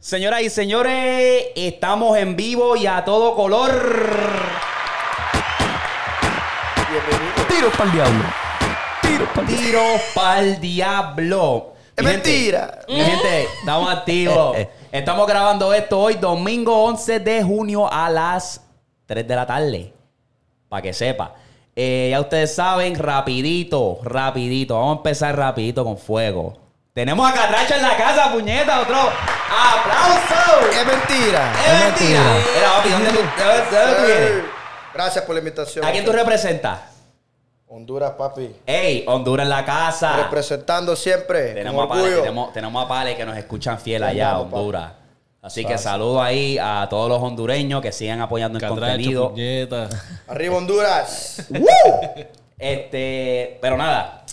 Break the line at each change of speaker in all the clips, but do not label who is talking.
Señoras y señores, estamos en vivo y a todo color.
Tiro para el diablo. Tiro para el
Tiro pa'l diablo.
Es
Mi gente,
mentira.
mi gente, estamos activos. Estamos grabando esto hoy, domingo 11 de junio a las 3 de la tarde. Para que sepa. Eh, ya ustedes saben, rapidito, rapidito. Vamos a empezar rapidito con fuego. Tenemos a Catracha en la casa, puñeta, otro aplauso.
Es mentira.
¡Es mentira! Era, papi, ¿dónde tú, de dónde- de dónde tú vienes?
Gracias por la invitación.
¿A quién tú representas?
Honduras, papi.
¡Ey! Honduras en la casa.
Representando siempre.
Ah. Tenemos a,
con
Pale,
orgullo.
tenemos, tenemos a Pale que nos escuchan fiel allá,
Vamos,
Honduras. Así que saludo ahí a todos los hondureños que sigan apoyando el contenido.
Arriba Honduras.
Este, pero nada,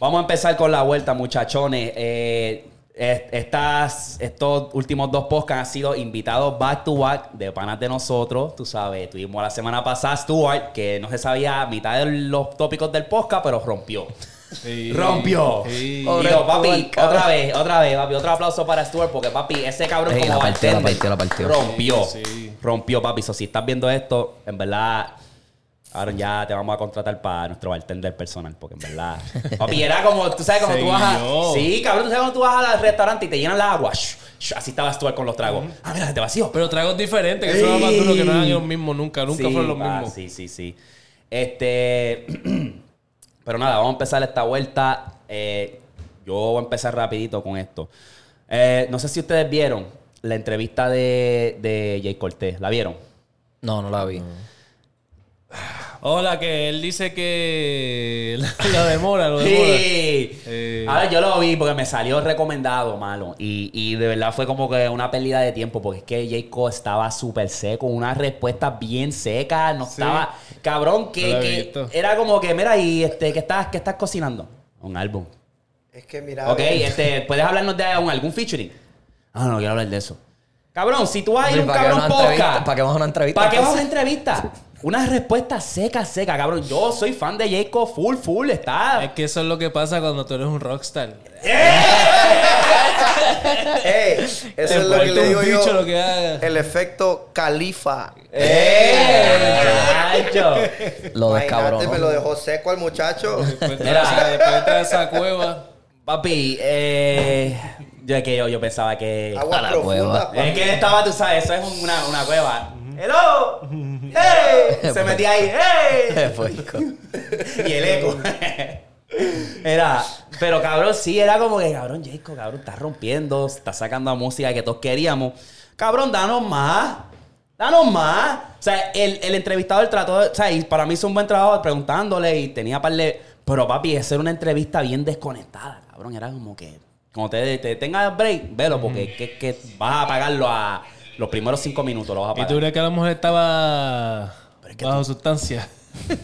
vamos a empezar con la vuelta, muchachones. Eh, es- estas, estos últimos dos podcasts han sido invitados back to back de panas de nosotros. Tú sabes, tuvimos la semana pasada Stuart, que no se sabía mitad de los tópicos del podcast, pero rompió. Rompió.
Sí.
Y yo, papi, otra vez, otra vez, papi, otro aplauso para Stuart, porque papi, ese cabrón
Ey,
como
la partió, la
bartender,
partió, la partió.
rompió.
Sí, sí.
Rompió, papi. So, si estás viendo esto, en verdad, ahora ya te vamos a contratar para nuestro bartender personal, porque en verdad. Papi, era como, tú sabes, cuando tú vas a.
Seguió.
Sí, cabrón, tú sabes cuando tú vas al restaurante y te llenan la agua. Shh, shh, así estaba Stuart con los tragos. Ah, mira, te vacío.
Pero tragos diferentes, que son los más duros que no eran los mismos nunca, nunca
Sí,
fueron los
pa,
mismos.
Sí, sí, sí. Este. Pero nada, vamos a empezar esta vuelta. Eh, yo voy a empezar rapidito con esto. Eh, no sé si ustedes vieron la entrevista de, de Jay Cortés. ¿La vieron?
No, no la vi.
Hola, que él dice que lo demora, lo demora.
Sí.
Eh.
Ahora yo lo vi porque me salió recomendado, malo. Y, y de verdad fue como que una pérdida de tiempo porque es que Jacob estaba súper seco, una respuesta bien seca, no estaba... Cabrón, que,
No la he
que
visto.
era como que, mira, y este, ¿qué estás, qué estás cocinando? Un álbum.
es que mira.
Ok,
ve,
este, ¿puedes hablarnos de un- algún featuring? Ah, no quiero hablar de eso. Cabrón, si tú vas a ir a
Hombre,
un
¿para qué
cabrón
una
podcast...
entrevista? ¿Para
¿Para qué
qué vas a una entrevista?
vas a una
entonces?
entrevista? Una respuesta seca, seca, cabrón. Yo soy fan de Jacob, full, full, está...
Es que eso es lo que pasa cuando tú eres un rockstar.
ey, eso es lo que le digo yo.
bicho lo que hagas.
El efecto califa.
¡Eh! muchacho!
Lo
Imagínate,
descabronó.
me lo dejó seco al muchacho.
Después de
Mira.
esa- Pues después de esa cueva.
Papi, eh, yo, es que yo, yo pensaba que...
A la
Agua
cueva.
profunda.
Es que estaba, tú sabes, eso es una, una cueva. ¡Hello! Pues ¡Hey! Se metía ahí. ¡Hey! Y el eco. Era, pero cabrón, sí, era como que, cabrón, Jacob, cabrón, estás rompiendo, estás sacando la música que todos queríamos. Cabrón, danos más. Danos más. O sea, el, el entrevistador trató, de- o sea, y para mí hizo un buen trabajo preguntándole y tenía par de. Pero papi, esa era una entrevista bien desconectada, cabrón. Era como que, cuando te, te tengas break, velo, porque es que, que vas a pagarlo a los primeros cinco minutos, lo vas a
¿Y
pagar.
tú crees que la mujer estaba bajo sustancia?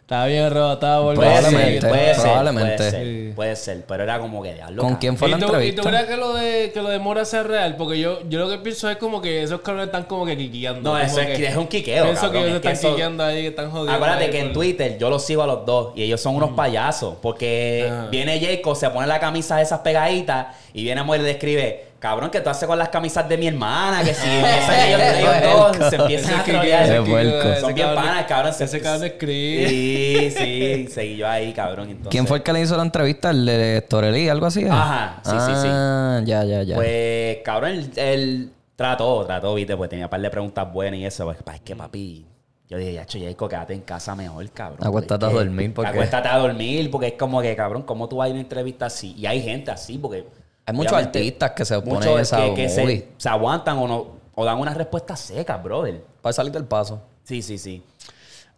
estaba bien arrebatada por
Puede ser,
Probablemente,
puede ser,
probablemente.
puede ser, puede ser, pero era como que diablo.
¿Con
cabrón.
quién fue la
¿Y tú, y tú crees
entrevista?
que lo de que lo de Mora sea real? Porque yo, yo lo que pienso es como que esos cabrones están como que quiqueando.
No,
como
eso es- es un quiqueo,
Pienso
cabrón,
que
es
ellos
que
están
eso-
quiqueando ahí, que están jodiendo.
Acuérdate
ahí
que en
por- Mm.
Twitter yo los sigo a los dos y ellos son unos payasos porque
Ah.
viene Jacob, se pone la camisa de esas pegaditas y viene a y le escribe, cabrón, que tú haces con las camisas de mi hermana, que si empiezan ellos, ellos dos, se
Ah. Ese
empiezan a
quiqueo,
trolear.
ese
Qué puerco.
quiqueo,
Son
ese
bien
cabrón-
panas, cabrón. se-
Ese cabrón escribe.
Sí, sí, seguí yo ahí, cabrón. Entonces,
¿Quién fue el que le hizo la entrevista? ¿El de Torelli? ¿Algo así? eh?
Ajá, sí, sí, sí.
Ah, ya, ya, ya.
Pues, cabrón, él, él trató, trató, viste, pues tenía un par de preguntas buenas y eso. Pues, pa, es
Mm.
que, papi, yo dije, ya, Jacob, quédate en casa mejor, cabrón.
Acuéstate a
Porque-
dormir, porque-
Acuéstate a dormir, porque es como que, cabrón, ¿cómo tú vas a ir a una entrevista así? Y hay gente así, porque...
Hay muchos
obviamente,
artistas que se oponen
muchos
a esa
que, que se,
movie.
se aguantan o no, o dan unas respuestas secas, brother.
Para salir del paso.
Sí, sí, sí.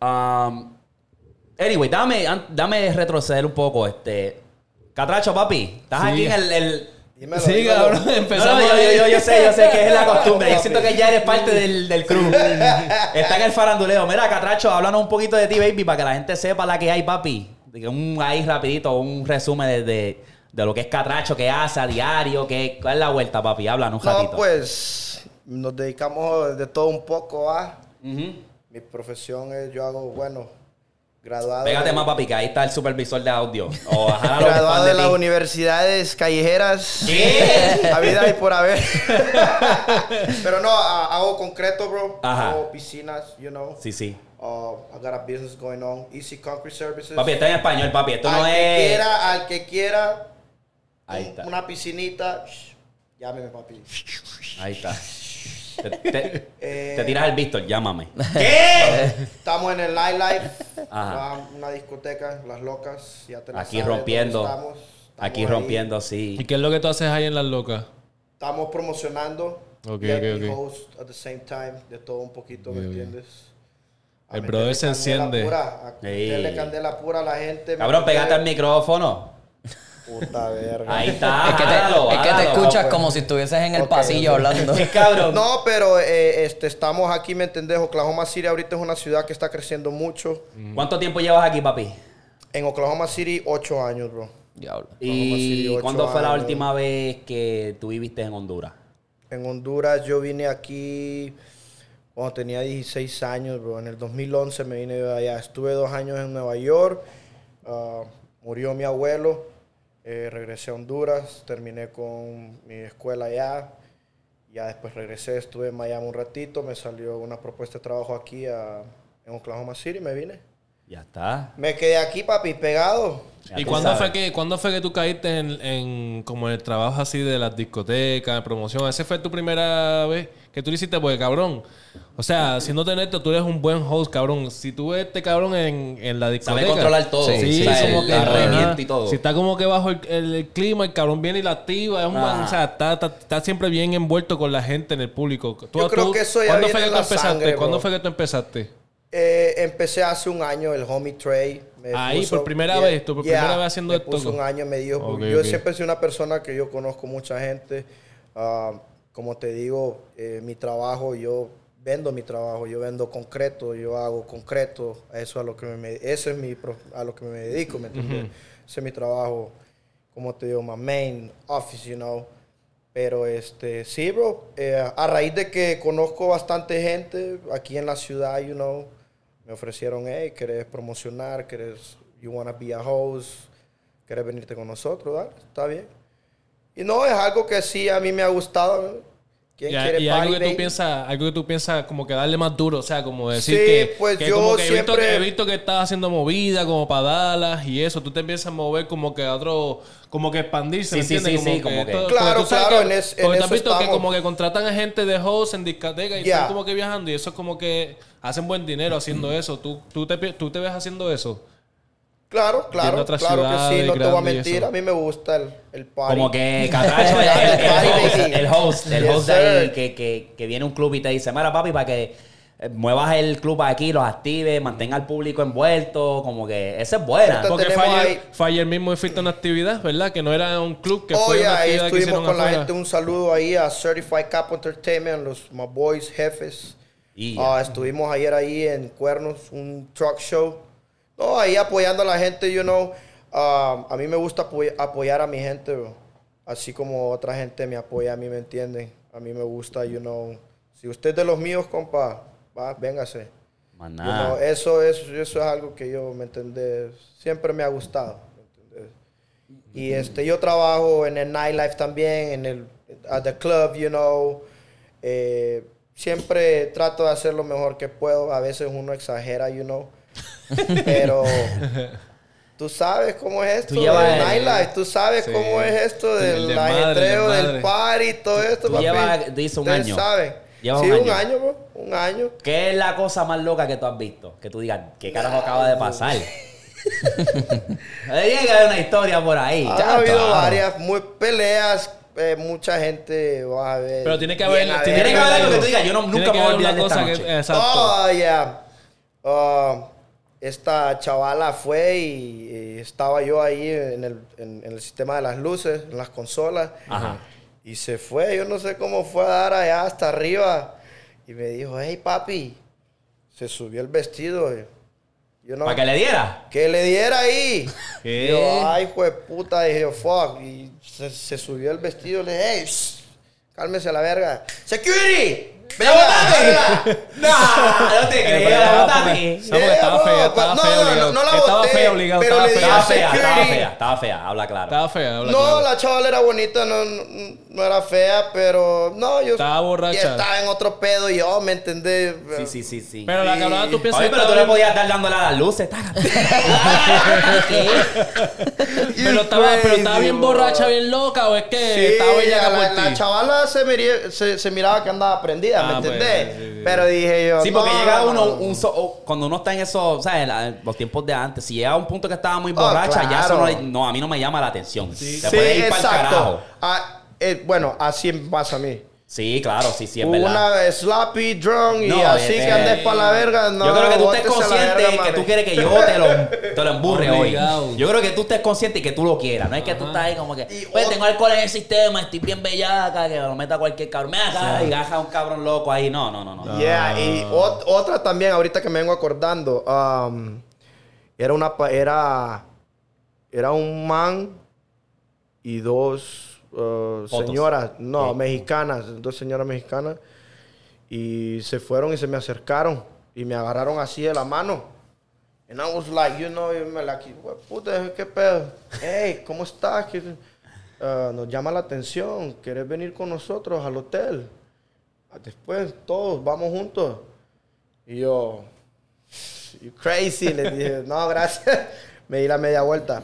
Um, anyway, dame, an- dame retroceder un poco, este... Catracho, papi, estás
Sí.
aquí en el- el
Dímelo,
Sí,
dímelo.
cabrón, empezamos.
no, no, yo,
ahí.
yo- yo sé, yo sé que es la costumbre. Yo siento que ya eres parte del, del crew. Está en el faranduleo. Mira, Catracho, háblanos un poquito de ti, baby, para que la gente sepa la que hay, papi. diga un ahí rapidito, un resumen de, de, de lo que es Catracho, qué hace a diario, qué, cuál es la vuelta, papi. Háblanos un ratito.
No, pues nos dedicamos de todo un poco a.
Ujú.
Mi profesión es, yo hago, bueno, graduado.
Pégate
de-
más, papi, que ahí está el supervisor de audio. O ajá, Ah, lo
Graduado
pan
de
ti.
las universidades callejeras.
¿Qué?
A vida y por haber. Pero no, ah, hago concreto, bro.
Ajá.
Hago piscinas, you know.
Sí, sí.
Uh, I got a business going on. Easy Concrete Services.
Papi, está en español, papi. Esto no
al
es.
que quiera, al que quiera,
Ahí
un-
está.
una piscinita, shh, llámeme, papi.
Ahí está. Te, te-
Eh,
te tiras al Víctor, llámame.
Estamos en el nightlife,
Ajá.
una, una discoteca, las locas, ya te la
Aquí
sabes
rompiendo.
dónde Estamos, Estamos
Aquí
ahí.
rompiendo,
¿Y
sí.
qué es lo que tú haces ahí en Las Locas?
Estamos promocionando.
Ok,
VIP
ok, ok.
host at the same time, de todo un poquito, ¿me
Ok, ok.
entiendes? A
El
meterle
brother se
candela
enciende.
Pura, a
Ey.
meterle candela pura a la gente. ¿me
Cabrón,
entiendes?
pegate al micrófono.
Puta verga.
Ahí está.
es que te,
jálalo,
es que te
jálalo.
escuchas
pues.
como si estuvieses en el
Ok,
pasillo
ok.
hablando.
Sí, cabrón.
No, pero eh, este, estamos aquí, ¿me entendés? Oklahoma City ahorita es una ciudad que está creciendo mucho.
Mm.
¿Cuánto tiempo llevas aquí, papi?
En Oklahoma City, ocho años, bro.
Diablo.
¿Y
City, ocho
cuándo fue la
años.
última vez que tú viviste en Honduras?
En Honduras yo vine aquí cuando tenía 16 años, bro. En el 2011 me vine de allá. Estuve dos años en Nueva York. Ah, murió mi abuelo. Eh, regresé a Honduras. Terminé con mi escuela allá. Ya después regresé. Estuve en Miami un ratito. Me salió una propuesta de trabajo aquí a- en Oklahoma City. Me vine.
Ya está.
Me quedé aquí, papi, pegado.
Ya
¿Y
tú
cuándo fue,
sabes.
que, cuándo fue que tú caíste en, en como en el trabajo así de las discotecas, de promoción? ¿Esa fue tu primera vez que tú lo hiciste? Porque, cabrón, o sea, si no esto, tú eres un buen host, cabrón. Si tú ves este cabrón en, en la discoteca...
controlar todo.
Sí,
O sea,
como
el
que...
herramienta
ajá.
y todo.
Si está como que bajo el, el- el clima, el cabrón viene y la activa. Es un
Ajá.
buen- o sea, está, está- está siempre bien envuelto con la gente en el público. Tú-
Yo creo
tú-
que eso ya
¿Cuándo
viene
fue que
en
tú
la
empezaste?
sangre,
¿Cuándo
bro.
fue que tú empezaste?
Eh, empecé hace un año el homie Trey. Me
Ahí, por primera vez, tú por primera vez haciendo
me
esto.
puso un año, me dijo. porque
Ok,
yo
ok.
siempre soy una persona que yo conozco mucha gente. Ah, como te digo, eh, mi trabajo, yo vendo mi trabajo, yo vendo concreto, yo hago concreto. Eso a lo que me, eso es mi, pro- a lo que me dedico, ¿me entiendes? Ese es mi trabajo, como te digo, my main office, you know. Pero este, sí, bro, eh, a raíz de que conozco bastante gente aquí en la ciudad, you know, me ofrecieron, hey, ¿querés promocionar? ¿Querés, you wanna be a host? ¿Querés venirte con nosotros? Dale, está bien. Y no, es algo que sí a mí me ha gustado. ¿no? ¿Quién
Y,
quiere
y algo
party,
que tú
baby?
piensas, algo que tú piensas como que darle más duro, o sea, como decir
Sí,
que,
pues
que
yo
como que he visto,
siempre-
he visto que estás haciendo movida como para Dallas y eso, tú te empiezas a mover como que a otro, como que expandirse,
Sí,
¿me
sí,
entiendes?
sí, sí, como que-
esto-
Claro,
porque tú sabes
claro,
que-
en es- en
porque tú has
eso
visto que
estamos.
como que contratan a gente de host en discoteca y
Ya. Mm.
están como que viajando y eso es como que hacen buen dinero haciendo eso. ¿Tú, tú, te, pi- tú te ves haciendo eso?
Claro,
Yendo a
claro,
otras
claro que sí,
ciudades
no te voy a
grandes y
mentir,
eso.
a mí me gusta el, el party.
Como que Catracho, el, el- el
Party,
host,
baby.
el host, el
Yes,
host de ahí
sir.
que, que, que viene un club y te dice, mira papi, para que eh, muevas el club aquí, los actives, mantenga al público envuelto, como que esa es buena.
Esta-
Porque
tenemos
Fire,
ahí-
Fire mismo hiciste una actividad, ¿verdad? Que no era un club, que fue
Hoy
una
Oh, ahí
actividad que
estuvimos
hicieron
con la
afuera.
gente, un saludo ahí a Certified Cap Entertainment, los my boys, jefes.
Y
Ah, estuvimos ayer ahí en Cuernos, un truck show. No, ahí apoyando a la gente, you know. Ah, a mí me gusta apoy- apoyar a mi gente, bro. Así como otra gente me apoya a mí, ¿me entienden? A mí me gusta, you know. Si usted es de los míos, compa, va, véngase.
más
You
nada.
know, eso, eso, eso es algo que yo, ¿me entendés? Siempre me ha gustado. ¿me entendés? Y este, yo trabajo en el nightlife también, en el at the club, you know. Eh, siempre trato de hacer lo mejor que puedo. A veces uno exagera, you know. Pero tú sabes cómo es esto
Tú llevas
del
el-
nightlife. Tú sabes
Sí.
cómo es esto
Sí,
del
el desmadre,
ajetreo,
el
del
desmadre.
party, todo esto.
Tú
papi.
llevas- dice un
Ustedes
año.
saben.
Llevas
sí,
un
un
año.
año, bro. Un año.
¿Qué es la cosa más loca que tú has visto? Que tú digas, ¿qué carajo acaba de pasar? Tiene que haber una historia por ahí.
Ha
Ya,
habido
Ah, claro.
varias muy peleas, eh, mucha gente va a ver.
Pero tiene que haber-
bien a
tiene
Tiene que
verga.
haber algo que tú digas, yo no-
Tiene
nunca
que
me voy a
haber una
olvidar de esta
cosa
noche.
que- exacto.
Oh, yeah. Ah, esta chavala fue y, y estaba yo ahí en el, en- en el sistema de las luces, en las consolas.
Ajá.
Y se fue, yo no sé cómo fue a dar allá hasta arriba. Y me dijo, hey papi, se subió el vestido. y- yo no-
¿Para que le diera?
que le diera ahí.
¿Qué?
Yo, ay, juez puta, dije yo, fuck. Y se, se subió el vestido, le dije, hey, shh, cálmese la verga. ¡Security!
¡Me la botaste! ¡No! ¡No te
Eh,
creo!
pero
¡La
estaba-
botaste!
No, porque estaba fea,
Yeah, bro,
estaba
no,
fea
no,
obligado.
no, no la
estaba
boté,
fea obligado,
pero
estaba
le di
fea.
Estaba
a
fea, estaba
security.
fea, estaba fea, habla claro.
Estaba fea, habla
No,
claro.
la chaval era bonita, no, no, no era fea, pero no, yo.
Estaba borracha.
y estaba en otro pedo y yo, ¿me entendés?
Sí, sí, sí, sí.
Pero la cabrona tú piensas
Oye,
que
pero tú
estaba
le podías estar dándole a las luces. taca.
Pero estaba, pero estaba bien borracha, bien loca, o es que
Sí,
estaba bellaca
la,
por
la
ti?
chavala se, miría- se- se miraba que andaba prendida, ¿me
Ah, pues,
entendés?
sí, sí.
Pero dije yo.
Sí, porque
no,
llega
no,
uno,
no.
un so- o cuando uno está en esos, ¿sabes? La- los tiempos de antes, si llega a un punto que estaba muy
Oh,
borracha, ya eso
claro.
no, le- no, a mí no me llama la atención. Sí,
Sí,
puede ir para el
exacto.
carajo.
Ah, eh, bueno, así me pasa a mí.
Sí, claro, sí, sí, es verdad.
Una sloppy, drunk y
No,
así
este-
que andes para la verga. No,
yo creo que tú estés
bótese a la
consciente
verga,
que
mami.
tú quieres que yo te lo, te lo emburre hoy.
Obligado.
Yo creo que tú estés consciente y que tú lo quieras. No es que tú
Ajá.
estás ahí como que,
Y
pues
ot-
tengo alcohol en el sistema, estoy bien bellaca, que me lo meta cualquier cabrón. Me acá y gaja un cabrón loco ahí. No, no, no, no.
Yeah, y
Ah.
ot- otra también, ahorita que me vengo acordando. um, era una. pa- Era. Era un man y dos uh,
Fotos.
señoras. No,
Ok.
mexicanas. Dos señoras mexicanas. Y se fueron y se me acercaron. Y me agarraron así de la mano. And I was like, you know, me like, "Hue- puta, qué pedo. Hey, ¿cómo estás? ¿Qué- ah, nos llama la atención. ¿Quieres venir con nosotros al hotel? Ah, Después, todos, vamos juntos. Y yo, you crazy. Le dije, no, gracias. Me di la media vuelta.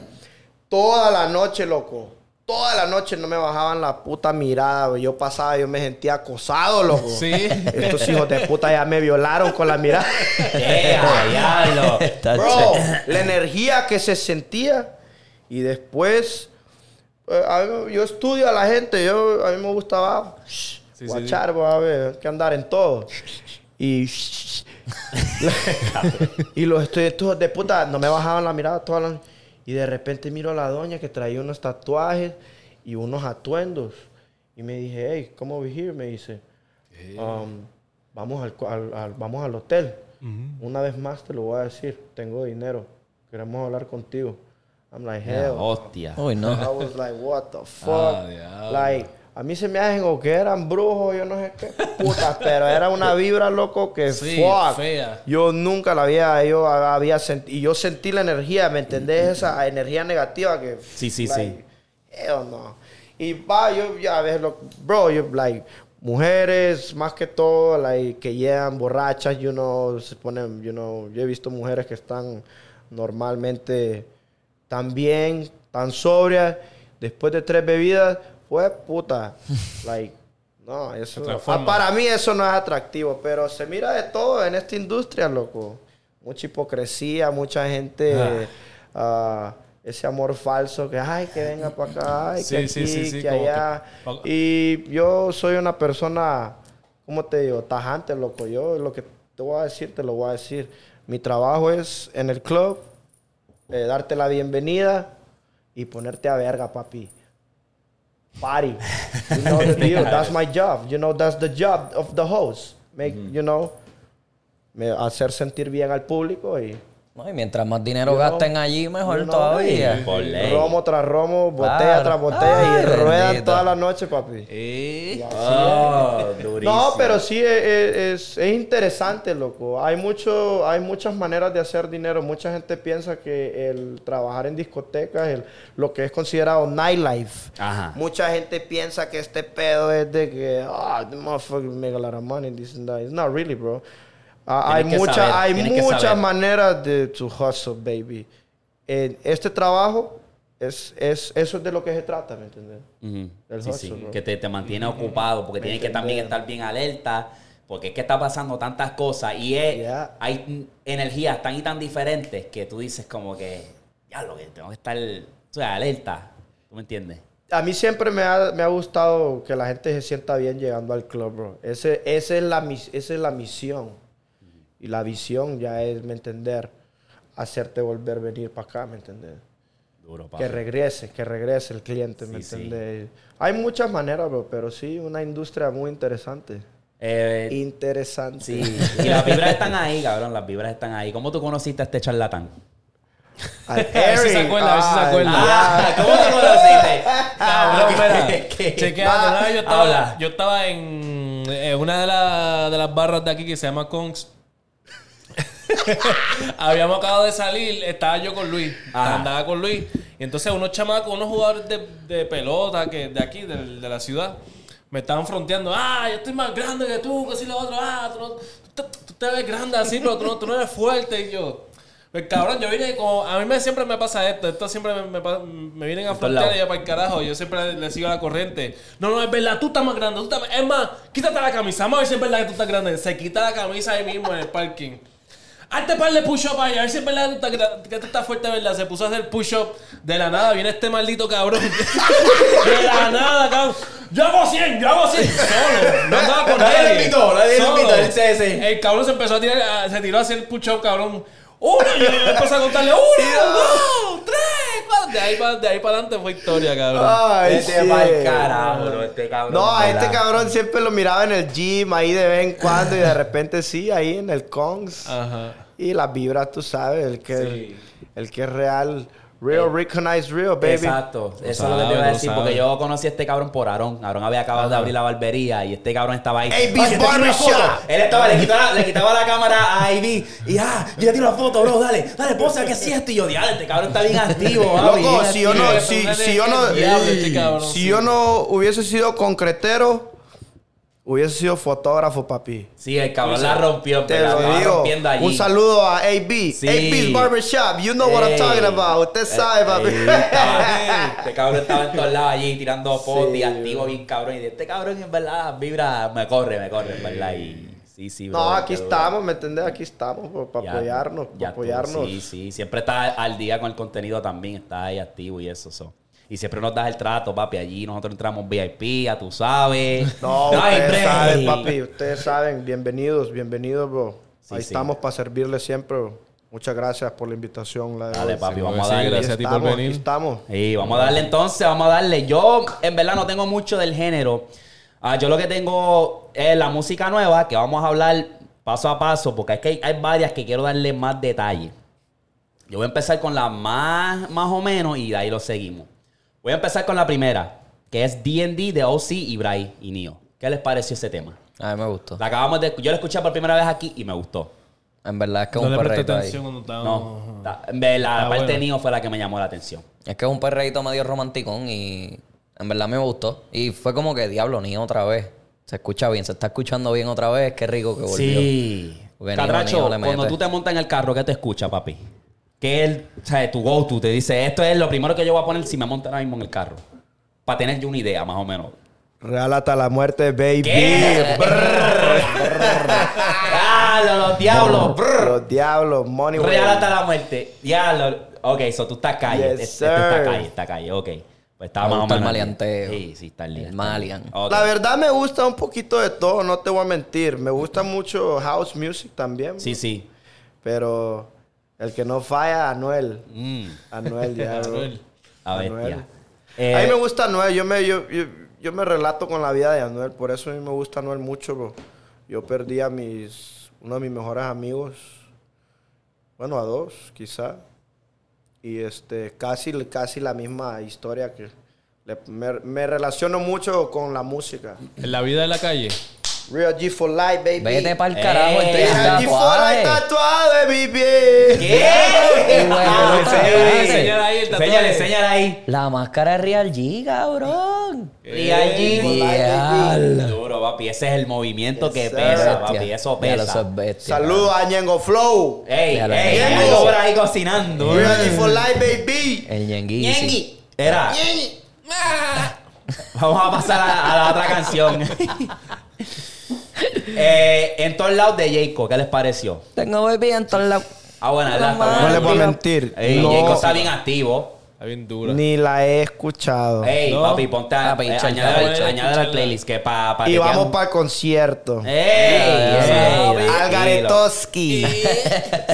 Toda la noche, loco. Toda la noche no me bajaban la puta mirada. güey. Yo pasaba, yo me sentía acosado, loco.
Sí.
Estos hijos de puta ya me violaron con la mirada.
Yeah, diablo.
Bro, la energía que se sentía. Y después, eh, a mí- yo estudio a la gente. Yo, a mí me gustaba shh,
sí,
guachar, bro, a ver, hay que andar en todo. Y, y los estudiantes de puta no me bajaban la mirada toda la noche. Y de repente miro a la doña que traía unos tatuajes y unos atuendos. Y me dije, hey, come over here. Me dice,
Eh.
"Um, vamos, al, cu- al- al- vamos al hotel. Una vez más te lo voy a decir. Tengo dinero. Queremos hablar contigo. I'm like, hell.
Hostia.
Uy,
I
no.
was like, what the
Ah,
fuck?
diablo.
like, a mí se me hacen o que eran brujos, yo no sé qué putas, pero era una vibra, loco, que
Sí,
fuck.
fea.
Yo nunca la había, yo había sentido, y yo sentí la energía, ¿me
Mm,
entendés? Esa energía negativa que...
Sí, sí, sí.
Hell Eh, no. Y va, yo ya a veces, lo- bro, yo, like, mujeres, más que todo, like, que llegan borrachas, you know, se ponen, you know, yo he visto mujeres que están normalmente tan bien, tan sobrias, después de tres bebidas, pues, puta, like, no, eso,
transforma.
ah, para mí eso no es atractivo, pero se mira de todo en esta industria, loco. Mucha hipocresía, mucha gente... ah, ese amor falso que, ay, que venga para acá, ay,
Sí,
que aquí,
sí, sí, sí,
que
como
allá.
que-
Y yo soy una persona, ¿cómo te digo? Tajante, loco. Yo lo que te voy a decir, te lo voy a decir. Mi trabajo es en el club, eh, darte la bienvenida y ponerte a verga, papi. Party. You know the deal. That's my job. You know, that's the job of the host. Make,
Mm-hmm.
you know, me- hacer sentir bien al público y...
No, y mientras más dinero
Yo no-
gasten allí, mejor
yo no-
todavía.
Por ley.
Romo tras romo, botella
Claro.
tras botella
Ay,
y ruedan
bendito.
toda la noche, papi.
Eh.
Oh, durísimo.
No, pero sí es, es- es interesante, loco. Hay, mucho, hay muchas maneras de hacer dinero. Mucha gente piensa que el trabajar en discotecas, el, lo que es considerado nightlife.
Ajá.
Mucha gente piensa que este pedo es de que, ah, the motherfucker make a lot of money, this and that. It's not really, bro. Ah, hay
Tienes que
mucha-
saber,
hay
tienes que
muchas
saber.
maneras de tu hustle, baby. En este trabajo, es, es, eso es de lo que se trata, ¿me entiendes?
Ujú.
El
Sí,
hustle,
sí,
bro.
que te, te mantiene ocupado porque tienes que también
entendés.
estar bien alerta porque es que está pasando tantas cosas y es-
Yeah.
hay n- energías tan y tan diferentes que tú dices como que, ya lo que tengo que estar o sea, alerta, ¿tú me entiendes?
A mí siempre me ha, me ha gustado que la gente se sienta bien llegando al club, bro. Ese, esa, es la, mis- esa es la misión. Y la visión ya es, ¿me entender? Hacerte volver venir para acá, ¿me entendés?
Duro, papi.
Que regrese, que regrese el cliente,
Sí,
¿me
sí.
entendés? Hay muchas maneras, bro, pero sí, una industria muy interesante.
Eh,
Interesante.
sí, y las vibras están ahí, cabrón, las vibras están ahí. ¿Cómo tú conociste a este charlatán?
Al
A ver si se
Eric,
acuerda, a ver si se
al-
acuerda.
Ah, ¿Cómo te conociste? Cabrón, espera.
Chequea, una vez yo estaba,
Habla.
yo estaba en, en una de, la- de las barras de aquí que se llama Kongs. Habíamos acabado de salir, estaba yo con Luis,
Ajá.
andaba con Luis. Y entonces unos chamacos, unos jugadores de, de pelota que de aquí, del- de, la ciudad, me estaban fronteando. Ah, yo estoy más grande que tú, que si lo otro. Ah, tú, no- tú te- tú te ves grande así, pero tú no, tú no eres fuerte. Y yo, pues cabrón, yo vine como... A mí me, siempre me pasa esto, esto siempre me, me pa- me vienen a
todos
frontear
lados.
y yo para el carajo. Yo siempre le sigo la corriente. No, no, es verdad, tú estás más grande. Tú estás más... Es más, quítate la camisa. Vamos a ver si es verdad que tú estás grande. Se quita la camisa ahí mismo en el parking. Hazte par de push-up ahí, a ver si es verdad que tú estás gra- que tú estás fuerte, ¿verdad? Se puso a hacer push-up. De la nada viene este maldito cabrón. De la nada, cabrón. Yo hago 100, yo hago 100. Solo. No andaba con
Nadie
nadie.
lo invitó, nadie lo
Solo.
invitó, él se- se-
El cabrón se empezó a tirar, a- se tiró a hacer push-up, cabrón. Uno, y yo empecé a contarle uno, dos, tres, cuatro. De ahí para, de ahí para adelante fue historia, cabrón.
Ay,
Ay,
este va al
shit.
carajo, bro, este cabrón.
No, a este
¿verdad?
cabrón siempre lo miraba en el gym, ahí de vez en cuando, y de repente sí, ahí en el Kongs.
Ajá.
Y las vibras, tú sabes, el que,
Sí. Eh,
el que es real. Real, recognize real, baby.
Exacto, eso es lo que te
sabe,
iba a
lo
decir,
sabe.
porque yo conocí a este cabrón por Aarón. Aarón había acabado de abrir la barbería y este cabrón estaba ahí.
Hey,
Oye, te tiro una
Barbershop.
foto. Él estaba, le quitaba, le quitaba la cámara a Ivy y ah, yo le tiro la foto, bro, dale, dale, posa, que sí esto. Y yo, diablo, este cabrón está bien activo, papi,
Loco,
bien
si yo
activo.
no, si, si yo no,
Diablo, este cabrón,
si
sí.
yo no hubiese sido concretero, hubiese sido fotógrafo, papi.
Sí, el cabrón la rompió,
Te
la
lo
estaba
digo.
rompiendo allí.
Un saludo a AB.
Sí.
AB's Barbershop. You know what
Ey. Eh,
I'm talking about. Usted
Ey, estaba-
sabe, papi.
Este cabrón estaba en todos lados allí tirando fotos y
Sí,
activo bien cabrón. Y este cabrón en verdad vibra, me corre, me corre, en verdad. Y sí, sí, bro,
No, aquí
qué duro.
estamos, ¿me entendés? Aquí estamos para
Ya,
apoyarnos, para
ya tú,
apoyarnos.
Sí, sí, siempre está al día con el contenido también, está ahí activo y eso. so. Y siempre nos das el trato, papi. Allí nosotros entramos VIP, ya tú sabes.
No,
hay break.
ustedes saben, papi, ustedes saben. Bienvenidos, bienvenidos, bro.
Sí,
Ahí
sí.
estamos para servirles siempre, bro. Muchas gracias por la invitación. La
Dale, papi,
Sí,
vamos a
sí,
darle.
gracias a ti por
Estamos,
venir.
aquí estamos.
Sí, vamos a darle entonces, vamos a darle. Yo, en verdad, no tengo mucho del género. Ah, yo lo que tengo es la música nueva, que vamos a hablar paso a paso, porque es que hay, hay varias que quiero darle más detalle. Yo voy a empezar con la más, más o menos y de ahí lo seguimos. Voy a empezar con la primera, que es D&D de OC, Ibrahim y Nio. ¿Qué les pareció ese tema?
A mí me gustó.
La acabamos de, yo la escuché por primera vez aquí y me gustó.
En verdad es que es
No
un
le presté
perreíto
atención
ahí.
cuando estábamos.
No, la, en verdad, la
Ah,
parte
bueno.
de Nio fue la que me llamó la atención.
Es que es un perreíto medio romanticón y en verdad a mí me gustó. Y fue como que diablo, ni otra vez. Se escucha bien, se está escuchando bien otra vez. Qué rico que volvió.
Sí.
Porque
Catracho,
Nino- Nino le mete.
cuando tú te montas en el carro, ¿qué te escucha, papi? Que él, o sea, tu go-to te dice, esto es lo primero que yo voy a poner si me monto ahora mismo en el carro. Para tener yo una idea, más o menos.
Real hasta la muerte, baby.
¿Qué? ¡Ah, los diablos! brr.
Los diablos, money.
Real
way.
hasta la muerte. Diablo. Ok, so tú estás calle.
Yes,
Este- este está
sir.
calle, está calle, ok. Pues está
Me
más o
gusta el
menos.
maleanteo.
Sí, sí, está el
El malian.
La verdad me gusta un poquito de todo, no te voy a mentir. Me gusta mucho house music también.
Sí, sí.
Pero el que no falla, Anuel.
Mm,
Anuel, ya, bro.
Anuel.
a
Manuel.
bestia.
A mí
Eh,
me gusta Anuel, yo me, yo, yo- yo me relato con la vida de Anuel, por eso a mí me gusta Anuel mucho, bro. Yo perdí a mis, uno de mis mejores amigos, bueno, a dos, quizá. Y este, casi, casi la misma historia que... le- me, me relaciono mucho con la música.
En la vida de la calle.
Real G for Life, baby.
Vete para el
Eh,
carajo, este el
el
Real G for Life tatuado, baby.
¿Qué?
bueno,
Ah,
no
señor,
está-
señor ahí, el tatuaje. Señale, señale ahí.
La máscara es Real G, cabrón.
Real G.
Diablo.
Duro, papi. Ese es el movimiento
Yes,
que
sir.
pesa, papi.
Bestia.
Eso
Diablo,
pesa.
es bestia,
Saludos a Ñengo Flow.
Ey,
Diablo,
ey,
Ñengo.
hay algo por ahí cocinando.
Real G for Life, baby.
El Yengi.
Ñengui. Era. Vamos a pasar a, a la otra canción. Eh, en todos lados de Jayco, ¿qué les pareció?
Tengo baby en todos lados.
Ah, bueno,
No
la-
más.
bueno,
No le voy a
tío.
mentir.
Ey,
No.
Jayco está bien activo.
Está bien dura.
Ni la he escuchado.
Ey,
No.
papi, ponte a,
Papi,
eh,
chanta,
añádela-
papi, chanta.
añádela al playlist que pa, pa
Y
que
vamos
tengan-
para el concierto.
¡Ey! ¡Ey!
Algaretoski.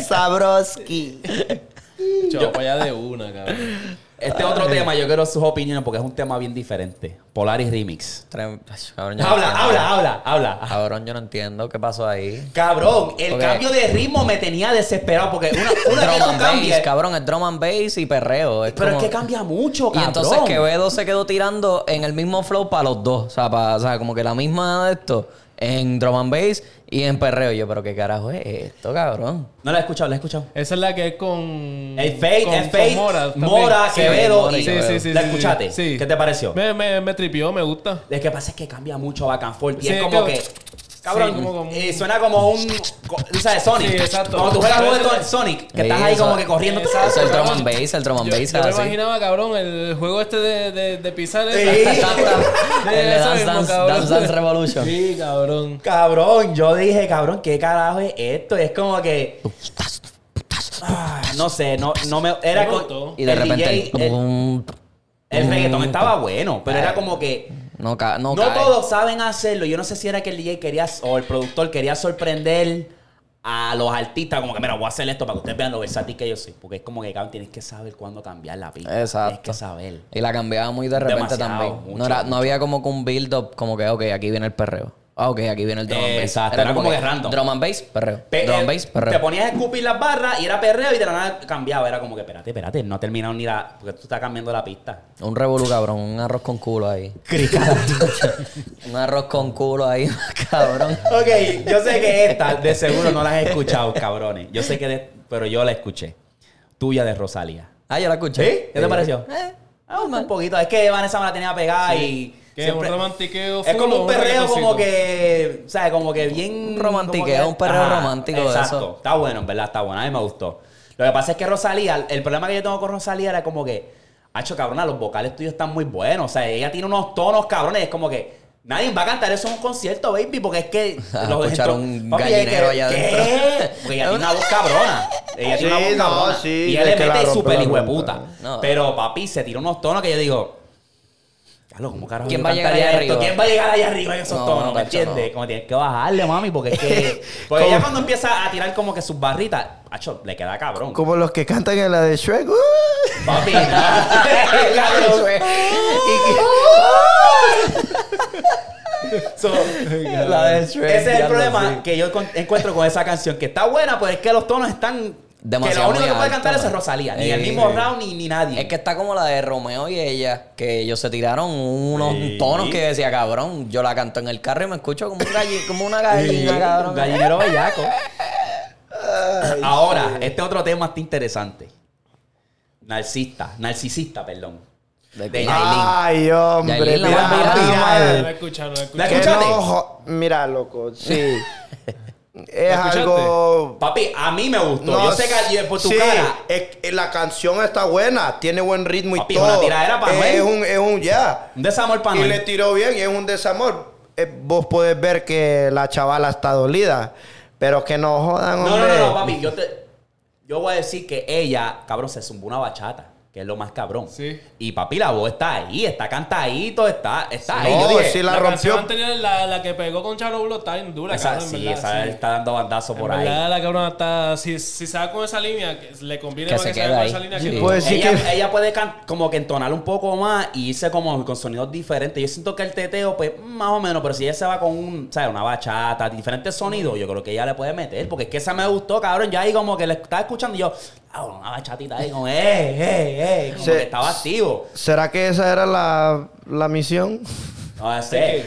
Sabroski.
Yo para allá de una, cabrón.
Este otro tema, yo quiero sus opiniones porque es un tema bien diferente. Polaris Remix.
Tre- Ay, cabrón, yo no
Habla,
entiendo.
habla, habla, habla.
Cabrón, yo no entiendo qué pasó ahí.
Cabrón, el
Ok.
cambio de ritmo me tenía desesperado porque una, una vez
Drum
tú
and bass,
cambias.
cabrón, es drum and bass y perreo. Es
Pero
como-
es que cambia mucho,
Y
cabrón.
entonces Quevedo se quedó tirando en el mismo flow para los dos. O sea, pa- o sea, como que la misma de esto en drum and bass y en perreo. Yo, pero qué carajo es esto, cabrón.
No la he escuchado, la he escuchado.
Esa es la que es con.
El Fate,
con-
el
con
Fate,
Mora.
Mora,
también.
Sí,
Quevedo
Mora
y
y Quevedo. Sí, sí,
¿La escuchaste?
Sí.
¿Qué te pareció?
Me, me, me tripió, me gusta.
Lo que pasa es que cambia mucho back and forth. Y
Sí,
es como
que-
que. Cabrón,
sí, como- como-
eh, suena como un. co- tú ¿Sabes? Sonic.
Sí, exacto.
Cuando tú juegas un juego de Sonic, que estás ahí
eso-
como que corriendo.
Eso es el drum
cabrón.
and bass, el drum and
Yo,
bass.
yo me
así.
imaginaba, cabrón, el juego este de, de, de pisar.
Sí.
esa-
Tap, tap. El de
Eso
Dance
mismo,
Dance-
cabrón.
Dance Dance Revolution.
Sí, cabrón.
Cabrón, yo dije, cabrón, ¿qué carajo es esto? Es como que. Ah, no sé, no, no me. Era
Me
co-
gustó.
Y de
el
repente.
DJ,
el-
el, el reggaetón estaba bueno, pero era
Ay.
como que.
No, ca no,
No
cae.
todos saben hacerlo. Yo no sé si era que el DJ quería o el productor quería sorprender a los artistas, como que mira, voy a hacer esto para que ustedes vean lo versátil que yo soy. Porque es como que cabrón, tienes que saber cuándo cambiar la pista.
Exacto.
Tienes que saber.
Y la cambiaba muy de repente
Demasiado,
también.
mucho,
no, era,
mucho.
no había como que un build up, como que, ok, aquí viene el perreo. Ah, ok, aquí viene el drum and bass.
Exacto, era como que random.
Drum and bass, perreo.
Pe-
drum
eh,
and bass, perreo.
Te ponías a escupir las barras y era perreo y de la nada cambiaba. Era como que, espérate, espérate, no ha terminado ni la. Porque tú estás cambiando la pista.
Un revolú, cabrón. Un arroz con culo ahí. un arroz con culo ahí, cabrón.
Ok, yo sé que esta de seguro no la has escuchado, cabrones. Yo sé que, de- pero yo la escuché. Tuya de Rosalía.
Ah, yo la escuché.
¿Sí? ¿Qué te pareció?
Eh,
Ah, un poquito. Es que Vanessa me la tenía pegada y.
Que es un
siempre-
romantiqueo.
Es
full
como
o
un perreo
reggaetoncito.
como que, ¿sabes? Como que bien...
Un romantiqueo,
como que-
un perreo romántico de
Exacto.
eso.
Está bueno, en verdad, está bueno. A mí me gustó. Lo que pasa es que Rosalía, el problema que yo tengo con Rosalía era como que, hacho, cabrona, los vocales tuyos están muy buenos. O sea, ella tiene unos tonos, cabrones. Es como que nadie va a cantar eso en un concierto, baby, porque es que...
Ah,
los
escuchar
intro-
un
Papi, ella-
gallinero allá
¿qué?
adentro.
Porque ella tiene una voz cabrona. Ella tiene una voz
Sí, no,
cabrona.
sí,
y ella
de
le
que la
mete
rompe,
súper
la
hijo de
rompe.
puta.
No.
Pero, papi, se tira unos tonos que yo digo... Carlos, ¿cómo carajo
¿Quién
yo
va a llegar
cantaría
allá
esto?
arriba?
¿Quién va a llegar allá arriba en esos
No,
tonos? ¿Me
macho,
entiendes?
no.
Como tienes que bajarle, mami, porque es que... Porque
Como-
ella cuando empieza a tirar como que sus barritas, acho, le queda cabrón.
Como los que cantan en la de Shrek. ¡uh!
Papi, no. Cabrón. So,
La de Shrek,
Ese es el
diablo,
problema
sí.
que yo con- encuentro con esa canción, que está buena, pero es que los tonos están... que
Demasiado
lo único
muy
que puede
alto,
cantar es
man.
Rosalía. Ni
Sí,
el mismo
sí.
round ni, ni nadie.
Es que está como la de Romeo y ella, que ellos se tiraron unos tonos que decía, cabrón, yo la canto en el carro y me escucho como, un galli- como una gallina,
Un
cabrón.
Gallinero bellaco. Ahora, este otro tema está interesante. Narcista, narcisista, perdón.
¿De
De
qué?
Yailin.
Ay, hombre,
Yailin la
mira,
más viral.
mira,
No lo he
mal.
escuchado, no lo he
La
escuchado.
Que
escuchaste.
no jo- mira, loco, sí. es
escuchaste?
algo.
Papi, a mí me gustó.
no,
Yo sé que por tu
sí,
cara.
es- eh, la canción está buena, tiene buen ritmo y
Papi, es
todo.
una tiradera pa'
es,
Noel.
es un, es un ya.
Un desamor para
Y le tiró bien y es un desamor. Eh, vos podés ver que la chavala está dolida, pero que no jodan,
No, no,
hombre.
no, no, papi. Yo, te, yo voy a decir que ella, cabrón, se zumbó una bachata. Que es lo más cabrón.
Sí.
Y papi, la voz está ahí, está cantadito, está, está ahí.
No,
Yo dije,
sí la,
La,
rompió.
canción anterior, la, la que pegó con Charo Blow, está bien dura,
esa-
cabrón, en
sí,
verdad,
esa
sí.
está dando bandazo por
en
ahí.
verdad, la cabrona está. Si, si se va con esa línea, que le conviene
Que
más
se
que se
quede
va con
ahí.
esa línea
Sí.
que
Pues sí
ella,
que-
ella puede can- como que entonar un poco más y irse como con sonidos diferentes. Yo siento que el teteo, pues, más o menos, pero si ella se va con un, ¿sabes? Una bachata, diferentes sonidos, yo creo que ella le puede meter. Porque es que esa me gustó, cabrón. Yo ahí como que la estaba escuchando y yo, ah, bueno, una bachatita ahí con, eh, eh, eh. Como
Se-
que estaba activo.
¿Será que esa era la, la misión?
No sé.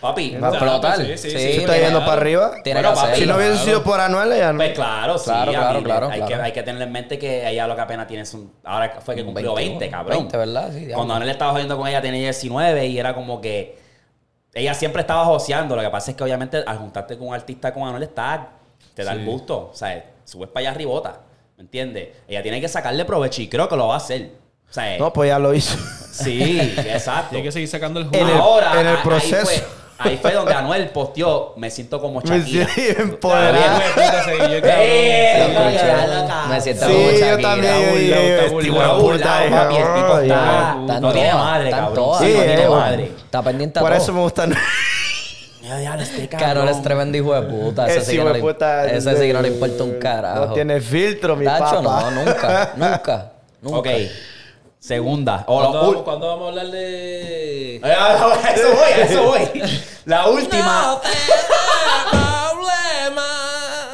Papi.
Va a explotar.
Sí, sí, sí.
¿Se
Sí,
está
mira,
yendo para arriba?
Tiene
Bueno,
que
papi,
Si
hacerlo.
no hubiese
claro.
sido por Anuel, ya no.
Pues claro, sí.
Claro,
a mí
claro,
le-
claro,
hay, Que,
claro.
hay que tener en mente que ella lo que apenas tiene es un... Ahora fue que cumplió
21,
20, cabrón.
20, ¿verdad? Sí, diablo.
Cuando Anel estaba jodiendo con ella tenía 19 y era como que... Ella siempre estaba joseando. Lo que pasa es que obviamente al juntarte con un artista como Anuel está... Te da
Sí.
el gusto. O sea, subes para allá arribota. ¿Me entiendes? Ella tiene que sacarle provecho y creo que lo va a hacer. O sea,
No, pues ya lo hizo.
sí, exacto.
Tiene que seguir sacando el
En
juego.
el-
Ahora,
en el
a- ahí
proceso.
fue- Ahí fue, donde Anuel posteó, me siento como
Me
Shakira.
siento
Bien,
empoderado.
güey, puta, seguí, pues, yo, cabrón.
¡Eh!
Lo escuché.
Ya, loca.
Me siento
Sí,
como Shakira.
yo también. yo- yo- yo-
Está
este
burlado,
hijo de
Burlao,
puta, dije,
papi, el tipo
oh,
está-
ya.
Están
no tiene
todas,
madre,
están
cabrón.
todas.
Sí,
no
eh,
tiene
bueno.
madre.
Está pendiente a
Por
todo.
eso me gusta Anuel.
Ya, ya, este
Carol es
cabrón.
tremendo hijo de puta. Ese, sí, que
hijo
no
de
le,
puta,
ese sí que no le importa un carajo.
No tiene filtro, mi
Tacho,
papá.
no, nunca, nunca, nunca.
Ok. Segunda. O la
¿Cuándo, vamos,
ul-
cuándo vamos a hablar de...?
Eh, a Eso voy, a eso voy. La última.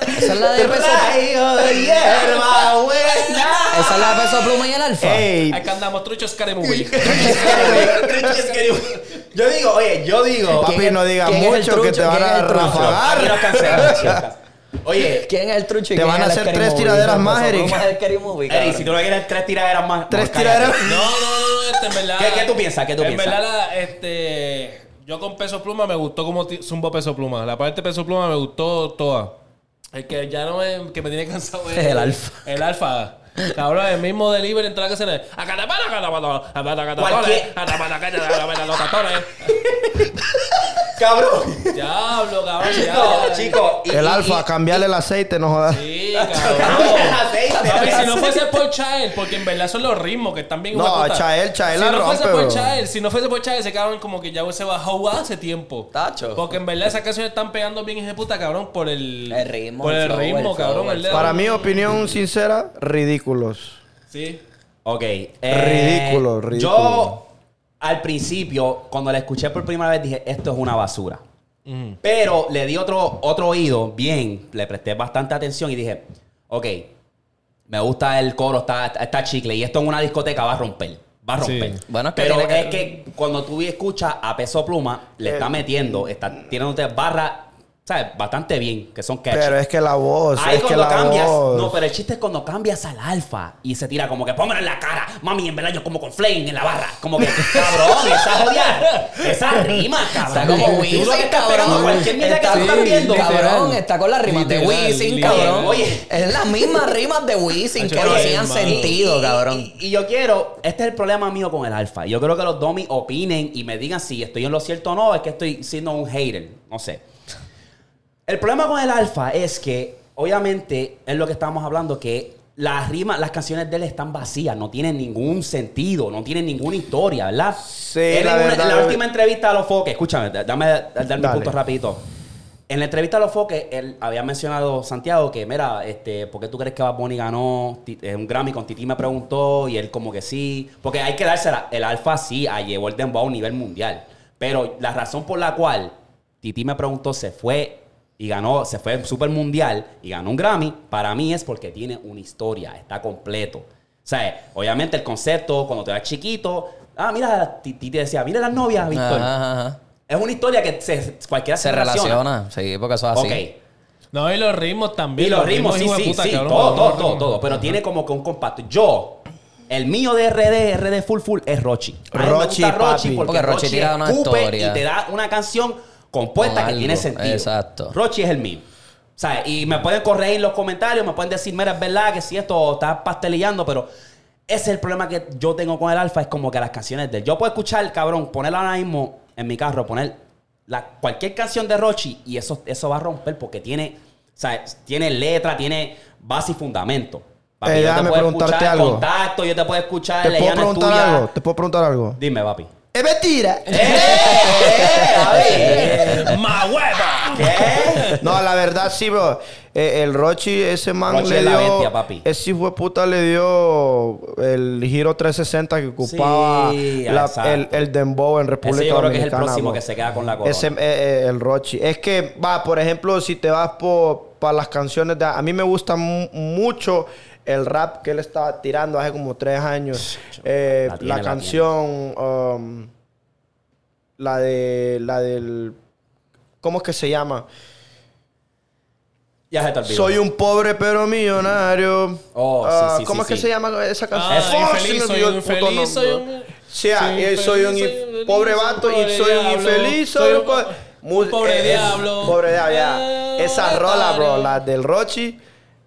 Esa es la de
Pues,
peso.
Traigo hierba buena.
Esa es la de peso pluma y el alfa.
Ey,
Acá andamos, truchos Caremubi.
yo digo, oye, yo digo.
¿Quién
Papi,
es-
no digas
quién es el
mucho que
trucho?
te van
¿Quién es
a
el trucho?
Aquí
rafagar.
nos cancelan, chicas. Oye,
¿Quién es el trucho y
Te
quién
van
es
a
el
hacer
Scary
tres
Movie?
tiraderas
El
más,
peso
Eric.
pluma es el Scary Movie,
Eric,
cabrón.
si tú no quieres tres tiraderas más.
Tres
no, cállate.
tiraderas.
No, no, no, este, en verdad.
¿Qué- qué tú piensas? ¿Qué tú
en
piensas?
verdad, la- este. Yo con peso pluma me gustó como ti- zumbo peso pluma. La parte de peso pluma me gustó toda. El que ya no me, que me tiene cansado es-
El alfa.
El alfa. Cabrón, el mismo delivery entra a la cena. Acatapana, acatapana, acatapana,
Cualquier-
acatapana, acatapana, acatapana, los catones.
Cabrón.
Diablo, cabrón. ya,
No,
ya.
chicos. y-
El
y-
alfa, cambiarle el aceite, no jodas.
Sí,
Cabrón,
cabrón.
el aceite,
Papi,
el
si no
aceite.
fuese por Chael, porque en verdad son los ritmos que están bien
No,
hijueputa.
Chael, Chael
Si
la
no fuese
rompe,
por
bro.
Chael, si no fuese por Chael, ese cabrón como que ya se bajó hace tiempo.
Tacho.
Porque en verdad esas canciones están pegando bien ese puta cabrón por el,
El ritmo,
Por
el
el,
flow,
ritmo,
el flow,
cabrón.
el
él le da
Para
un-
mi opinión sincera, ridículos.
Sí.
Ok. eh,
Ridículo, ridículo.
Yo, al principio, cuando la escuché por primera vez, dije, esto es una basura. Pero le di otro, otro oído, bien, le presté bastante atención y dije, ok, me gusta el coro, está, está chicle y esto en una discoteca va a romper. Va a romper.
Sí.
Bueno, es que
Pero
tiene que-
es que cuando tú escuchas a peso pluma, le
Eh.
está metiendo, está tirándote barras, ¿sabes? Bastante bien, que son catchy.
Pero es que la voz,
Ahí
es que
cuando
la
cambias,
voz.
no, pero el chiste es cuando cambias al alfa y se tira como que póngalo en la cara, mami, en verdad yo como con flame en la barra, como que cabrón, esa jodida, esa rima,
Está
cabrón,
como
como tú lo
Wisin,
que estás pegando
cabrón.
cualquier mierda que
Está-
tú estás viendo,
Cabrón, está con las rimas de
Literal,
Wisin,
literal.
cabrón.
Oye.
Es las mismas rimas de Wisin
Hacho,
que no
oye,
hacían
hermano.
sentido,
Y-
cabrón.
Y, y yo quiero, este es el problema mío con el alfa. Yo creo que los domis opinen y me digan si estoy en lo cierto o no, es que estoy siendo un hater, no sé. El problema con el alfa es que, obviamente, es lo que estábamos hablando, que las rimas, las canciones de él están vacías, no tienen ningún sentido, no tienen ninguna historia, ¿verdad?
Sí,
Él
la
en, una-
verdad,
en la
la
última entrevista a los foques, escúchame, d- dame dar mi
Dale.
punto rapidito. En la entrevista a los foques, él había mencionado Santiago que, mira, este, ¿por qué tú crees que Bad Bunny ganó Ti- eh, un Grammy con Titi me preguntó y él como que sí? Porque hay que dársela. El Alfa sí ah, llevó el dembow a un nivel mundial. Pero la razón por la cual Titi me preguntó se fue y ganó, se fue Super Mundial y ganó un Grammy, para mí es porque tiene una historia, está completo. O sea, obviamente el concepto, cuando te vas chiquito, ah, mira, Titi decía, mira las novias, Víctor.
Ajá, ajá, ajá.
Es una historia que se- cualquiera se,
Se relaciona, sí, porque eso es así.
Ok.
No, y los ritmos
Y
también.
los ritmos, sí, sí,
hijueputa,
sí,
cabrón.
todo, todo, todo, todo. Pero tiene como que un compacto. Yo, el mío de RD, RD Full Full, es Rochi. A mí me
Rochi,
gusta
papi.
Porque Rochi tira una
escupe
historia.
Y te da una canción compuesta
Con
que
algo,
tiene sentido.
exacto.
Rochi es el mío. O sea, y me pueden corregir en los comentarios, me pueden decir, mira, es verdad que si esto está pastelillando, pero ese es el problema que yo tengo con el alfa, es como que las canciones de él. Yo puedo escuchar, cabrón, ponerla ahora mismo en mi carro, poner la, cualquier canción de Rochi y eso, eso va a romper porque tiene, o sea, tiene letra, tiene base y fundamento. Papi,
Eh,
yo
déjame preguntarte
escuchar
algo.
contacto, yo te puedo escuchar
Te puedo
Leyana es
preguntar
tuya.
algo, te puedo preguntar algo.
Dime, papi.
Es mentira.
¡Eh! ¡Eh! A ver.
¡Ma hueva!
¿Qué?
No, la verdad sí, bro. Eh, el Rochi, ese man
Rochi
le
es
dio.
la bestia, papi.
Ese hijo de puta le dio el giro 360 que ocupaba
Sí,
la-
exacto.
el, el Dembow en República
Ese yo creo que es el
Dominicana.
próximo
bro.
que se queda con la corona.
Ese, eh, eh, el Rochi. Es que, va, por ejemplo, si te vas por, para las canciones de... A mí me gusta mu- mucho el rap que él estaba tirando hace como tres años. Eh,
La
la,
tiene, la
canción... um, la de... La del... ¿Cómo es que se llama?
Ya se te olvidó.
Soy un pobre pero millonario.
Oh, sí,
Ah,
sí, sí,
¿Cómo es
sí.
que se llama esa canción?
Ah,
Fuck, se
infeliz,
me
soy
olvidó
un
el puto
infeliz, soy
nombre.
un...
Sí, ah, eh, soy un
infeliz,
inf- pobre vato y soy un
diablo,
infeliz, soy un pobre...
un pobre diablo.
Pobre diablo, ya.
Eh,
Esa rola, bro,
monetario.
la del Rochi,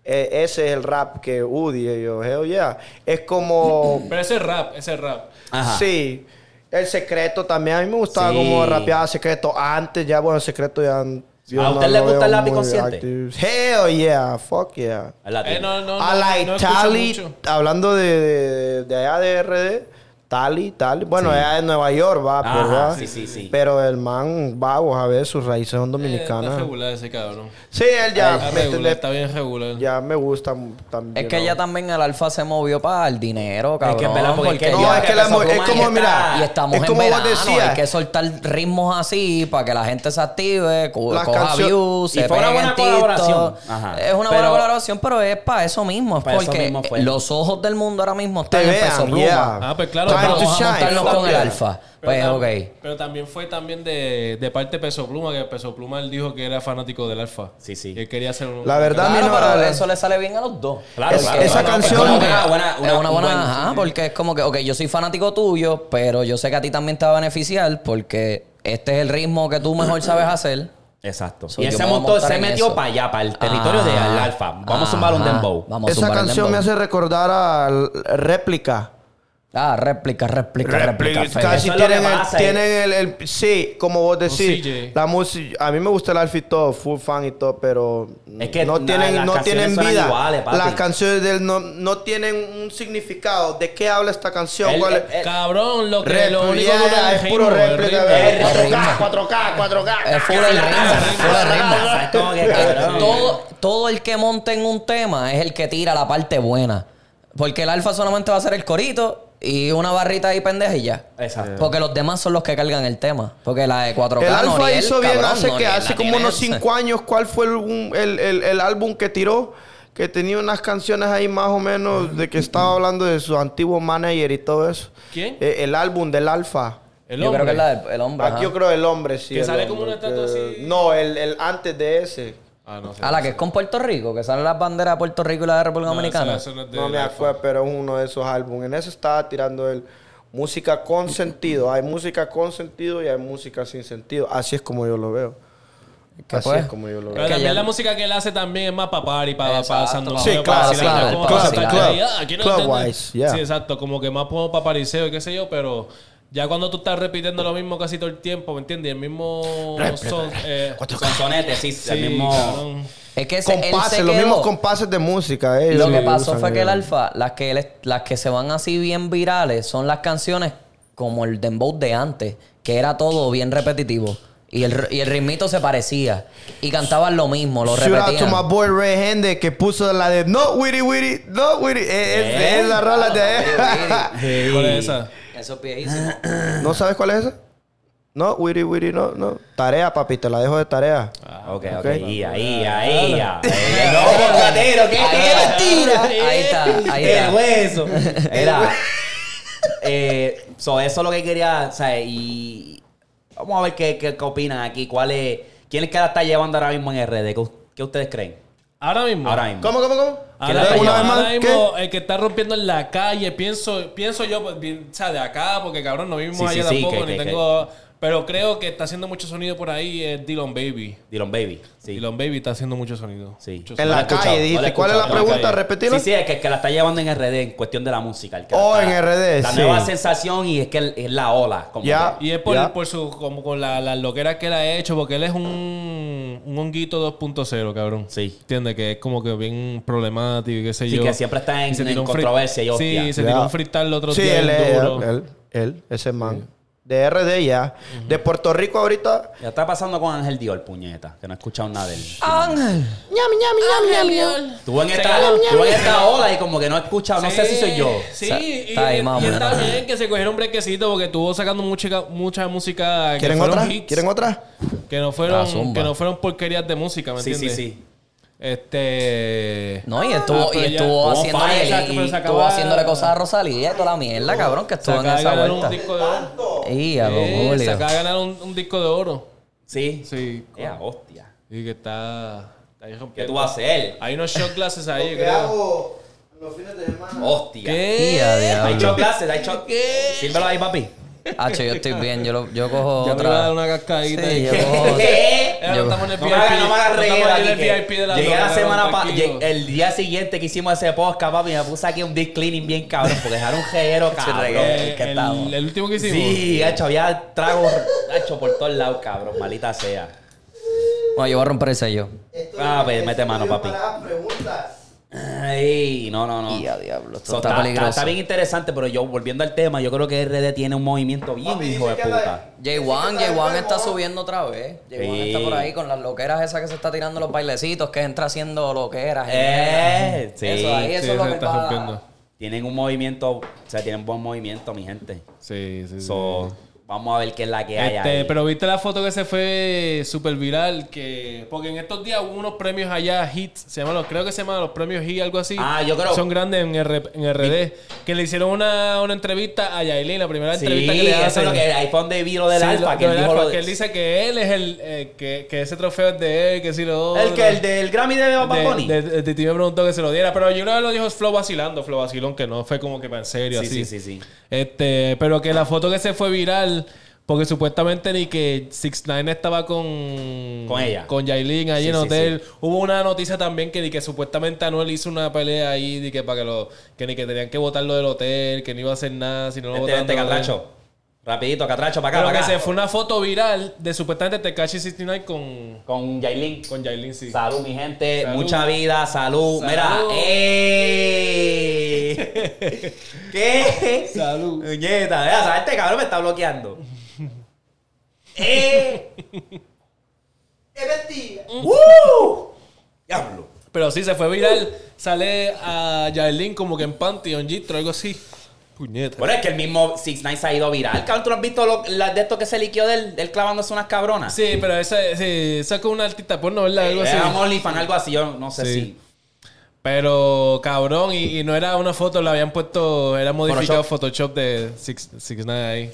eh, ese es el rap que Udi, yo, hell yeah. Es como...
Pero ese es rap, ese es rap.
Ajá.
Sí. El secreto también, a mí me gustaba
Sí.
como rapeaba secreto antes, ya bueno, el secreto ya... yo
¿A
no
usted le
lo
gusta el
veo
lápiz
muy
consciente?
activo. Hell yeah, fuck yeah.
Es la
Eh, no, no, no,
a la
no escucho
Itali,
mucho.
hablando de, de- de allá de RD, Tali, Tali. Bueno, ella es de Nueva York, va,
Ajá,
pero, va.
sí, sí, sí.
pero el man, vamos a ver, sus raíces son
Eh, Está
dominicanas.
regular ese cabrón.
sí, él ya,
Está
¿me
regular,
entiendes?
está bien regular.
ya me gusta m- también.
Es que
¿no?
ella también el alfa se movió para el dinero, cabrón.
que es verdad, porque es que
No,
ya-
es que la
Esa
mu- es
pluma
como,
ya
mira,
está-
Y estamos
es
en
como
verano,
vos decías.
hay que soltar ritmos así para que la gente se active, co-
Las
coja
cancio-
views,
Y
se
fue una
pegue en
buena
TikTok.
colaboración. Ajá.
Es una buena
Pero-
colaboración, pero es para eso mismo. Es
Para eso
porque
mismo fue.
los ojos del mundo ahora mismo
te
están en Peso
vean,
Pluma.
yeah.
Ah, pues claro,
Time
pero
to
Vamos a
shine,
montarnos
fuck
con el
yeah.
alfa. Pues,
tam-
ok.
pero también fue también de, de parte de Peso Pluma, que Peso Pluma él dijo que era fanático del Alfa.
Sí, sí.
Y él quería hacer un...
La verdad,
Claro,
a mí no,
pero
la-
eso le sale bien a los dos.
Claro,
Es-
claro,
esa
claro.
canción-
Es como una buena,
es una buena,
un buen-
ajá, porque es como que, ok, yo soy fanático tuyo, pero yo sé que a ti también te va a beneficiar porque este es el ritmo que tú mejor sabes hacer.
Exacto.
So,
y
yo
él
me
se
voy a
montó,
montar
se
en
metió
eso.
para allá, para el territorio
Ah,
del Alfa. Vamos a zumbar un
ajá.
dembow.
Vamos a
Esa
zumbar un
canción me
dembow.
hace recordar a l- réplica.
Ah, réplica, réplica,
Réplica,
réplica. Fede.
Eso
Casi
es lo
tienen,
que
el,
pasa,
tienen el, el- Sí, como vos decís.
CJ.
La música. A mí me gusta el alfa y todo, full fan y todo, pero.
Es que
no
na-
tienen,
las
no
canciones
tienen
suenan
vida.
iguales, papi.
las canciones del no, no tienen un significado. ¿De qué habla esta canción?
El-
¿Cuál es?
el-
Eh,
el-
Cabrón, lo que...
Rep-
lo único
yeah,
que dura
es puro
ritmo, el
réplica,
ritmo.
Eh,
El ritmo.
4K, 4K, 4K.
Es full el ritmo, es full el ritmo.
Es como que, cabrón.
Eh, todo, todo el que monte en un tema es el que tira la parte buena. Porque el alfa solamente va a ser el corito y una barrita ahí pendeja y ya.
Exacto.
Porque los demás son los que cargan el tema. Porque la de 4K.
El Alfa
Noriel,
hizo bien
cabrón,
hace que
Noriel la
hace como
tiene
unos
ese.
5 años. ¿Cuál fue el, un- el- el- el álbum que tiró? Que tenía unas canciones ahí más o menos de que estaba hablando de su antiguo manager y todo eso.
¿Quién?
Eh, el álbum del Alfa.
El
Yo creo
hombre.
que es la del el hombre.
Ah,
ajá.
Yo creo el hombre, sí.
Que
el
sale como
hombre,
una estatua
que-
así.
No, el, el antes de ese.
Ah, no sé.
A la que es con Puerto Rico, que salen las banderas de Puerto Rico y la de República
No,
Dominicana.
eso- eso no es
No
del
me
Alfa.
acuerdo, pero es uno de esos álbumes. En eso estaba tirando el música con sentido. Hay música con sentido y hay música sin sentido. Así es como yo lo veo.
¿Qué
Así
fue?
es como yo lo veo.
Pero
que
también
ya-
la música que él hace también es más para party, para, para
Exacto.
sandungueo,
Sí,
para
claro,
vacilar,
claro,
como
club,
para vacilar.
club,
Y, ah, ¿quién no
club
entiende?
wise, yeah.
Sí, exacto, como que más como para pariseo y qué sé yo, pero ya cuando tú estás repitiendo lo mismo casi todo el tiempo, ¿me entiendes? El mismo son, eh,
Son sonetes, sí,
sí,
el mismo.
cabrón.
Es que ese- él
Compases,
se
los
quedó-
mismos compases de música. eh,
Lo
ellos
que pasó
usan
fue que el
ellos.
alfa, las que, él- las que se van así bien virales son las canciones como el dembow de antes, que era todo bien repetitivo. Y el, y el ritmito se parecía. Y cantaban lo mismo, lo
Shout out to
repetían.
my boy Ray Hende que puso la de No Witty Witty, No Witty. Eh, Es,
Eh,
es la rola de Eh,
¿Cuál es esa?
Eso es viejísimo.
¿No sabes cuál es esa? No Witty Witty, no, no. Tarea, papi, te la dejo de tarea.
Ah.
Ah, Ok, ok.
Ok.
Ahí, ahí, ahí. No, bocatero, ¿qué
Ahí
qué
está.
mentira?
Ahí está, ahí
El
está.
hueso. Era. eh, so, eso es lo que quería. O sea, y. Vamos a ver qué, qué, qué opinan aquí. ¿Cuál es. ¿Quién es que la está llevando ahora mismo en RD? ¿Qué, qué ustedes creen?
Ahora mismo.
Ahora mismo.
¿Cómo, cómo, cómo?
¿Quién
Ahora,
la está
mismo,
una vez
llevando?
ahora
más,
mismo,
¿qué?
el que está rompiendo en la calle, pienso, pienso yo, pues, bien, o sea, de acá, porque cabrón, no vimos
Sí, sí,
allá
sí,
tampoco,
que-
ni
que-
tengo. Pero creo que está haciendo mucho sonido por ahí, es Dylan Baby.
Dylan Baby. Sí.
Dylan Baby está haciendo mucho sonido.
Sí.
Mucho
En
sonido.
No
la
he escuchado,
calle,
no
dice.
he
¿Cuál es
escuchado,
la
no he
pregunta?
escuchado.
Repetila.
Sí, sí, es que, que la está llevando en RD en cuestión de la música. el que la
Oh,
está-
en RD,
La
sí.
nueva sensación y es que el- es la ola. Como
Ya.
que-
Y es por,
Ya.
por su, como con la, las loqueras que él ha hecho, porque él es un, un honguito 2.0, cabrón.
Sí.
Entiende que es como que bien problemático y qué sé
Sí,
yo.
que siempre está en-
Y se tiró
en
un free-
controversia y hostia.
Sí, se
Ya.
tiró un freestyle el otro
Sí,
día.
él,
bien
es-
duro.
él, él, él, ese man. De RD ya. De Puerto Rico ahorita.
Ya está pasando con Ángel Dior, puñeta, que no he escuchado nada de él.
Ah.
Ángel.
Ñami, ñami, ñami, ñami.
Estuvo en
Se
esta,
quedó-
estuvo en esta ola y como que no he escuchado, no sé si soy yo.
Sí,
O sea,
y,
está ahí, más o
y
menos.
está bien que se cogiera un brequecito porque estuvo sacando mucha, mucha música que
¿Quieren
fueron
otra?
hits,
¿Quieren otra?
que no fueron,
Ah, zumba.
que no fueron porquerías de música, ¿me
Sí, sí,
entiendes?
sí.
Este
No, y estuvo,
Ah, pero
y
ya-
estuvo,
Hubo
haciéndole,
falla,
y-
exacto, pero
y
se
estuvo
acaba-
haciéndole cosas a Rosalía y toda la mierda, cabrón, que
se
estuvo en
acaba de
esa
ganar un
vuelta.
disco de oro.
Y a los
Eh, se
Julio.
acaba de ganar un, un disco de oro.
Sí.
Sí.
Ea, hostia.
Y que está, está ahí
¿Qué
rompiendo.
tú vas a hacer?
Hay unos shot glasses ahí, yo
¿Qué
creo.
hago los fines de semana?
Hostia.
Y
Ah. ¿Qué?
a
Hay
diablo.
shock glasses, hay shock. Sírvelo ahí, papi.
Hacho, yo estoy bien, yo, lo- yo cojo
Yo me voy a dar
otra.
una cascadita
Sí,
y-
yo
Oh.
cojo-
¿Qué?
Eh, no estamos en el
No me hagas, no me hagas reír
VIP, no estamos en el
aquí, que
VIP de la
Llegué
droga,
la semana
cabrón,
pa- eh,
tranquilo.
lleg- el día siguiente que hicimos ese podcast, papi, me puse aquí un deep cleaning bien cabrón porque dejaron un jejero cabrón.
reguero.
Eh,
¿Qué estamos?
el, el último que hicimos.
Sí, hecho, había tragos hecho por todos lados, cabrón, malita sea.
Bueno, yo voy a romper el sello.
Ah, pues, mete mano, papi.
preguntas.
Ay, no, no, no.
Y a diablo, esto
So,
está, peligroso.
está bien interesante, pero yo volviendo al tema, yo creo que RD tiene un movimiento bien,
Papi,
hijo de
dice que
puta.
J1, J1 está subiendo otra vez. J1
Sí.
está por ahí con las loqueras esas que se está tirando los bailecitos, que entra haciendo loqueras. y
Eh,
mierda.
sí.
Eso ahí, eso
Sí,
es lo
se
que
está
va-
rompiendo.
Tienen un movimiento, o sea, tienen buen movimiento, mi gente.
Sí, sí, sí.
So, vamos a ver qué es la que hay
Este,
ahí.
pero viste la foto que se fue super viral que porque en estos días hubo unos premios allá hits se llaman los creo que se llaman los premios hit algo así
Ah, yo creo-
son grandes en, R- en RD que le hicieron una, una entrevista a Yailin la primera
Sí,
entrevista que le
eso
hacen
es lo que ahí fue donde vi lo del
Sí,
alfa,
lo-
que
lo
él
del
dijo
Alfa,
lo de-
que él dice que él es el eh, que, que ese trofeo es de él que si lo
el que el del Grammy de Bad Bunny.
de, de- de- Titi me preguntó que se lo diera, pero yo una vez lo dijo Flow vacilando, Flow vacilón, que no fue como que para en serio
Sí,
así.
sí, sí, sí.
Este, pero que la foto que se fue viral, porque supuestamente ni que Six Nine estaba con
Con ella.
con Yailin ahí
Sí,
en
sí,
hotel. Hubo una noticia también que ni que supuestamente Anuel hizo una pelea ahí, ni que para que lo, que ni que tenían que votarlo del hotel, que no iba a hacer nada, si no lo
este,
votaban
este,
del hotel.
Catracho. Rapidito, Catracho, para acá,
Pero
para
que
acá.
se fue una foto viral de supuestamente Tekashi 69 con,
Con Yailin.
con Yailin, sí.
Salud, mi gente.
Salud.
Mucha vida, salud.
Salud.
Mira, ¡ey! ¿Qué?
Salud.
Muñeta, vea, ¿sabes? Este cabrón me está bloqueando. ¡Eh! ¡Es mentira! ¡Uh! ¡Diablo!
Pero sí, se fue viral. Sale a Yaelin como que en Pantheon, Gistro, algo así. Puñeta.
Bueno, es que el mismo Six Nine se ha ido viral. Cabrón, ¿tú no has visto lo- la- de esto que se liqueó del, del clavándose unas cabronas?
Sí, pero esa, sí, esa es como una artista porno, ¿verdad? Algo así.
Era un OnlyFans, Eh, algo así, yo no sé
Sí.
si.
Pero cabrón, y, y no era una foto, la habían puesto, era modificado Photoshop, de Six, Six Nine ahí.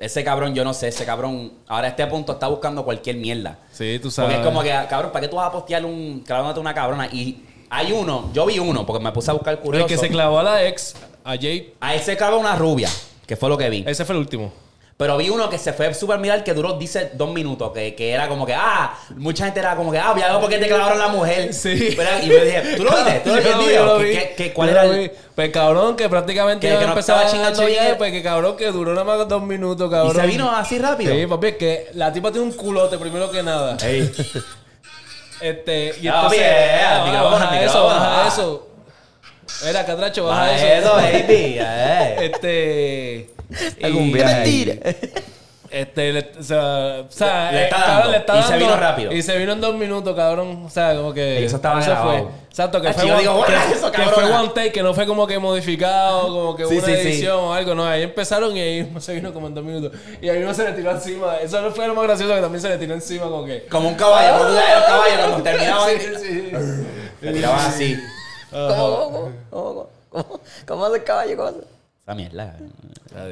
Ese cabrón, yo no sé, ese cabrón ahora a este punto está buscando cualquier mierda.
Sí, tú
Porque
sabes.
es como que, cabrón, ¿para qué tú vas a postear un clavándote una cabrona? Y hay uno, yo vi uno, porque me puse a buscar curioso.
El que se clavó a la ex, a Jade,
A él se clava una rubia, que fue lo que vi.
ese fue el último.
Pero vi uno que se fue súper mirar que duró, dice, dos minutos. Que, que era como que, ah, mucha gente era como que, ah, ya veo por qué te clavaron la mujer.
Sí.
Pero- y yo dije, ¿tú lo viste? ¿Tú lo viste? el
Yo vi,
video?
yo lo
¿Qué-
vi.
qué- qué- ¿Cuál
Yo
era
lo
el-
vi. Pues cabrón, que prácticamente
Que-
iba
que
a
no
empezar
estaba
a
chingando
chingar,
bien.
pues que cabrón, que duró nada más dos minutos,
Y
cabrón.
se vino así rápido. Eh.
Sí, papi, es que la tipa tiene un culote primero que nada.
Ey.
Este, y
Ah,
entonces,
bien,
ah, baja,
micrófono,
eso,
micrófono,
baja
ah.
eso. Era catracho, baja
Ah,
eso.
eso, baby. eh.
Este
Algún
y-
viaje. ahí.
Este, le, o sea, o sea,
Le- le está
cabrón,
dando.
le está
Y se
dando-
vino rápido.
Y se vino en dos minutos, cabrón. O sea, como que.
Y eso estaba
se
grabado.
fue. Exacto, que
Ah,
fue,
yo
one,
digo,
que,
"Borra eso,
que
cabrona".
fue one take, que no fue como que modificado, como que
Sí,
una
sí, sí.
edición o algo. No, ahí empezaron y ahí mismo se vino como en dos minutos. Y ahí mismo se le tiró encima. Eso no fue lo más gracioso que también se le tiró encima, como que.
Como un caballo, como un caballo, como terminaban.
Sí, sí.
Le tiraban así.
¿Cómo, cómo, cómo, cómo, cómo, cómo hace el caballo? ¿Cómo hace?
Esa mierda.
Ah,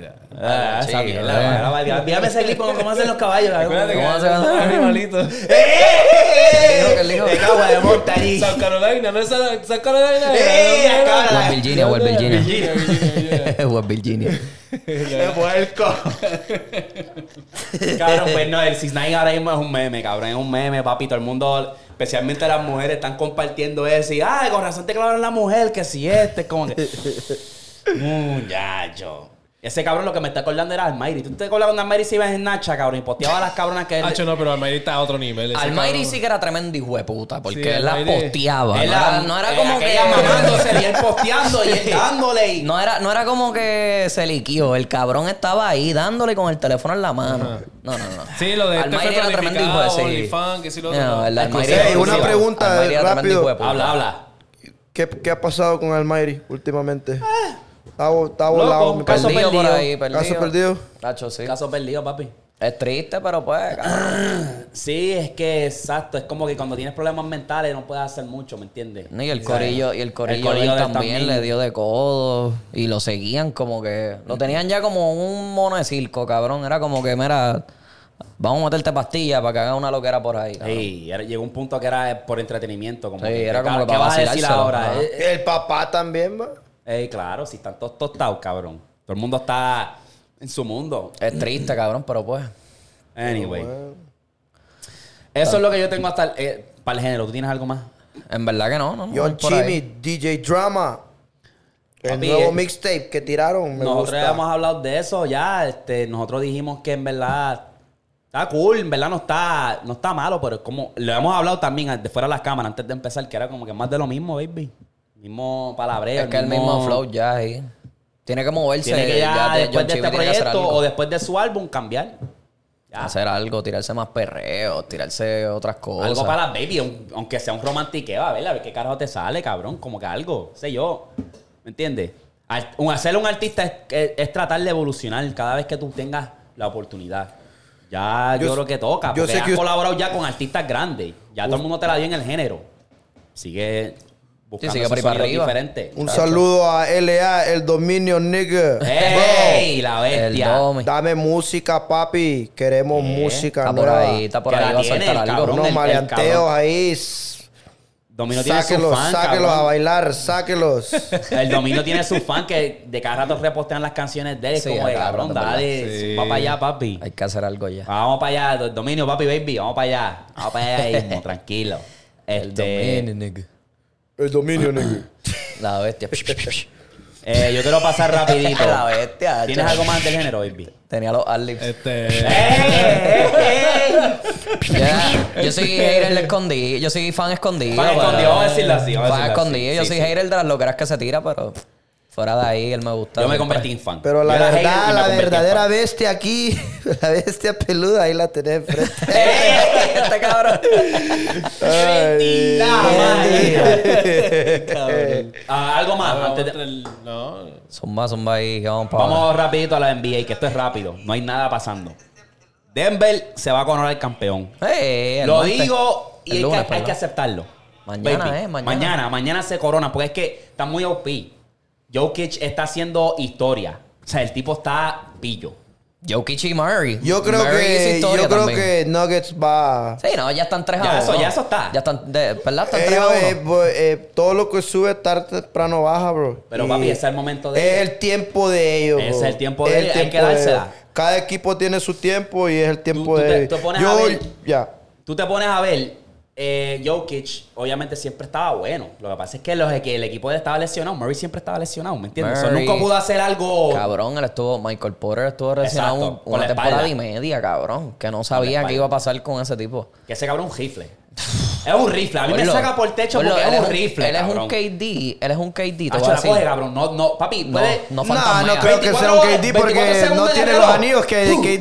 Ah, esa
chico,
mierda.
eh.
ahora va- ya- Dígame ese clip como cómo hacen los caballos. la-
Acuérdate que
¿Cómo hace?
eran animalitos.
¡Eh, eh, eh!
El hijo, el hijo.
De Cagua de monte allí.
South Carolina, no es South South Carolina.
¡Eh,
Carolina.
acá!
West Virginia, West Virginia.
Virginia, Virginia,
West Virginia.
¡Qué puerco! cabrón, pues no, el 6ix9ine ahora mismo es un meme, cabrón. Es un meme, papi. Todo el mundo, especialmente las mujeres, están compartiendo eso. Y, ay, con razón te clavaron la mujer, que si este, es como que... Muchacho. Ese cabrón lo que me está acordando era Almighty. ¿Tú te acuerdas cuando Almighty se iba en Nacha, cabrón? Y posteaba a las cabronas que... él-
Hacho, no, pero Almighty está a otro nivel. ese
Almighty
cabrón.
sí que era tremendo hijo de puta, porque
Sí,
él la
Almighty.
posteaba.
él
no, era, no
eh,
era como que.
ella eh, mamándose y él posteando y él dándole y...
No era, no era como que se liquió. El cabrón estaba ahí dándole con el teléfono en la mano. No, no, no.
Sí, lo de este
Almighty
fue
era tremendo hijo de
planificado,
sí.
OnlyFans, que sí lo otro, no.
No, el Almighty
Ey,
era
una
exclusivo.
pregunta,
Almighty era
rápido.
tremendo hijo de puta.
Habla, habla.
¿Qué, qué ha pasado con Almighty últimamente? Está, vo- está
Eh. Loco,
volado. mi
caso
padre.
Perdido por
perdido.
ahí, perdido.
Caso perdido.
Tacho, sí.
Caso perdido, papi.
Es triste, pero pues. cabrón.
Sí, es que exacto. Es como que cuando tienes problemas mentales no puedes hacer mucho, ¿me entiendes?
No, Y el corillo, y el corillo,
corillo
de él
de él
también,
también.
le dio de codo y lo seguían como que. Lo tenían ya como un mono de circo, cabrón. Era como que, mira, vamos a meterte pastilla para que haga una loquera por ahí. cabrón.
Sí, era- llegó un punto que era por entretenimiento. Como
Sí,
que,
era como
¿qué
que para
vas a decir
vacilárselo,
ahora?
ajá.
Eh,
El papá también, va.
eh, claro, si están todos tostados, cabrón. Todo el mundo está en su mundo.
Es triste, cabrón, pero pues.
Anyway. Eso es lo que yo tengo hasta el, eh, para el género. ¿Tú tienes algo más?
En verdad que no, no. no,
John
por ahí.
Chimmy, DJ Drama. El
Papi,
nuevo
eh,
mixtape que tiraron. Me
nosotros
gusta.
habíamos hablado de eso ya. Este, nosotros dijimos que en verdad está cool, en verdad no está, no está malo, pero es como lo hemos hablado también de fuera de las cámaras antes de empezar, que era como que más de lo mismo, baby. Ya mismo palabreo.
Es que el mismo flow ya ahí. Tiene que moverse.
Tiene que ya,
de-
después
John
de
Chimmy
este
tiene que hacer
proyecto
algo.
o después de su álbum cambiar. Ya.
Hacer algo, tirarse más perreos, tirarse otras cosas.
Algo para las baby, un- aunque sea un romantiqueo, a ver, a ver qué carajo te sale, cabrón. Como que algo, sé yo. ¿Me entiendes? Al- un- Hacer un artista es, es- es tratar de evolucionar cada vez que tú tengas la oportunidad. Ya yo,
Yo-
creo que toca,
yo
porque
sé
has
que us-
colaborado ya con artistas grandes. Ya todo el mundo te la dio en el género. Sigue buscando
sigue por ahí
esos
para
sonidos
arriba.
diferentes.
Un saludo a LA, el dominio nigga.
¡Ey! La
El
bestia.
Domi.
Bro, dame música, papi. Queremos
Eh,
música
Está por
nueva.
ahí, está por
Que
ahí,
la
va a
tiene
soltar
el
algo.
cabrón.
Unos
el- el
maleanteos
cabrón.
ahí.
Domino tiene su
Sáquelos,
fan,
sáquelos a
cabrón. Eh.
bailar, sáquelos.
El Domino tiene su fan que de cada rato repostean las canciones de él.
Sí,
como de
cabrón,
cabrón,
de verdad.
dale,
Sí.
va para allá, papi.
Hay que hacer algo ya.
Vamos para allá, Do- Dominio, papi, baby, vamos para allá. Vamos para allá mismo, tranquilo. Este,
Domini, nigga.
el dominio nigga.
La bestia.
eh, yo quiero pasar rapidito.
La bestia.
¿Tienes
chaval.
algo más del género, baby?
Tenía los adlibs.
Este.
¡Eh, eh, eh!
Ya, Yo soy hater escondido. Yo soy fan escondido.
Fan
pero-
escondido, vamos a decirlo así, vamos a
Fan
decirlo
escondido.
así,
Yo
sí,
soy
sí.
hater de las loqueras que se tira, pero fuera de ahí, él me gusta.
Yo me
siempre.
convertí en fan.
Pero la
Yo era hater y me
verdad, la
convertí en
verdadera
fan.
bestia aquí, la bestia peluda, ahí la tenés enfrente.
¡Eh! este cabrón.
Ay,
La madre.
Cabrón.
Ah, algo más. antes de-
No.
Zumba, zumba ahí. que Vamos para
Vamos rapidito a la NBA, que esto es rápido. No hay nada pasando. Denver se va a coronar el campeón.
Eh,
Lo digo y hay, que- hay que, aceptarlo.
Mañana, eh, mañana.
mañana. mañana se corona, porque es que está muy OP. Jokic está haciendo historia. O sea, el tipo está pillo.
Jokic y Murray.
Yo creo
Murray hizo
que yo
historia
creo
también.
que Nuggets va.
Sí, no, ya están 3 a 1.
Ya eso- ya eso está.
Ya están, de- ¿verdad? Están 3
Ellos,
a
eh,
1.
bo- eh, todo lo que sube tarde temprano baja, bro.
Pero,
Y
papi, ese es el momento de
Es
ellos.
el tiempo de ellos.
Ese
bro.
es el tiempo de
Es
ellos, hay que
tiempo de
dársela.
ellos. Cada equipo tiene su tiempo y es el tiempo
tú te-
de ellos.
tú pones a
Yo
ver-
ya.
Tú te pones a ver, eh, Jokic obviamente siempre estaba bueno. Lo que pasa es que, los, que el equipo de él estaba lesionado. Murray siempre estaba lesionado, ¿me entiendes? O sea,
Murray.
nunca pudo hacer algo...
Cabrón, él estuvo, Michael Porter estuvo lesionado
Exacto,
un-
con
una
la espalda.
temporada y media, cabrón. Que no sabía
espalda.
qué iba a pasar con ese tipo.
Que ese cabrón es un rifle. es un rifle. A mí me
Gordo,
saca por el techo
gordo,
porque
él
es un rifle,
Él es un
cabrón.
KD, él es un KD, te
Hacho,
voy
la
a
coge,
decir.
cabrón. No, no, papi,
No,
puede-
no
No,
fantasmea.
no creo que
24
sea un KD
segundos,
porque
24
no
segundos
tiene
de
los
reloj. Uh.
anillos que KD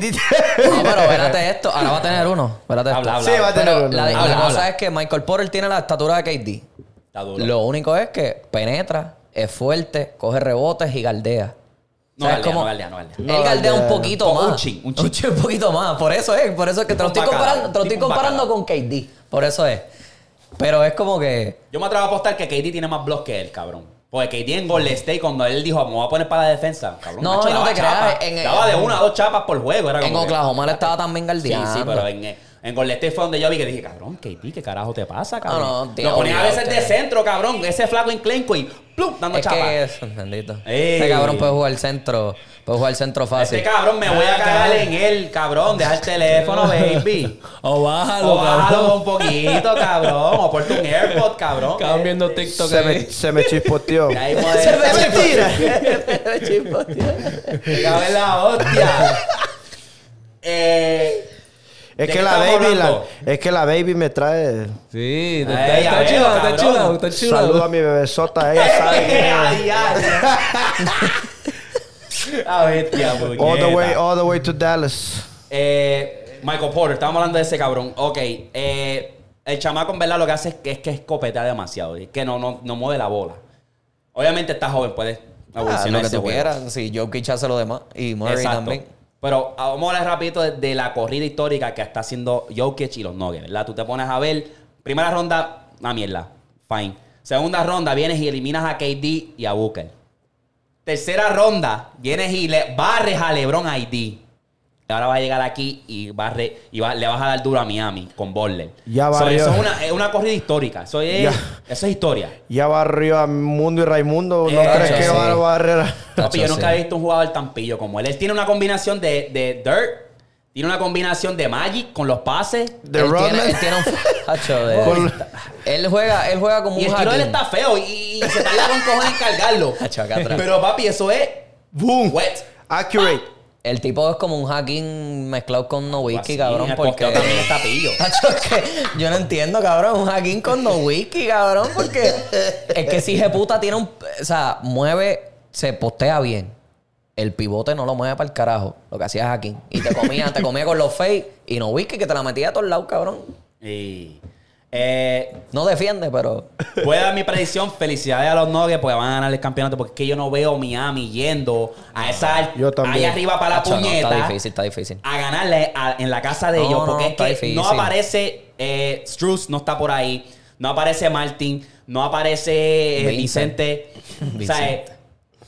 No,
tiene.
pero espérate esto. Ahora va a tener uno. Espérate esto.
Habla, habla.
Sí, va a tener
Pero
uno.
la, la
Habla,
cosa
habla.
es que Michael Porter tiene la estatura de KD.
Está duro.
Lo único es que penetra, es fuerte, coge rebotes y galdea.
No
O sea,
galdea,
es como-
no galdea, no galdea.
Él
No
galdea un
galdea.
poquito
Un
más.
chin, un chin.
un poquito más. Por eso es. Por eso es que te lo
Tipo
estoy
un bacalao,
comparando, te lo estoy
tipo un
comparando con KD. Por eso es. Pero es como que.
Yo me atrevo a apostar que KD tiene más bloques que él, cabrón. Porque KD en Golden State, cuando él dijo, me voy a poner para la defensa, cabrón.
No,
macho,
y no
daba
te creas,
chapas.
en-
Daba de una a dos chapas por juego. Era
En
como que-
Oklahoma le estaba también
Sí,
galdeando.
sí, pero en, eh, en Golden State fue donde yo vi que dije, cabrón, KD, ¿qué carajo te pasa, cabrón?
No, no, tío,
Lo ponía a veces de
olvídate.
centro, cabrón. Ese flaco enclenco y plum, dando
Es
chapas.
que es, bendito.
Ey.
Este cabrón puede jugar centro, puede jugar centro fácil.
Este cabrón me voy a cagar en él, cabrón. Deja el teléfono, baby.
O Oh, bájalo,
O Oh, bájalo
cabrón.
un poquito, cabrón. O porte un AirPod, cabrón.
Acaban viendo TikTok
Se me,
ahí.
se me chispoteó.
Ya ahí
Se me
puede-
mentira.
Este
Me cago en la hostia. Eh, ¿de
Es
qué
que la
estamos
baby, la,
hablando?
es que la baby me trae.
Sí,
Ay,
está,
ya
está
veo,
chilado, está
cabrón.
chilado, está
Pues
chilado.
Saludo a mi bebesota, ella sabe que
Ay, ay. La bestia,
All the way,
puñeta.
all the way to Dallas.
Eh, Michael Porter, estábamos hablando de ese cabrón. Ok, eh, el chamaco en verdad lo que hace es que, es que escopetea demasiado, y que no, no, no mueve la bola. Obviamente está joven, puede
Ah,
evolucionar
lo que
ese
tú
juego.
quieras. Si Jokic hace lo demás. Y Murray
Exacto.
también.
Pero ah, vamos a hablar rapidito de, de la corrida histórica que está haciendo Jokic y los Nuggets, ¿verdad? Tú te pones a ver, primera ronda, una mierda, fine. Segunda ronda, vienes y eliminas a KD y a Booker. Tercera ronda, vienes y le barres a LeBron a ID. Ahora va a llegar aquí y, barre, y va- le vas a dar duro a Miami con Borler.
Ya
So,
barrió.
eso es una, es una corrida histórica. Eso es,
Ya.
eso es historia.
Ya barrió a Mundo y Raimundo. ¿No
Eh,
crees
sí.
que va a barrer? a-
Papi, yo
Tacho,
nunca
sí.
he visto un jugador tan pillo como él. Él tiene una combinación de, de Dirt, tiene una combinación de Magic con los pases.
The
él,
Rodman.
tiene, él tiene un facho de-
Con-
Él juega, él juega como
Y
un
el tiro de él
Hakim.
está feo y, y- y se tarda con cojones en cargarlo.
Tacho, acá atrás.
Pero papi, eso es.
Boom.
Wet.
Accurate.
El tipo es como un hacking mezclado con no wiki, cabrón.
el
Porque
posteo también está pillo.
Tacho, es que yo no entiendo, cabrón. Un hacking con no wiki, cabrón. Porque es que si puta tiene un. O sea, mueve, se postea bien. El pivote no lo mueve para el carajo. Lo que hacía es hacking. Y te comía, te comía con los fake y no wiki que te la metía a todos lados, cabrón.
Y, eh,
No defiende, pero.
Voy a dar mi predicción. Felicidades a los Nuggets porque van a ganar el campeonato. Porque es que yo no veo Miami yendo a esa alt-
Yo también.
ahí arriba para la
Tacho, no,
puñeta
está difícil, está difícil.
a ganarle a- en la casa de
No,
ellos.
no,
Porque
está
es que
difícil.
no aparece eh, Struz, no está por ahí. No aparece Martin, no aparece eh,
Vincent.
Vicente.
Vincent.
O sea, eh,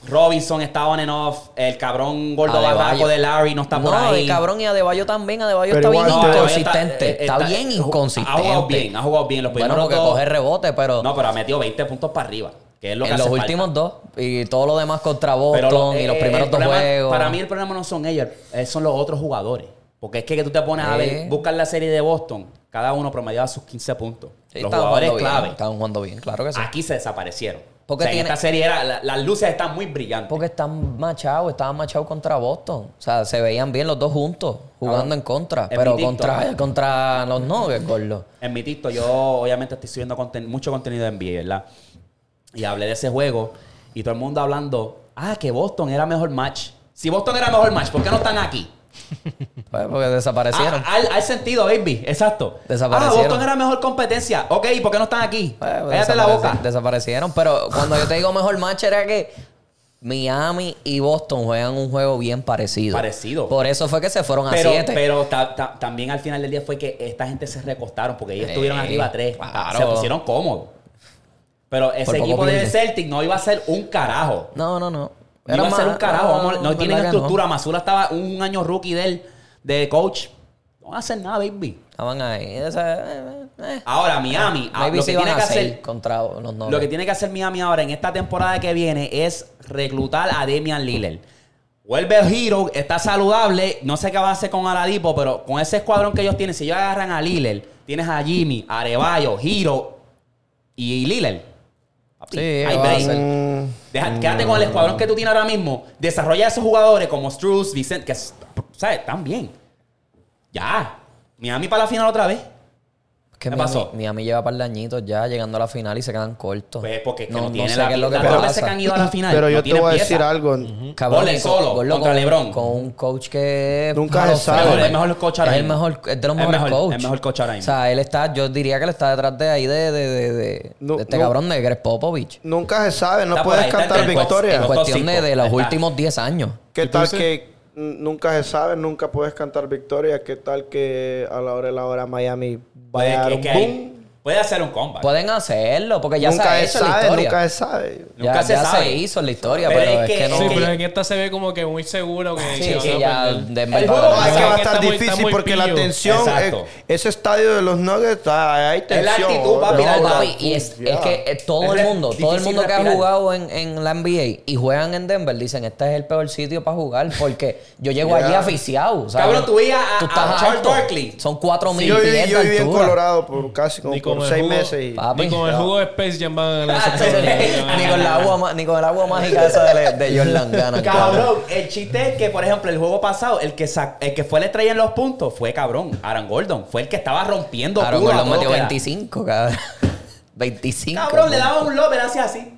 Robinson está on and off. El cabrón gordo
Adebayo.
barraco de Larry no está por
Ah, no,
ahí.
de cabrón y Adebayo también. Adebayo
Pero
está bien
igual,
Adebayo
inconsistente.
eh,
Está, bien inconsistente.
Ha jugado bien, ha jugado bien. Los
Bueno,
primeros
porque
dos-
coge rebote, pero
No, pero ha metido 20 puntos para arriba. Que es lo que
en
hace
los
falta.
últimos dos y todo lo demás contra
Pero
Boston
lo-
y los
eh,
primeros
el
dos
problema-
juegos.
Para mí el problema no son ellos, eh, son los otros jugadores. Porque es que, que tú te pones a
Eh.
ver, buscas la serie de Boston, cada uno promediaba sus 15 puntos.
Sí,
los
estaban
jugadores
jugando bien,
clave Ah.
Estaban jugando bien, claro que sí.
aquí se desaparecieron.
Porque
o sea, en
tiene-
esta serie era- la- las luces están muy brillantes.
Porque están machados, estaban machados contra Boston. O sea, se veían bien los dos juntos, jugando en contra.
es
Pero
mi TikTok.
contra, contra los Nuggets, gordo.
En mi TikTok, yo obviamente estoy subiendo conten- mucho contenido de NBA, ¿verdad? Y hablé de ese juego y todo el mundo hablando, ah, que Boston era mejor match. Si Boston era mejor match, ¿por qué no están aquí?
Pues, Porque desaparecieron.
Ah, al, al sentido, baby. Exacto.
Desaparecieron.
Ah, Boston era mejor competencia. Ok, ¿y por qué no están aquí?
Pues, pues,
ah. Cállate la
desapareci-
boca.
Desaparecieron. Pero cuando yo te digo mejor match era que Miami y Boston juegan un juego bien parecido.
Parecido.
Por eso fue que se fueron a
Pero,
siete.
pero ta- ta- también al final del día fue que esta gente se recostaron porque ellos
Eh,
estuvieron arriba tres.
claro.
Se pusieron cómodos. Pero ese
poco
equipo de
pierde.
Celtic no iba a ser un carajo.
No, no, no.
No iba a ser
más-
un carajo. Vamos, no,
¿verdad
tienen
que no?
estructura. Masura estaba un año rookie de él, de coach. No van a hacer nada, baby.
Estaban ahí. Esa, eh, eh.
Ahora, Miami, ah,
Maybe
lo
se
que
iban
tiene
a
que
seis
hacer
contra los Nuggets.
Lo que tiene que hacer Miami ahora en esta temporada que viene es reclutar a Damian Lillard. Vuelve Hero, está saludable. No sé qué va a hacer con Aladipo, pero con ese escuadrón que ellos tienen, si ellos agarran a Lillard, tienes a Jimmy, Arebayo, Hero y Lillard. Papi,
Sí,
hay
va a
break.
ser.
Mm,
Deja- quédate con el escuadrón que tú tienes ahora mismo. Desarrolla a esos jugadores como Struz, Vicent, que s- ¿sabes? están bien. Ya. Miami para la final otra vez. ¿Qué
¿Qué Miami,
pasó?
Miami lleva par de añitos ya llegando a la final y se quedan cortos.
Pues porque es que no, tiene
sé
la
qué es lo que
las dos veces
pasa.
que han ido a la final.
Pero
no
yo te
tienen
voy a
pieza.
decir algo.
Cabrón,
Ponle
y
solo
gordo,
contra
con-
LeBron.
Con un coach que... es
Nunca
jalofeo,
se sabe.
güey.
El mejor coach ahora
Es el
mismo.
mejor... Es de los
Es
mejores
mejor-
coach.
es mejor coach ahora mismo.
O sea, él está... Yo diría que él está detrás de ahí de... de, de, de-
No,
de este
no.
cabrón de Greg Popovich.
Nunca se sabe, no
Está por
puedes
ahí, está
cantar
entre el top-
victoria.
En
Los top
cuestión de,
cinco.
de los
Ahí está.
últimos 10 años.
¿Qué
¿Y tú
tal
dices?
que n- nunca se sabe, nunca puedes cantar victoria? ¿Qué tal que a la hora de la hora Miami
Puede,
vaya a dar
es
un
que ahí
boom?
puede hacer un comeback.
Pueden hacerlo porque ya se
nunca
ha
se
hecho en la
sabe,
historia.
nunca se sabe.
Ya,
Nunca se
ya
sabe.
se hizo en la historia,
Pero
pero,
es
es
que-
que no...
es
Sí,
que-
pero en esta se ve como que muy seguro que,
Sí, pues,
van
que
a
ya
perder.
de-
El juego
No,
va
es que
Está
va a
muy-
estar
está muy
difícil porque la
pillo.
tensión,
Exacto.
eh, ese estadio de los Nuggets, ah, hay tensión.
actitud, papi,
¿no?
la
No,
Mira,
papi, y es,
Ya.
es que eh, todo
Es
el mundo,
re-
todo el
difícil
mundo que ha
respirar.
jugado en, en la NBA y juegan en Denver, dicen, este es el peor sitio para jugar porque yo llego
Ya.
allí aficiado. ¿sabes?
Cabrón, tú veías a-
estás
a Charles
alto.
Barkley.
Son cuatro mil
Yo, viví-
pies de
yo viví en
altura.
Colorado por casi como
Ni con
por
el
seis
jugo-
meses. y-
Papi.
Ni con el juego de Space Jam van a ganar ese torneo.
ni, con la agua, ma- ni con el agua mágica esa de, de Jordan Gannon.
Cabrón, el chiste es que, por ejemplo, el juego pasado, el que, sa- el que fue la estrella en los puntos fue cabrón, Aaron Gordon. Fue el que estaba rompiendo
Claro,
culo a
Gordon
todo
metió
lo que da.
25, cabrón. 25.
Cabrón, le
man.
daba un lob, era así, así.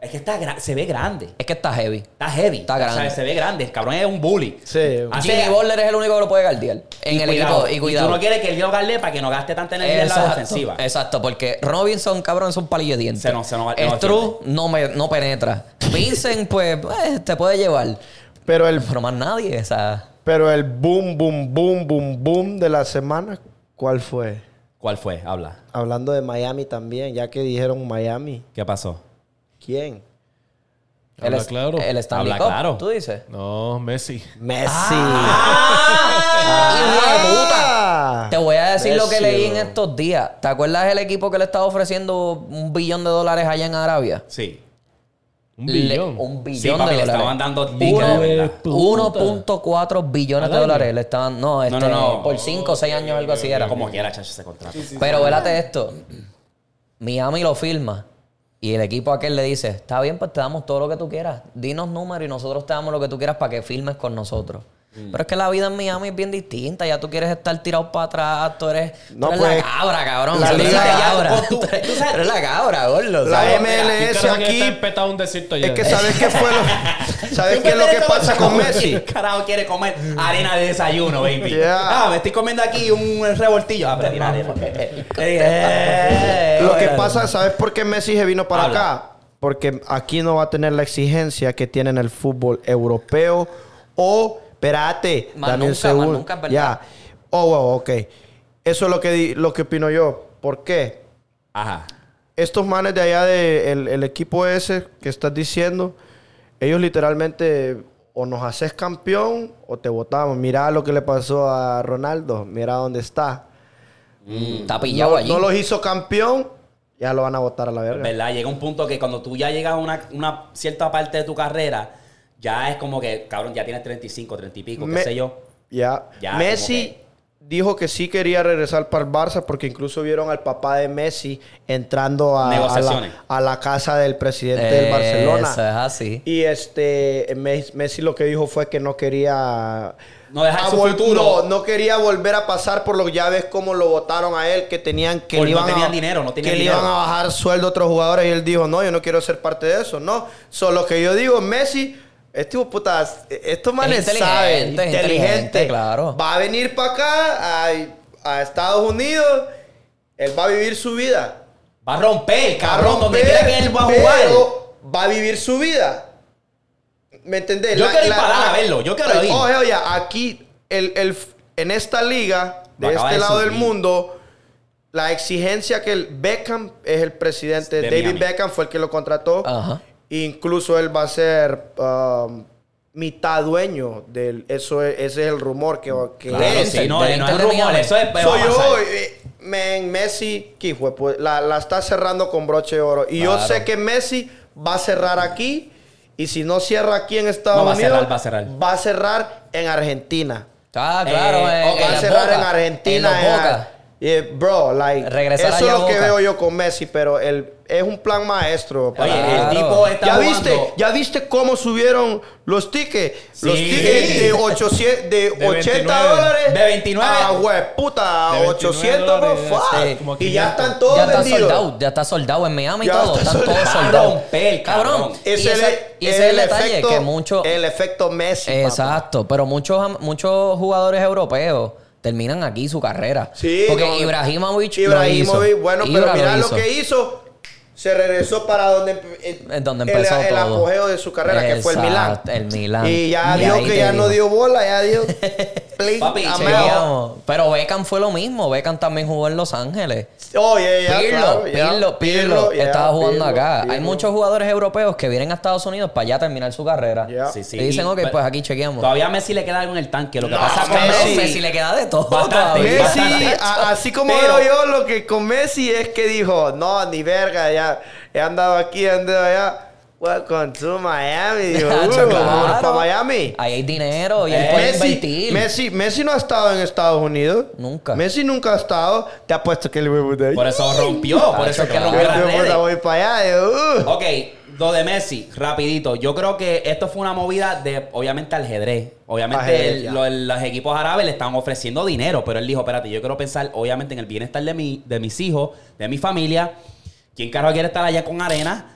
Es que está gra- se ve grande.
Es que está heavy.
Está heavy.
Está
O sea,
grande.
se ve grande. El cabrón es un bully.
Sí.
Hace-
Jimmy Butler es el único que lo puede guardiar en el
Cuidado.
equipo. Y cuidado.
tú no quieres que él gane para que no gaste tanta energía en la defensiva.
Exacto, porque Robinson, cabrón, es un palillo de dientes.
Se nos- se nos- no
Struz no, me- no penetra. Vincent, pues, eh, te puede llevar.
Pero el,
Pero más nadie, o sea.
pero el boom, boom, boom, boom, boom de la semana, ¿cuál fue?
¿Cuál fue? Habla.
Hablando de Miami también, ya que dijeron Miami,
¿Qué pasó?
¿quién?
El,
Habla
es-
claro.
el Stanley
Habla
Cup,
claro.
tú dices.
No, Messi.
Messi.
Ah.
¡Ah! Te voy a decir lo que
Messi,
leí en
bro.
estos días. ¿Te acuerdas el equipo que le estaba ofreciendo un billón de dólares allá en Arabia?
Sí.
Un
Le-
billón.
un billón
Sí, papi,
de
le
dólares.
estaban dando
Hijo
tickets,
de
¿verdad?
puta.
1.4 billones de
¿Al año?
dólares le estaban. No, este,
no, no.
por 5 o 6 años, algo así era.
Como quiera, chacho, ese contrato.
Pero vélate esto. Miami lo firma Y el equipo aquel le dice, está bien, pues te damos todo lo que tú quieras. Dinos números y nosotros te damos lo que tú quieras para que filmes con nosotros.
Mm.
Pero es que la vida en Miami es bien distinta. Ya tú quieres estar tirado para atrás. Tú eres,
No,
tú eres
pues,
la cabra, cabrón.
la Pues
tú eres
liga-
la cabra.
tú-
Tú, eres, tú eres la cabra, gordo.
La
¿sabes?
Mira,
MLS
tú crees que
aquí
está empetado un desierto
es
allá.
que sabes qué fue lo, sabes qué es lo que pasa con Messi. Mm.
El carajo quiere comer arena de desayuno, baby.
Yeah.
Ah, me estoy comiendo aquí un revoltillo. Ah, pero tiene arena. Eh,
Lo que
bueno.
pasa, ¿sabes por qué Messi se vino para
Habla.
acá? Porque aquí no va a tener la exigencia que tiene en el fútbol europeo o, espérate,
Más
dame un
nunca, más
segundo.
nunca, es
ya.
verdad.
Oh, wow, ok. Eso es lo que, di- lo que opino yo. ¿Por qué?
Ajá.
Estos manes de allá del equipo ese que estás diciendo, ellos literalmente o nos haces campeón o te votamos. Mira lo que le pasó a Ronaldo, mira dónde está.
Está pillado
No,
allí.
no los hizo campeón, ya lo van a votar a la verga.
¿Verdad? Llega un punto que cuando tú ya llegas a una, una cierta parte de tu carrera, ya es como que, cabrón, ya tienes 35, 30 y pico,
Me-
qué sé yo.
Ya.
Ya,
Messi
como
dijo que sí quería regresar para el Barça porque incluso vieron al papá de Messi entrando a, a, la,
Negociaciones.
a la casa del presidente
Eh, Eso
del
es
Barcelona.
así.
Y este Mes- Messi lo que dijo fue que no quería
No dejar
a
su
vol-
futuro.
Ah, No, no quería volver a pasar por los llaves como lo votaron a él, que tenían que
Por
le
no
iban a,
tenían dinero, no tenían
que le
dinero.
iban a bajar sueldo a otros jugadores y él dijo, no, yo no quiero ser parte de eso, no. Solo que yo digo, Messi, este hijo de puta, estos manes
inteligente,
saben,
es
inteligente,
inteligente, claro.
Va a venir para acá, a, a Estados Unidos, él va a vivir su vida.
Va a romper,
Va a
cabrón, donde
romper,
quiera que él va a
pero
jugar.
Va a vivir su vida. ¿Me entendés?
Yo quiero ir para allá a verlo, yo quiero
Oye,
ir.
Oye, oye, aquí, el, el, en esta liga,
Lo
de
acaba
este
de
lado del
subir.
mundo, la exigencia que el Beckham es el presidente.
De
David
Miami.
Beckham fue el que lo contrató.
Ajá.
Incluso él va a ser um, mitad dueño del. Eso es- ese es el rumor que, que
Claro,
es.
sí, no,
del
no es
Inter de
rumor,
Miami.
eso es. va a
Soy yo,
pasar.
eh, men, Messi, que hijo de pu- la, la está cerrando con broche de oro. Y yo
Claro.
sé que Messi va a cerrar aquí. Y si no cierra aquí en Estados
No, va a
Unidos,
cerrar, va a cerrar.
va a cerrar en Argentina.
Ah, claro.
Eh,
en-
o
en
va a
las
cerrar
bocas,
en Argentina.
En
en
las
Ar-
bocas.
Yeah, bro, like,
Regresar
eso
allá
es
a
lo que
Boca.
veo yo con Messi, pero el, es un plan maestro.
Oye,
Para
el
Claro.
tipo está
¿Ya
jugando.
viste? ¿Ya viste cómo subieron los tickets? Los
Sí.
tickets de 800 de, 80
29.
dólares.
De 29.
A hueputa,
De
800, bro,
dólares,
fuck.
sí, como
Y
500.
ya están todos
este, ya está
vendidos.
soldado, ya está soldado en Miami y
Ya
todo,
está
están todos
soldado.
soldados.
Romper, cabrón.
Y,
Ese
ese, y
es
ese es el, detalle que muchos
El efecto Messi. papi.
Exacto, pero muchos, muchos jugadores europeos terminan aquí su carrera.
Sí,
Porque
no,
Ibrahimovic lo
Ibrahimovic,
hizo.
bueno,
Ibra
pero mira lo,
hizo.
que hizo. Se regresó para donde, eh,
Es Eh, donde empezó
el, el
todo.
apogeo de su carrera, que fue el Milán.
Exacto, el Milán.
Y ya
Y
dio
ahí
que
te
ya
digo.
no dio bola, ya dio. plin,
Papi,
amado.
Seguíamos. Pero Beckham fue lo mismo. Beckham también jugó en Los Ángeles.
Oye, ya,
Pirlo,
claro, ya.
Pirlo, Pirlo,
ya,
estaba
Pirlo,
jugando acá. Hay
Pirlo.
muchos jugadores europeos que vienen a Estados Unidos para ya terminar su carrera.
Ya.
Sí, sí.
Y dicen,
Y-
ok,
pero-
pues aquí chequeamos.
Todavía a Messi le queda algo en el tanque. Lo que
No,
pasa con
Cabrón,
Messi.
Messi.
Messi le queda de todo.
Bastante.
todavía.
Messi,
Messi, a- así como
Pero-
veo yo, lo que con Messi es que dijo, no, ni verga, ya he andado aquí, he andado allá. Welcome to Miami. Dijo,
Nacho,
"Uh,
claro.
vámonos para Miami.
Ahí hay dinero y
Eh,
él puede
Messi,
invertir.
Messi, Messi no ha estado en Estados Unidos.
Nunca.
Messi nunca ha estado. Te apuesto que el huevo de ahí.
Por eso rompió, por eso es que
Cabrón.
Yo,
rompió las
yo, puta,
redes.
voy para allá. yo, uh.
Ok, lo de Messi, rapidito. Yo creo que esto fue una movida de, obviamente, ajedrez. Obviamente,
Ajedrez,
el-
ya.
lo- los equipos árabes le estaban ofreciendo dinero, pero él dijo, espérate, yo quiero pensar, obviamente, en el bienestar de, mi, de mis hijos, de mi familia. ¿Quién carajo quiere estar allá con arena?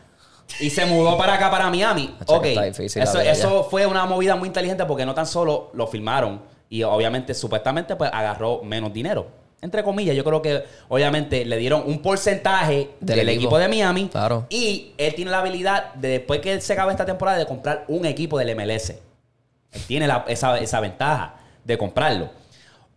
Y se mudó para acá, para Miami.
Acho que
Ok,
está difícil la
eso,
vida
eso fue una movida muy inteligente porque no tan solo lo filmaron y obviamente, supuestamente, pues agarró menos dinero. Entre comillas, yo creo que obviamente le dieron un porcentaje del,
Del equipo.
equipo de Miami.
Claro.
Y él tiene la habilidad de después que se acabe esta temporada de comprar un equipo del MLS. Él tiene la- esa, esa ventaja de comprarlo.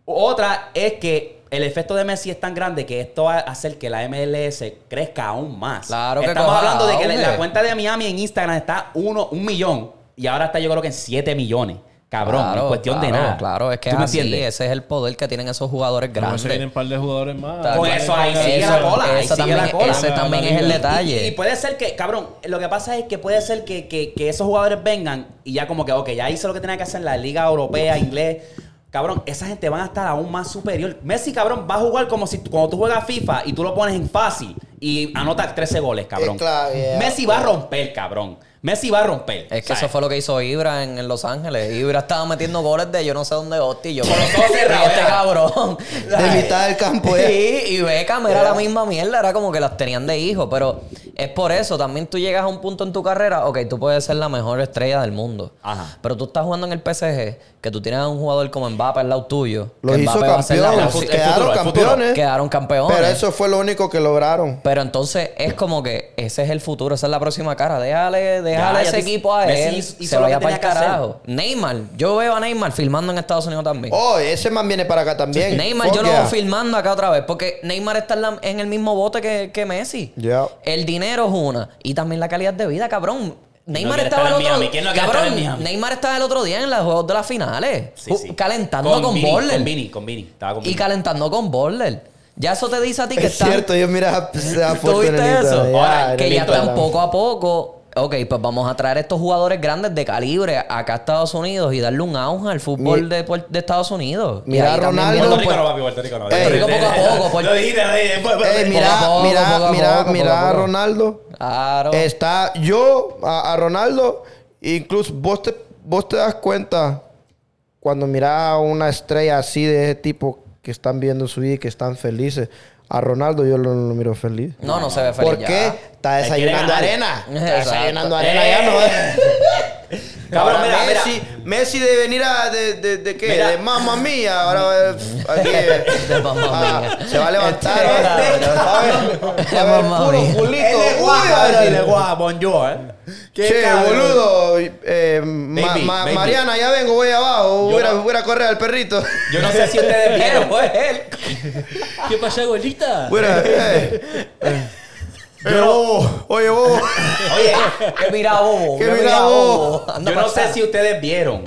Otra es que el efecto de Messi es tan grande que esto va a hacer que la MLS crezca aún más.
Claro que
Estamos
coja
hablando de que la,
auge.
la cuenta de Miami en Instagram está uno, un millón y ahora está yo creo que en 7 millones. Cabrón,
Claro,
en cuestión de
claro,
nada.
Claro, es que
¿Tú
es
me
así,
entiendes?
ese es el poder que tienen esos jugadores
Como se vienen
grandes.
un par de jugadores más.
Está
Con
bien.
eso ahí sigue la
Eso-
cola, ahí
eso
sigue la
también-
cola.
Ese
La- la
también es el
liga.
detalle.
Y, y puede ser que, cabrón, lo que pasa es que puede ser que, que- que esos jugadores vengan y ya como que, ok, ya hice lo que tenía que hacer en la liga europea, inglés. Cabrón, esa gente van a estar aún más superior. Messi, cabrón, va a jugar como si cuando tú juegas FIFA y tú lo pones en fácil y anota 13 goles, cabrón.
Eh, claro, yeah.
Messi va a romper, cabrón. Messi va a romper.
Es que
¿sabes?
eso fue lo que hizo Ibra en, en Los Ángeles. Ibra estaba metiendo goles de yo no sé dónde hostia. y Yo,
Con los ojos cerrados,
este
era.
cabrón.
Ay.
De mitad del campo eh.
Sí, y Beckham era la misma mierda, era como que las tenían de hijo, pero es por eso, también tú llegas a un punto en tu carrera, ok, tú puedes ser la mejor estrella del mundo,
Ajá.
pero tú estás jugando en el PSG, que tú tienes a un jugador como Mbappé al lado tuyo,
Los
que
hizo
Mbappé va a ser la
el
campeones,
fu- el
quedaron
futuro, el futuro.
campeones.
quedaron campeones.
Pero eso fue lo único que lograron.
Pero entonces es como que ese es el futuro, esa es la próxima cara. Déjale, déjale
Ya, ya
ese
te-
equipo a
Messi
él.
hizo- hizo
se
lo que
vaya para el
tenía que hacer.
carajo. Neymar, yo veo a Neymar filmando en Estados Unidos también.
Oh, ese man viene para acá también.
Neymar,
Fuck
yo lo
yeah.
veo filmando acá otra vez, porque Neymar está en, la- en el mismo bote que, que Messi.
Yeah.
El dinero es una, y también la calidad de vida, cabrón. Neymar
quiere
estaba el
estar en
otro
Miami? ¿Quién no quiere
cabrón,
estar en Miami?
Neymar estaba el otro día en los juegos de las finales,
Sí, sí.
ju- calentando con,
Vini,
Borler
Con Vini, con Vini. Estaba con
y
Vini.
calentando con Borler. Ya eso te dice a ti que
Es
están
cierto, yo mira esa
¿Tú
foto en
viste
el
eso?
Instagram.
Ahora,
en
que
el
ya
Instagram. Eh,
están poco a poco. Ok, pues vamos a traer estos jugadores grandes de calibre acá a Estados Unidos y darle un auge al fútbol
Mi-
de, Puer- de Estados Unidos.
Mira
Y ahí también
Ronaldo,
Puerto
viene-
Rico no,
pues-
papi, Puerto Rico no.
Ey.
Puerto Rico
poco a poco, Eh, por-
Lo dijiste, lo dijiste. Pues, pues,
Ey,
pues,
mira,
a poco,
mira,
poco a
mira,
poco,
mira
poco a
a
poco.
Ronaldo.
Claro.
Está yo a, a Ronaldo, incluso vos te, vos te das cuenta cuando mirás a una estrella así de ese tipo que están viendo su vida y que están felices. A Ronaldo yo lo, lo miro feliz.
no, no se ve feliz.
¿Por
ya.
qué? Está
Él quiere
desayunando
ganar.
arena. Está
Exacto. Eh.
desayunando arena ya no.
Cabrón,
Ahora
mira, mira.
Messi, Messi de venir a de, de, de qué?
Mira.
De mamá mía. Ahora va a- aquí,
De mamma
ah,
mia.
se va a levantar.
Este
ahora,
cabrón.
va a ver-
este
va a ver
Mamma
puro
mia.
culito.
Él es
Uy,
guapa,
va a
ahora
decir,
él es guapa, bonjour. Qué
Che,
cabrón.
boludo. eh, ma-
Baby,
ma-
baby.
Mariana, ya vengo, voy abajo.
Yo
Voy a
no-
voy a correr al perrito.
Yo no sé si ustedes vieron, pues él.
¿Qué pasa, abuelita?
Voy a- eh, eh. Eh, bobo, Oye, bobo.
Oye,
¿Qué mira bobo?
¿Qué mira bobo?
Anda
yo no
pa'l
sé
saco.
si ustedes vieron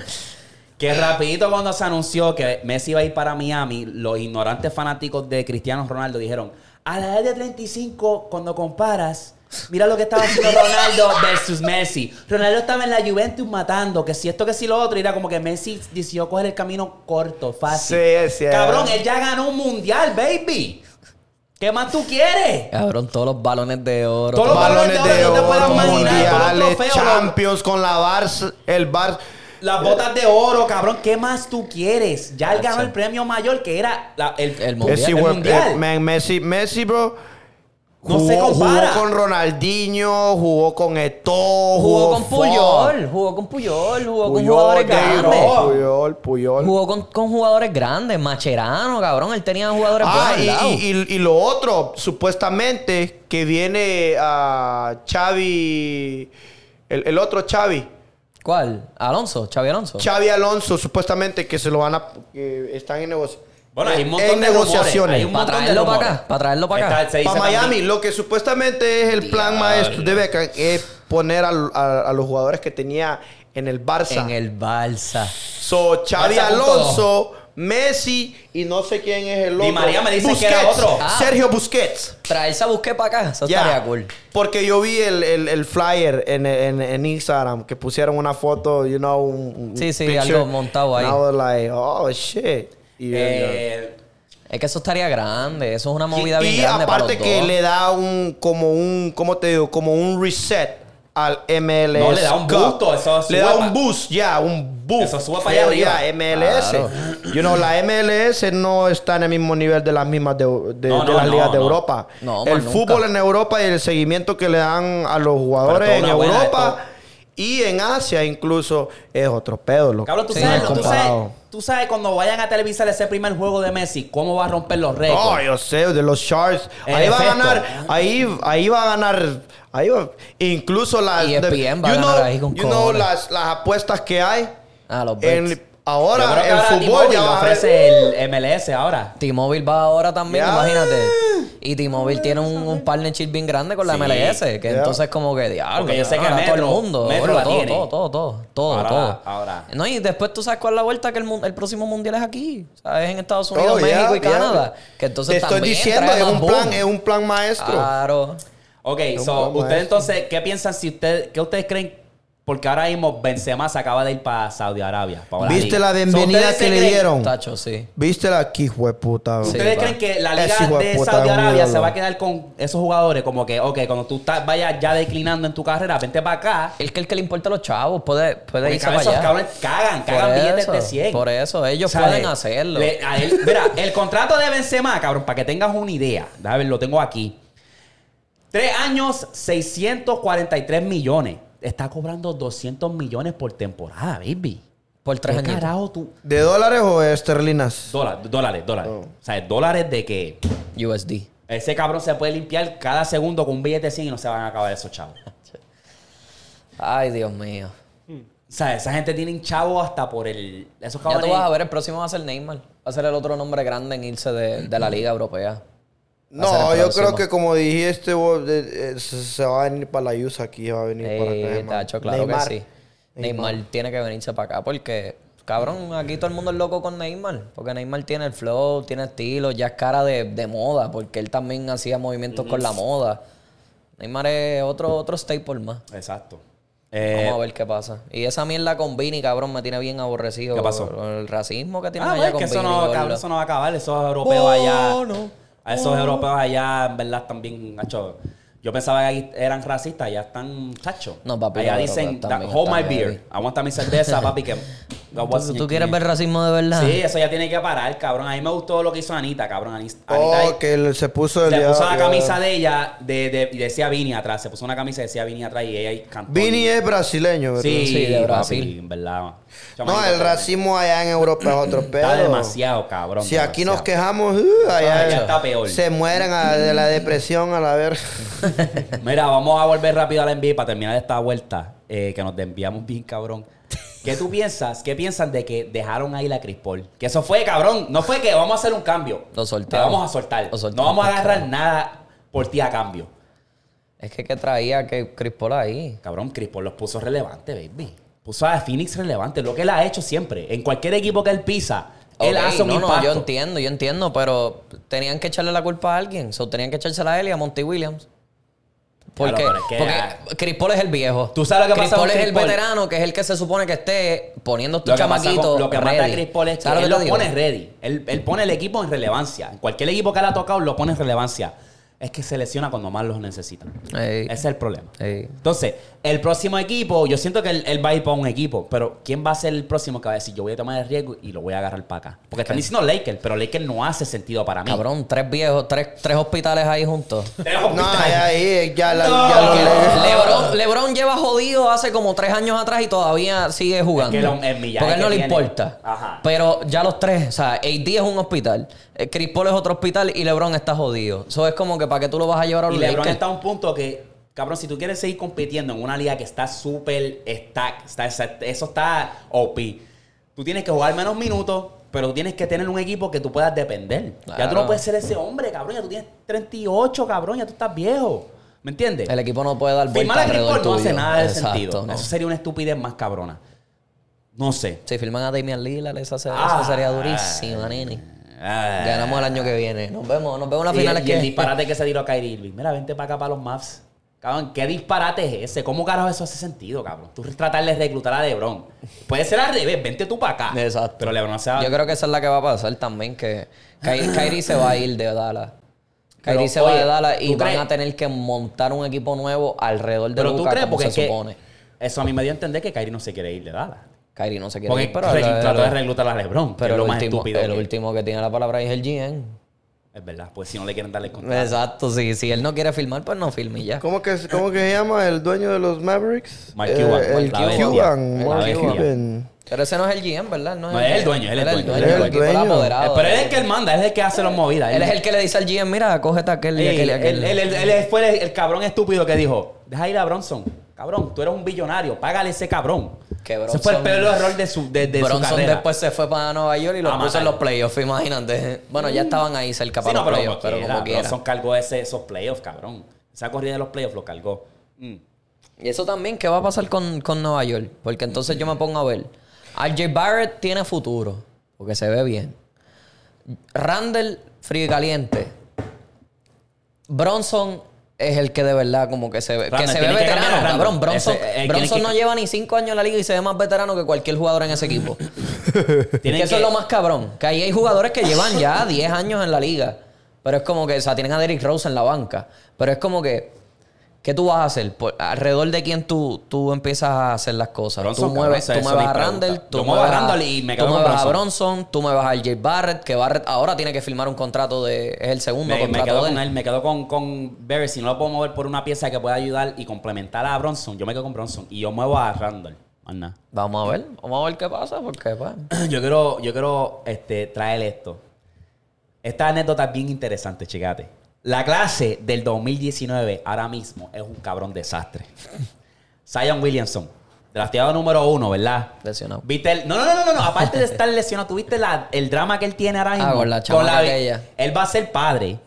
que rapidito cuando se anunció que Messi iba a ir para Miami, los ignorantes fanáticos de Cristiano Ronaldo dijeron, a la edad de 35, cuando comparas, mira lo que estaba haciendo Ronaldo versus Messi. Ronaldo estaba en la Juventus matando, que si esto, que si lo otro, y era como que Messi decidió coger el camino corto, fácil.
Sí, sí,
Cabrón,
eh.
él ya ganó un mundial, baby. ¿Qué más tú quieres?
Cabrón, todos los balones de oro.
Todos los
todo.
balones de oro, no te puedes imaginar, con los
mundiales,
trofeos,
champions con la Barça, el Barça. Eh,
Las botas de oro, cabrón, ¿qué más tú quieres? Ya él ganó el premio mayor que era la- el,
El mundial.
Messi,
el
güey,
mundial.
eh, man, Messi, Messi, bro.
No se compara.
Jugó con Ronaldinho, jugó con Eto, jugó,
Jugó con
Fo-
Puyol, jugó con Puyol, jugó con
Puyol,
jugadores
David,
grandes.
Puyol, Puyol.
Jugó con, con jugadores grandes, Macherano, cabrón. Él tenía jugadores
Ah,
buenos al
y,
lado.
y- y- y lo otro, supuestamente que viene a Xavi, el, el otro Xavi,
¿Cuál? Alonso, Xavi Alonso.
Xavi Alonso, supuestamente que se lo van a, que están en negocio.
Bueno, hay un montón
eh, en
de rumores, hay
negociaciones.
un
Para
montón de
traerlo para
rumores.
acá, para traerlo para acá.
Está- se dice
Para
también-
Miami, lo que supuestamente es el plan maestro de Beckham es poner al- a, a los jugadores que tenía en el Barça.
En el Barça.
So, Xavi
Barça junto.
Alonso, Messi y no sé quién es el
Di
otro.
María me dice que era otro.
Ah.
Sergio Busquets.
Traerse a Busquets para acá, eso
Ya.
estaría cool.
Porque yo vi el, el- el flyer en, en- en Instagram que pusieron una foto, you know, un, un
Sí, sí, algo montado ahí.
And I was like, oh, shit. Y,
Eh,
Es que eso estaría grande. Eso es una
y-
movida
y
bien grande para
aparte
los
que
dos.
le da un, como un, ¿cómo te digo? Como un reset al MLS.
No, le da un
Cup.
boost, eso sube
Le da
pa-
un boost, ya, un boost.
Eso sube pa' allá
Pero ya,
arriba.
MLS.
Claro.
You know, la MLS no está en el mismo nivel de las mismas de, de-
No,
de
no,
las
no,
ligas de
no.
Europa.
No,
el
man,
fútbol
nunca.
en Europa y el seguimiento que le dan a los jugadores
Pero
en
toda una buena,
Europa y en Asia incluso es otro pedo. loco.
Cabrón, ¿tú,
Sí,
sabes,
no
tú, sabes,
comparado.
tú sabes cuando vayan a televisar ese primer juego de Messi, cómo va a romper los récords.
Oh, yo sé, de los Sharks.
El
Ahí va a
efecto.
ganar, ahí, ahí va a ganar, ahí va, incluso las, de-
ESPN va a
you
ganar
know-
ahí con
you know
cojones.
las, las apuestas que hay.
Ah, los
en-
bets.
Yo creo
ahora
que
el
ahora
fútbol
T-Mobile
ya va a-
ofrece el MLS ahora.
T-Mobile va ahora también,
Ya.
imagínate. Y T-Mobile tiene un, un partnership bien grande con la
Sí.
MLS. Que entonces como que, diablo,
Porque yo sé que
ahora
Metro-
todo el mundo.
Metro
bro,
la
todo,
tiene.
todo, todo, todo, todo,
Ahora,
todo.
ahora.
No, y después tú sabes cuál es la vuelta, que el, mun- el próximo mundial es aquí. ¿Sabes? En Estados Unidos,
Oh, ya,
México y
ya.
Canadá. Que entonces
Te estoy
también
diciendo,
trae
es
más
un
boom. Ah.
plan, es un plan maestro.
Claro.
Ok,
No,
so,
vamos a
ustedes
esto.
entonces, ¿qué piensan si usted, qué ustedes creen? Porque ahora mismo Benzema se acaba de ir para Saudi Arabia. para la
¿Viste
liga.
la
So,
bienvenida
¿ustedes se
que le
creen-
dieron?
Tacho, sí.
¿Viste la aquí, hueputa?
Sí.
¿Ustedes
va.
creen que la
Ese hijo
liga
de
de
puta
Saudi
es un
Arabia se
ídolo.
va a quedar con esos jugadores? Como que, ok, cuando tú estás- vayas ya declinando en tu carrera, vente para acá.
El que el que le importa a los chavos puede, puede
Porque
irse
cabrón,
para
esos
allá.
cabrones cagan, cagan
Por
billetes
eso,
de 100.
Por eso, ellos
¿Sabes?
pueden hacerlo.
Le- a él- mira, el contrato de Benzema, cabrón, para que tengas una idea. A ver, lo tengo aquí. Tres años, 643 millones. Está cobrando 200 millones por temporada, baby.
Por tres
¿Qué
añitos.
carajo tú?
¿De dólares o esterlinas?
Dólares, dólares, dólares.
Oh.
O sea, dólares de que
USD.
ese cabrón se puede limpiar cada segundo con un billete de 100 y no se van a acabar esos chavos.
Ay, Dios mío.
O sea, esa gente tiene chavos hasta por el... Esos
Ya
cabrones...
tú vas a ver, el próximo va a ser Neymar. Va a ser el otro nombre grande en irse de, de la Liga Europea. Va a ser
No,
el
yo
próximo.
creo que como dijiste, vos, eh, eh, se se va a venir para la USA aquí, va a venir para acá.
Eh,
Neymar.
tacho, claro
Neymar.
que sí. Neymar, tiene que venirse para acá porque, cabrón, aquí todo el mundo es loco con Neymar. Porque Neymar tiene el flow, tiene estilo, ya es cara de, de moda, porque él también hacía movimientos con la moda. Neymar es otro, otro staple más.
Exacto. Eh,
Vamos a ver qué pasa. Y esa mierda con Vini, cabrón, me tiene bien aborrecido.
¿Qué pasó?
Con El racismo que tiene
Ah,
allá
bueno,
con
que eso
Vini,
no,
gordo.
cabrón, eso no va a acabar. Esos
Oh,
europeos allá. A esos europeos allá, en verdad, también, hecho. Yo pensaba que ahí eran racistas, ya están chacho.
No, papi,
Allá
los
dicen,
europeos también
hold my
están
beer.
heavy.
Aguanta mi cerveza, papi, que.
Entonces, ¿Tú quieres ver racismo de verdad?
Sí, eso ya tiene que parar, cabrón. A mí me gustó lo que hizo Anita, cabrón. Ani- Anita
Oh, que él se puso el
se
ya-
puso la
ya-
camisa de ella de, de- y decía Vini atrás. Se puso una camisa y decía Vini atrás y ella ahí cantó.
Vini es brasileño, ¿verdad?
Sí,
Sí, de
papi,
Brasil.
en verdad.
No,
Chamaquito,
el racismo allá en Europa es otro pedo.
Está demasiado, cabrón.
Si aquí
demasiado.
nos quejamos, uh, allá,
Allá está peor.
se mueren a- de la depresión a la ver.
Mira, vamos a volver rápido al NBA para terminar esta vuelta eh, que nos enviamos bien, cabrón. ¿Qué tú piensas? ¿Qué piensan de que dejaron ahí la Chris Paul? Que eso fue, cabrón. No fue que vamos a hacer un cambio.
Lo soltaron.
Te vamos a soltar.
Lo soltaron, pues,
no vamos a agarrar
claro.
nada por ti a cambio.
Es que, ¿qué traía que Chris Paul ahí?
Cabrón, Chris Paul los puso relevante, baby. Puso a Phoenix relevante. Lo que él ha hecho siempre. En cualquier equipo que él pisa, él
Ok,
hace un
no, no,
impacto.
yo entiendo, yo entiendo, pero tenían que echarle la culpa a alguien. So, tenían que echársela a él y a Monty Williams. Porque,
Claro, pero es que
porque
ya-
Chris Paul es el viejo.
Tú sabes lo que
Chris
pasa con
Paul es
Chris
el
Paul.
veterano, que es el que se supone que esté poniendo
Lo
estos
que, pasa con-
chamaquitos.
lo que mata a
ready.
Chris Paul es que
¿Sabes
él
te
lo
digo?
pone ready. Él, él pone el equipo en relevancia. En cualquier equipo que le ha tocado, lo pone en relevancia. Es que se lesiona cuando más los necesitan.
Ey,
Ese es el problema.
ey.
Entonces, el próximo equipo, yo siento que él, él va a ir para un equipo, pero ¿quién va a ser el próximo que va a decir yo voy a tomar el riesgo y lo voy a agarrar para acá? Porque están diciendo Lakers, pero Lakers no hace sentido para mí.
Cabrón, tres viejos, tres, tres hospitales ahí juntos.
Tenemos
No,
pista-
allá ahí, ya, la,
No,
ya lo
que-
le-
Lebron, Lebron lleva jodido hace como tres años atrás y todavía sigue jugando.
Es que lo- el millaje
porque a él no
que
le
tiene.
importa.
Ajá.
Pero ya los tres, o sea, AD es un hospital, eh, Chris Paul es otro hospital y Lebron está jodido. Eso es como que para qué tú lo vas a llevar a
Y
los
LeBron
Lakers?
está a un punto que, cabrón, si tú quieres seguir compitiendo en una liga que está súper stack, está, está- eso está OP, tú tienes que jugar menos minutos, pero tú tienes que tener un equipo que tú puedas depender. Ya tú
Claro.
no puedes ser ese hombre, cabrón, ya tú tienes 38, cabrón, ya tú estás viejo. ¿Me entiendes?
El equipo no puede dar vuelta
Firmar a Chris
alrededor
Paul no hace
tuyo.
nada de
Exacto,
sentido.
no.
Eso sería una estupidez más cabrona. No sé.
Si firman a Damian Lillard, esa, se-
Ah.
esa sería durísima, nene.
Ah.
Ganamos el año que viene. Nos vemos, nos vemos en
Y-
la final.
y, el disparate que se tiró a Kyrie Irving. Mira, vente para acá para los Mavs. Cabrón, ¿qué disparate es ese? ¿Cómo carajo eso hace sentido, cabrón? Tú tratar de reclutar a LeBron. Puede ser al revés, vente tú para acá.
Exacto.
Ah. Pero LeBron se va...
Yo creo que esa es la que va a pasar también, que Ky- Kyrie se va a ir de Dallas.
Pero,
Kyrie se va
oye,
de Dallas y
¿tú
van
crees?
a tener que montar un equipo nuevo alrededor de
pero tú
Luka,
crees,
como
porque
se
es que
supone.
Eso a mí me dio a entender que Kyrie no se quiere ir de Dallas.
Kyrie no se quiere
Porque
ir, pero...
re-
el-
trató de
el-
reclutar a LeBron, pero
pero
es
el,
lo más
último,
estúpido.
el
que-
último que tiene la palabra ahí es el GM.
Es verdad, pues si no le quieren darle el contrato.
Exacto, sí. Si él no quiere filmar, pues no filme y ya.
¿Cómo que, ¿Cómo que se llama el dueño de los Mavericks?
Mark Cuban,
Eh, el
la bestia.
Cuban.
La
Mark
bestia.
Cuban.
Pero ese no es el GM, ¿verdad? No,
No, él es el dueño, él es el dueño.
Él
Él es
es
el
el
equipo, el
dueño.
apoderado.
Eh, Pero él es el que él manda, él es el que hace las movidas.
Él es el que le dice al GM, mira, cógete a aquel y
Ey,
aquel y aquel.
él, él- él- él fue el, el cabrón estúpido que dijo, deja ir a Bronson. Cabrón, tú eres un billonario, págale ese cabrón.
Que
Ese fue el
Bronson-
peor error de su, de, de su
Bronson
carrera.
después se fue para Nueva York y lo
A
puso
matar.
en los playoffs, imagínate. Bueno, ya estaban ahí cerca
Mm. Sí,
para
no,
los
pero
playoffs,
como
pero
quiera,
como quiera.
Bronson cargó ese, esos playoffs, cabrón. Esa corrida de los playoffs lo cargó. Mm.
Y eso también, ¿qué va a pasar con, con Nueva York? Porque entonces yo me pongo a ver. RJ Barrett tiene futuro, porque se ve bien. Randall, frío y caliente. Bronson, es el que de verdad como que se ve, que
Randall,
se ve
tiene que
veterano,
cambiar a Randall.
cabrón. Bronson,
Ese- él tiene
Bronson
que-
no lleva ni cinco años en la liga y se ve más veterano que cualquier jugador en ese equipo.
Tienen
que eso es lo más cabrón. Que ahí hay jugadores que llevan ya 10 años en la liga. Pero es como que, o sea, tienen a Derrick Rose en la banca. Pero es como que, ¿qué tú vas a hacer? Por- ¿Alrededor de quién tú, tú empiezas a hacer las cosas?
Bronson,
tú mueves,
cabrón,
tú
esa-
mueves
esa
a
es mi
Randall,
pregunta.
tú
Yo muevo
mueves
a Randall y me
tú
quedo con
mueves a
Bronson.
Bronson, tú mueves a Jay Barrett, que Barrett ahora tiene que firmar un contrato de... Es el segundo
Me, me
contrato
quedo
de
con
él.
él, me quedo con, con Barry. Si no lo puedo mover por una pieza que pueda ayudar y complementar a Bronson, yo me quedo con Bronson. Y yo muevo a Randall. Más nada.
Vamos a ver, vamos a ver qué pasa, porque pues,
Yo quiero, yo quiero este, traer esto. Esta anécdota es bien interesante, chicate. La clase del 2019 ahora mismo es un cabrón desastre. Zion Williamson, drafteado número uno, ¿verdad?
lesionado.
¿Viste el- No, no, no, no, no. Aparte de estar lesionado, tuviste la, el drama que él tiene ahora mismo.
Ah, con la chamaca aquella.
Él va a ser padre.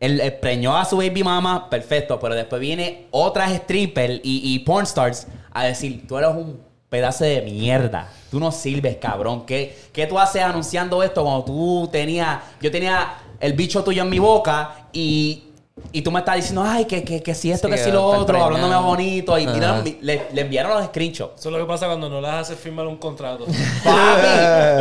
él, eh, preñó a su baby mama, perfecto. Pero después viene otras strippers y, y porn stars a decir: Tú eres un pedazo de mierda. Tú no sirves, cabrón. ¿Qué, qué tú haces anunciando esto cuando tú tenías. Yo tenía el bicho tuyo en mi boca y. y tú me estás diciendo, ay, que, que, que si esto,
Sí,
que si
que
lo
está
otro, hablándome
preñado.
bonito. Y
Ajá.
mira, le, le enviaron los screenshots.
Eso es lo que pasa cuando no las haces firmar un contrato.
Papi,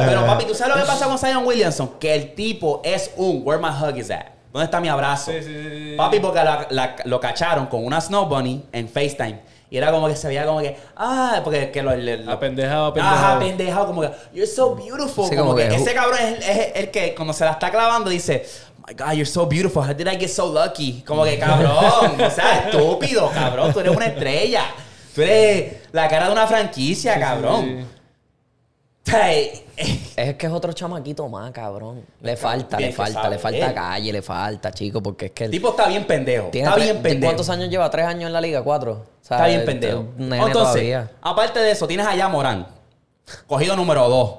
pero papi, ¿tú sabes lo que pasa con Zion Williamson? Que el tipo es un where my hug is at. ¿Dónde está mi abrazo?
Sí, sí, sí, sí.
Papi, porque la- la- lo cacharon con una Snow Bunny en FaceTime. Y era como que se veía como que, ah, porque que lo, le- lo-
Apendejado, apendejado.
Ajá, pendejado, como que, you're so beautiful.
Sí,
como,
como
que,
que-
ese cabrón es, es el que cuando se la está clavando dice, my God, you're so beautiful. How did I get so lucky? Como que, cabrón, o sea, estúpido, cabrón. Tú eres una estrella. Tú eres la cara de una franquicia, cabrón. O sea, eh, eh,
Es que es otro chamaquito más, cabrón. Le falta,
bien
le
que
falta,
sabe
le falta
él.
calle, le falta, chico, porque es que
El
el
tipo está bien pendejo. Está
tres-
bien pendejo.
¿Cuántos años lleva? ¿Tres años en la liga? ¿Cuatro? O sea,
Está bien
el-
pendejo.
el nene
Entonces,
todavía.
aparte de eso, tienes allá a Morán, cogido número dos,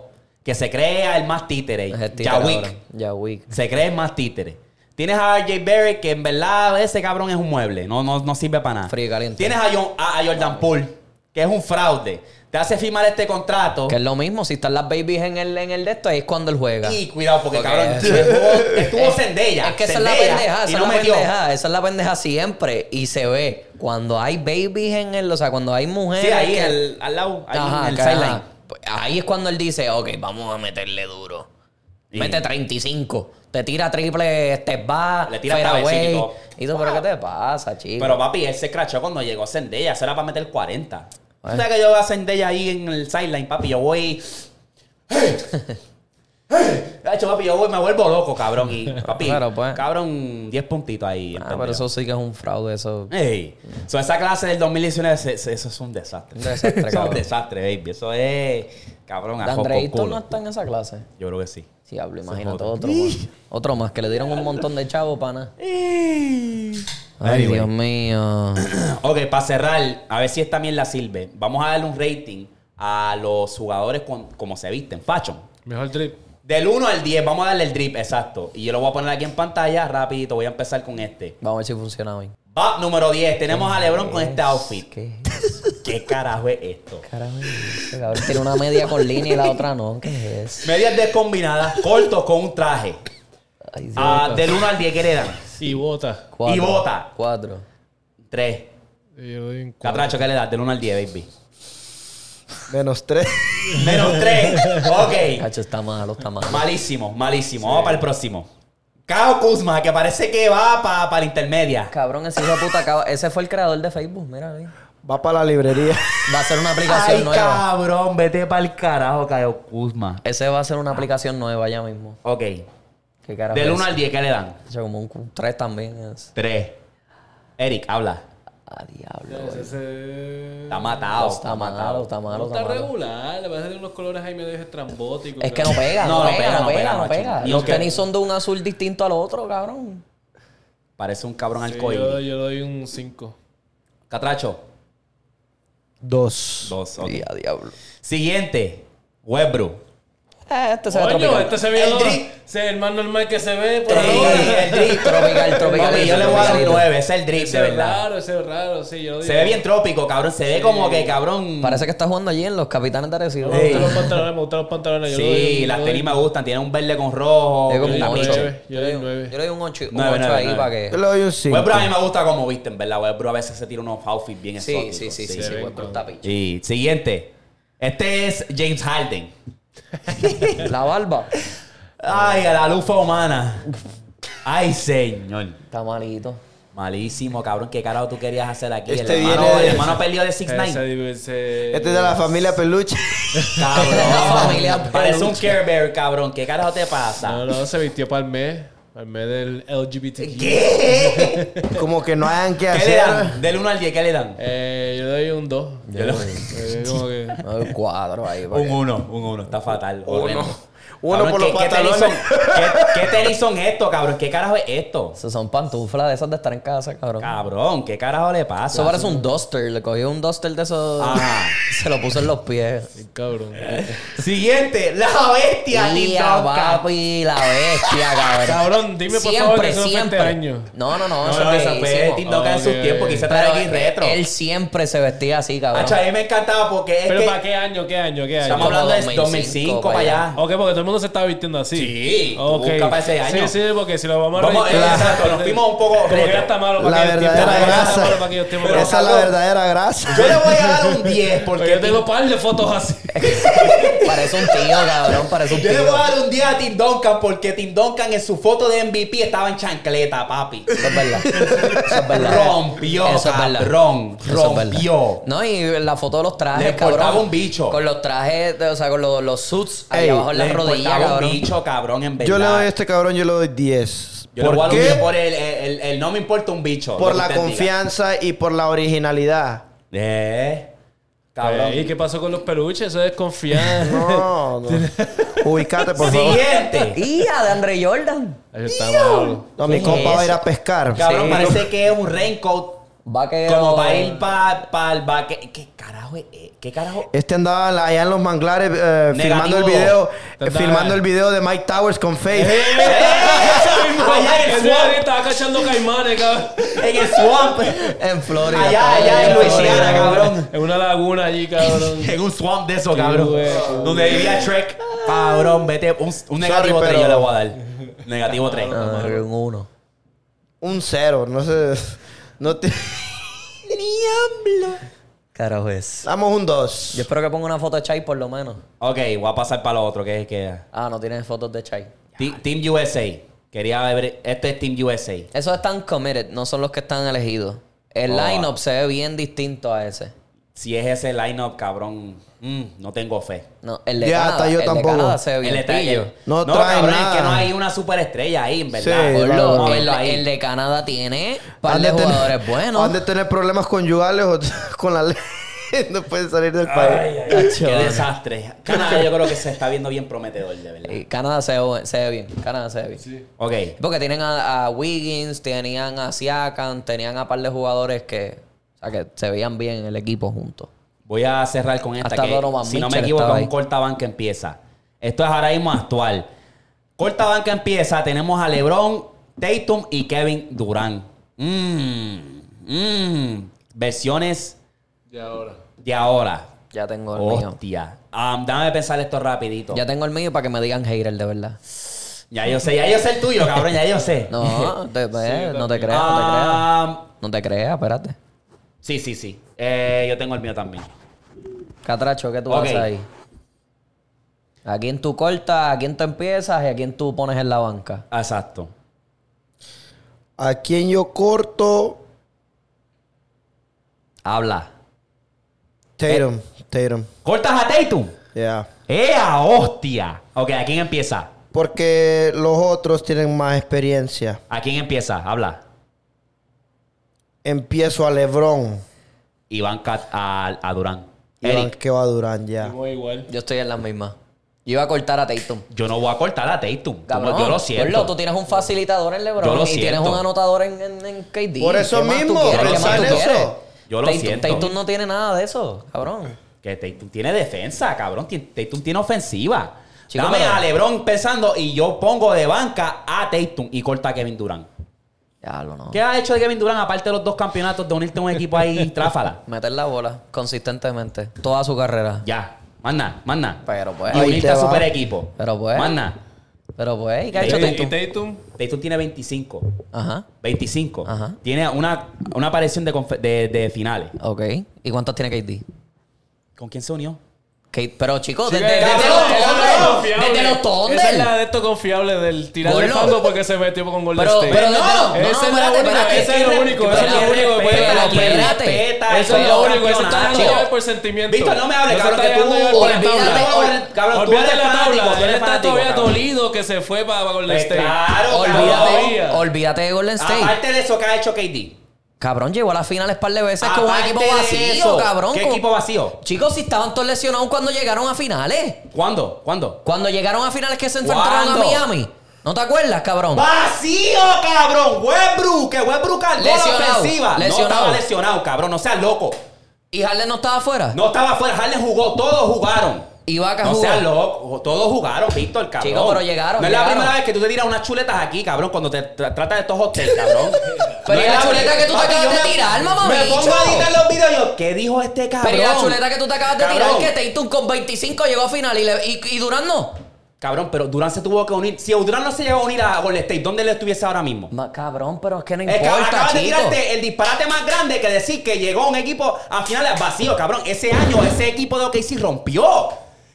que se crea el más títere.
Es el títere ahora.
Yawik.
Este, Yawik.
Se cree el más títere. Tienes a RJ Barrett, que en verdad ese cabrón es un mueble. No, no, no sirve para nada.
Frío y caliente.
Tienes a, John- a- a Jordan Poole, que es un fraude. Te hace firmar este contrato.
Que es lo mismo, si están las babies en el, en el de esto, ahí es cuando él juega.
Y cuidado, porque
Porque
cabrón,
es-
estuvo, estuvo Zendaya,
Es que esa es la
Zendaya,
pendeja,
y
esa
no
es la
metió.
pendeja, esa es la pendeja siempre. Y se ve cuando hay babies en él, o sea, cuando hay mujeres.
Sí, ahí
que-
el- al lado, ahí
Ajá,
en el
que- ajá.
sideline.
Pues Ahí es cuando él dice, ok, vamos a meterle duro.
Y-
Mete 35. Te tira triple, te va,
Le tira
fadeaway.
cabecito y todo.
Y tú, pero ¿qué te pasa, chico?
Pero papi, él se crachó cuando llegó Zendaya. Eso era para meter 40. ¿Tú sabes que yo veo a Zendaya ahí en el sideline, papi? Yo voy... ¡Hey! ¡Hey! De hecho, papi, yo voy, me vuelvo loco, cabrón. Y, papi,
Claro, pues.
cabrón, 10 puntitos ahí.
Ah,
¿entendido?
pero eso sí que es un fraude, eso.
Ey, so, esa clase del 2019, se- se- eso es un desastre.
Un desastre,
Eso es un
cabrón.
desastre, baby. Eso es, cabrón, a joco
Dandreito
culo.
no está en esa clase.
Yo creo que sí.
Diablo, imagínate otro más. Otro más, que le dieron un montón de chavo, pana. Ay,
Anyway.
Dios mío.
Ok, para cerrar, a ver si esta mierda sirve. Vamos a darle un rating a los jugadores con- como se visten, fashion.
Mejor trip.
Del 1 al 10, vamos a darle el drip, exacto. Y yo lo voy a poner aquí en pantalla rapidito, voy a empezar con este.
Vamos a ver si funciona hoy.
Va, número 10, tenemos a Lebron con este
Es
outfit.
que-
¿Qué carajo es esto?
Carajo, este cabrón tiene una media con línea y la otra no. ¿Qué es?
Medias descombinadas, cortos con un traje.
Ay, Dios.
Ah, del 1 al 10, ¿qué le dan?
Y bota.
Cuatro,
y bota.
Cuatro.
3.
Y yo doy un cuatro.
Catracho, ¿qué le das? Del 1 al 10, baby.
Menos tres.
Menos 3. Ok.
Cacho, está malo, está malo.
Malísimo, malísimo. Vamos para el próximo. Kao Kuzma, que parece que va para la intermedia.
Cabrón, ese hijo de puta acaba- Ese fue el creador de Facebook, mira ahí.
Va para la librería.
Va a ser una aplicación
Ay,
nueva.
cabrón, vete para el carajo, Kao Kuzma.
Ese va a ser una aplicación nueva ya mismo.
Ok.
¿Qué carajo
Del
es?
1 al 10, ¿qué le dan?
Cacho, como un 3 también es.
3. Eric, habla.
Ah,
Ese-
diablo. güey.
ese-
Está matado.
Está malo, está malo,
está
está malo.
regular. Le parece que unos colores ahí medio estrambóticos.
Es que no pega,
No,
no,
no pega,
pega, no pega, no
macho.
pega.
Y
Los
aunque-
tenis son de un azul distinto al otro, cabrón.
Parece un cabrón
Sí,
alcohol.
yo, yo doy un 5.
Catracho.
Dos.
2.
Ya, diablo.
Siguiente. Webbro.
Eh, este se ve
Coño,
tropical.
este se ve
El
lo-
drip.
ese es el más normal que se ve pues, por
Tropical,
ahora.
el drip.
Tropical, tropical.
Papi, yo le voy a dar
tropical.
nueve, ese es el drip,
Ese
de
es
verdad.
raro, ese es raro, sí, yo lo digo.
Se ve bien trópico, cabrón. Se ve como que, cabrón.
Parece que está jugando allí en los capitanes de Arecibo.
Me gustan
Ey.
los pantalones, me gustan los pantalones. yo lo digo,
Sí,
yo
las
lo
tenis
digo.
me gustan. Tiene un verde con rojo.
Le doy
con
como
la
un
Yo le doy
picha.
ocho.
nueve, yo le doy nueve.
Yo le doy un 8
Nueve, nueve,
ahí
nueve.
para
Yo
que.
le doy un cinco.
Webbro a mí me gusta como visten, ¿verdad? Webbro a veces se tira unos outfits bien
Sí,
exóticos.
sí, sí, sí,
se
sí, pues,
ve
güey,
todo.
corta picha.
Y siguiente. Este es James Harden.
La barba
Ay, a la lufa humana. Ay, señor.
está malito.
Malísimo, cabrón. ¿Qué carajo tú querías hacer aquí?
Este
el hermano,
viene
el
de-
hermano perdió de 6
Ese-
9
ese-
Este es de la familia Peluche.
Cabrón.
familia
Parece un Care Bear, cabrón. ¿Qué carajo te
No,
pasa?
no, se vistió para el mes. Para el mes del LGBTQ.
¿Qué?
Como que no hayan
¿Qué
que
le
hacer.
dan? Del 1 al 10, ¿qué le dan?
Eh, yo le doy un 2. Yo le doy como que...
Un cuadro ahí. para
Un
que-
1, un 1. Está fatal. horrendo.
Uno
Cabrón,
por los
¿qué- qué tenis
pantalones.
son- ¿Qué, qué tenis son estos, cabrón? ¿Qué carajo es esto?
Eso son pantuflas de esas de estar en casa, cabrón.
Cabrón, ¿qué carajo le
Eso
pasa?
parece un duster. Le cogí un duster de esos.
Ajá.
Se lo puso en los pies.
Cabrón.
Siguiente, la bestia
Tía,
Titoca.
papi, la bestia, cabrón.
Cabrón, dime por favor que eso no fue este año.
No, no, no,
No,
eso
no,
es
esa fue
viejísimo.
Titoca en
Ok.
sus tiempos. Quizá trae
Pero
aquí retro. ¿eh?
Él siempre se vestía así, cabrón.
Hacho, a mí me encantaba porque es
Pero
que
¿para qué año? ¿Qué año? ¿Qué
estamos
año?
Como
hablando de
2005
2005 para
para
allá.
Ok, porque todo el mundo se estaba vistiendo así.
Sí, tú
Ok.
busca para ese año.
Sí, sí, porque si lo vamos a
Vamos, eh,
registrar-
exacto, nos fuimos un poco
Como que
retro.
ya está malo
La
para aquellos tiempos,
verdadera
ya está malo para
grasa.
aquellos tiempos, pero-
Esa es la
cabrón.
verdadera grasa.
Yo le voy a dar un 10 porque
Porque yo tengo un par de fotos así.
Parece un tío, cabrón. Parece un
Yo le voy
tío.
a dar un día a Tim Duncan porque Tim Duncan en su foto de MVP estaba en chancleta, papi.
Eso es verdad. Eso es verdad.
Rompió,
Eso es verdad.
cabrón.
Eso es verdad.
Rompió.
No, y la foto de los trajes,
Le
cabrón.
importaba un bicho.
Con los trajes, o sea, con los, los suits ahí
Ey,
abajo en las
Le
rodillas,
importaba
cabrón.
un bicho, cabrón, en verdad.
Yo le doy a este cabrón, yo le doy 10.
Yo le voy a
¿Por
dar un 10
qué?
por el, el- el- el no me importa un bicho. lo
Por
que
la
usted diga.
confianza y por la originalidad.
Eh, cabrón.
¿Y qué pasó con los peluches? Eso es confianza.
No, no. Ubicate, por favor.
Siguiente.
Y a de Andre Jordan.
Eso está malo.
No, mi
¿Qué
compa
es
va a ir
eso?
a pescar.
Cabrón,
Sí.
parece que es un raincoat.
Vaquero.
Como para ir para el baque. ¿Qué carajo es? eh, ¿Qué carajo?
Este andaba la- allá en los manglares eh, filmando el video, eh,
Andaba-
filmando el video de Mike Towers con Faith.
Eh. Allá en el
Ese
swamp.
de estaba cachando caimanes, cabrón.
En el swamp.
En Florida.
Allá, allá en Luisiana, cabrón.
En una laguna allí, cabrón.
En un swamp de eso,
Sí,
cabrón.
güey.
Donde vivía Trek. Cabrón, vete. Un, un negativo 3
Sorry, pero-
yo le voy a dar. Negativo 3.
Ah, un uno.
Un cero, no sé. No te...
Carajo es.
Damos un dos.
Yo espero que ponga una foto de Chai por lo menos.
Ok, voy a pasar para lo otro, que es que.
Ah, no tienes fotos de Chai.
Ti- Team USA. Quería ver. Este es Team USA.
Esos están committed, no son los que están elegidos. El
Oh.
lineup
ah.
se ve bien distinto a ese.
Si es ese lineup, cabrón. mm, no tengo fe.
No, el de
Ya,
Canadá,
hasta yo
el
tampoco.
de Canadá se ve bien
El detalle-
pillo.
No trae
cabrón, es
nada.
que no hay una superestrella ahí, en verdad.
Sí,
Vamos a
claro.
Lo- el,
verlo ahí.
el de Canadá tiene un par
Han
de
de tener-
jugadores buenos.
Han de tener problemas conyugales o con la ley. no pueden salir del país.
Ay, ay, ay, qué desastre. Canadá, yo creo que se está viendo bien prometedor, de verdad.
Y Canadá se ve, se ve bien. Canadá se ve bien.
Ok.
Porque tienen a, a Wiggins, tenían a Siakam, tenían a par de jugadores que, o sea, que se veían bien en el equipo juntos.
Voy a cerrar con esta
Hasta
que,
Donovan
si no me
Mitchell
equivoco, es
estaba
un
ahí.
cortabanca empieza. Esto es ahora mismo actual. Cortabanca empieza, tenemos a LeBron, Tatum y Kevin Durant. Mmm, mmm. Versiones
Y ahora.
de ahora.
Ya tengo el mío.
Hostia. Ah, dame pensar esto rapidito.
Ya
Ya,
tengo el mío para que me digan hater de verdad.
yo sé, ya yo sé el tuyo, cabrón, ya yo sé.
No, te- eh, no te creas, no te creas.
Ah,
No te creas, espérate.
sí, sí, sí. Eh, yo tengo el mío también.
Catracho, ¿qué tú
Ok.
haces ahí? ¿A quién tú cortas, a quién tú empiezas y a quién tú pones en la banca?
Exacto.
¿A quién yo corto?
Habla.
Tatum. Tatum.
¿Cortas a Tatum?
Yeah.
¡Ea, hostia! Ok, ¿a quién empieza?
Porque los otros tienen más experiencia.
¿A quién empieza? Habla.
Empiezo a LeBron.
Iván Cat a, a Durán.
Y van
Eric,
que va a durar ya.
Muy igual.
Yo estoy en la misma. Yo iba a cortar a Tatum.
yo no voy a cortar a Tatum.
Cabrón,
Como yo lo
Gordo,
siento.
tú tienes un facilitador en LeBron
Yo lo
y tienes
siento.
un anotador en, en, en KD.
Por eso
¿Qué más tú
mismo,
quieres?
yo lo
¿Qué más tú
siento.
quieres?
Yo lo
Tatum-
siento.
Tatum no tiene nada de eso, cabrón.
Que Tatum tiene defensa, cabrón. Tien- Tatum tiene ofensiva.
Chico,
Dame
pero-
a LeBron pensando y yo pongo de banca a Tatum y corta a Kevin Durant.
Ya lo no.
¿Qué ha hecho de Kevin Durant aparte de los dos campeonatos de unirte a un equipo ahí tráfala?
Meter la bola consistentemente toda su carrera.
Ya, manda, manda.
Pero pues.
Y
Ahí
unirte
te
a
va.
super equipo.
Pero pues.
Manda.
Pero pues, ¿y qué ha hecho
¿Y
Tatum?
Tatum?
Tatum tiene 25.
Ajá.
25.
Ajá.
Tiene una, una aparición de, confe- de- de finales.
Ok. ¿Y cuántos tiene KD?
¿Con quién se unió?
Kate- pero chicos,
Sí,
desde, desde
cabrón,
los
esa es la
Thunder.
confiable.
Desde
Esa
los
es la
Thunder.
de esto confiable del tirar de
Gordo.
fondo porque se metió con Golden
Pero,
State.
pero no, no, no,
Ese es
no,
lo
espérate,
único,
espérate.
ese es lo único,
Pero
ese es pues, lo
espérate,
único que puede
espérate,
ganar.
espérate.
Respeta,
Eso es
Pero
lo único, eso está
campeonato.
dando llevar por sentimiento.
Víctor, no me hables,
Eso
cabrón,
está
que tú-
dando llevar por la
olvídate,
tabla.
ol- cabrón, tú
Olvídate
eres
la
fanático, tú
tabla, él
eres
está
fanático,
todavía
cabrón.
dolido que se fue para Golden
Pues
State.
claro,
Olvídate,
cabrón.
olvídate de
Ah,
Golden State.
Aparte de eso, ¿qué ha hecho KD?
Cabrón, llegó a las finales par de veces con un
Aparte
equipo
de
vacío,
eso,
cabrón.
¿Qué
con-
equipo vacío?
Chicos, si estaban todos lesionados cuando llegaron a finales.
¿Cuándo? ¿Cuándo?
Cuando llegaron a finales que se enfrentaron
¿Cuándo?
a Miami. ¿No te acuerdas, cabrón?
¡Vacío, cabrón! Westbrook, que Westbrook cargó la
Lesionado,
ofensiva. No
lesionado.
estaba lesionado, cabrón. No seas loco.
¿Y Harden no estaba afuera?
No estaba afuera. Harden jugó. Todos jugaron.
Y Vaca
No
jugó.
seas loco. Todos jugaron, Víctor, cabrón.
Chico, pero llegaron,
No es
llegaron.
la primera vez que tú te tiras unas chuletas aquí, cabrón, cuando te tra- tratas de estos hoteles, cabrón.
Pero
No
¿y
es
la chuleta
pri-
que tú te
Papi,
acabas
yo
de
me-
tirar,
Me
mamabicho?
pongo a editar los videos y yo, ¿qué dijo este cabrón?
Pero ¿y la chuleta que tú te acabas de
Cabrón.
tirar, que Tatum con 25 llegó a final y, le- y, y Durant no.
Cabrón, pero Durán se tuvo que unir. Si Durán no se llegó a unir a Golden State, ¿dónde él estuviese ahora mismo?
Ma- cabrón, pero es que no
Es que
importa,
acabas de
chico.
tirarte el disparate más grande que decir que llegó un equipo a finales vacío, cabrón. Ese año, ese equipo de OKC rompió.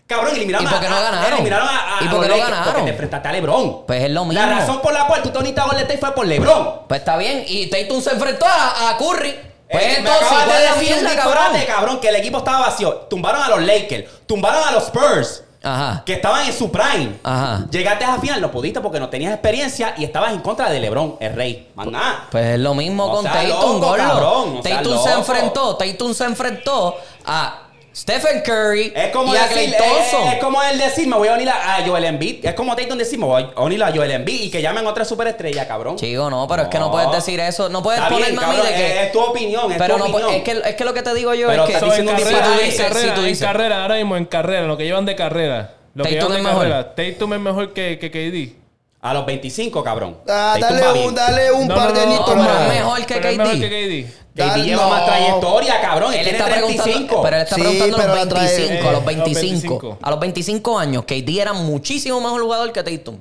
Cabrón, eliminaron
¿Y por qué no
a- a-
ganaron?
Eliminaron a, a-
¿Y por qué
a
no
los Lakers
ganaron?
Porque te enfrentaste a LeBron.
Pues es lo mismo.
La razón por la cual tú te uniste a Golden State fue por LeBron.
Pues está bien. Y Tatum se enfrentó a, a Curry. Pues
Eh, me
entonces,
acabas
¿cuál
de
es la
decir un
mierda, cabrón?
disparate, cabrón, que el equipo estaba vacío. Tumbaron a los Lakers, tumbaron a los Spurs.
Ajá.
que estaban en su prime.
Ajá.
Llegaste a final, no pudiste porque no tenías experiencia y estabas en contra de LeBron, el rey. Más nada.
Pues es lo mismo
No
con
seas
Tatum,
loco,
gordo.
cabrón, no seas
Tatum se
loco.
enfrentó, Tatum se enfrentó a Stephen Curry
Es como,
y a
decir-
Clay
es,
Thompson.
es como él decir, me voy a unir a, a Joel Embiid. Es como Tatum decir, me voy a unir a Joel Embiid y que llamen otra superestrella, cabrón.
Chico, no, pero es que no
No.
puedes decir eso. No puedes
Está bien,
ponerme a mí
cabrón,
de que.
es- es tu opinión, es
pero
tu
no, pues,
opinión.
Es que, es que lo que te digo yo
Pero
es que
estás
So, en
diciendo un
carrera,
disparate.
en
Si tú dices-
carrera,
si tú
en
dices-
carrera, ahora mismo en carrera, lo que llevan de carrera. Lo que
Tatum
llevan de
es mejor.
carrera. Tatum es mejor que, que KD.
A los 25, cabrón.
Ah,
Tatum va
dale
bien.
un, dale un
No,
par
no,
de
no,
No,
nitos
pero
más.
es mejor que
Pero es mejor
KD.
que KD.
KD
Dale,
lleva
no.
más trayectoria, cabrón. Él,
Él
tiene
está preguntando,
35.
pero él está
Sí,
preguntando a
pero
los
la trae-
25, a los
Eh, a los
25.
25.
A los 25 años, KD era muchísimo mejor jugador que Tatum.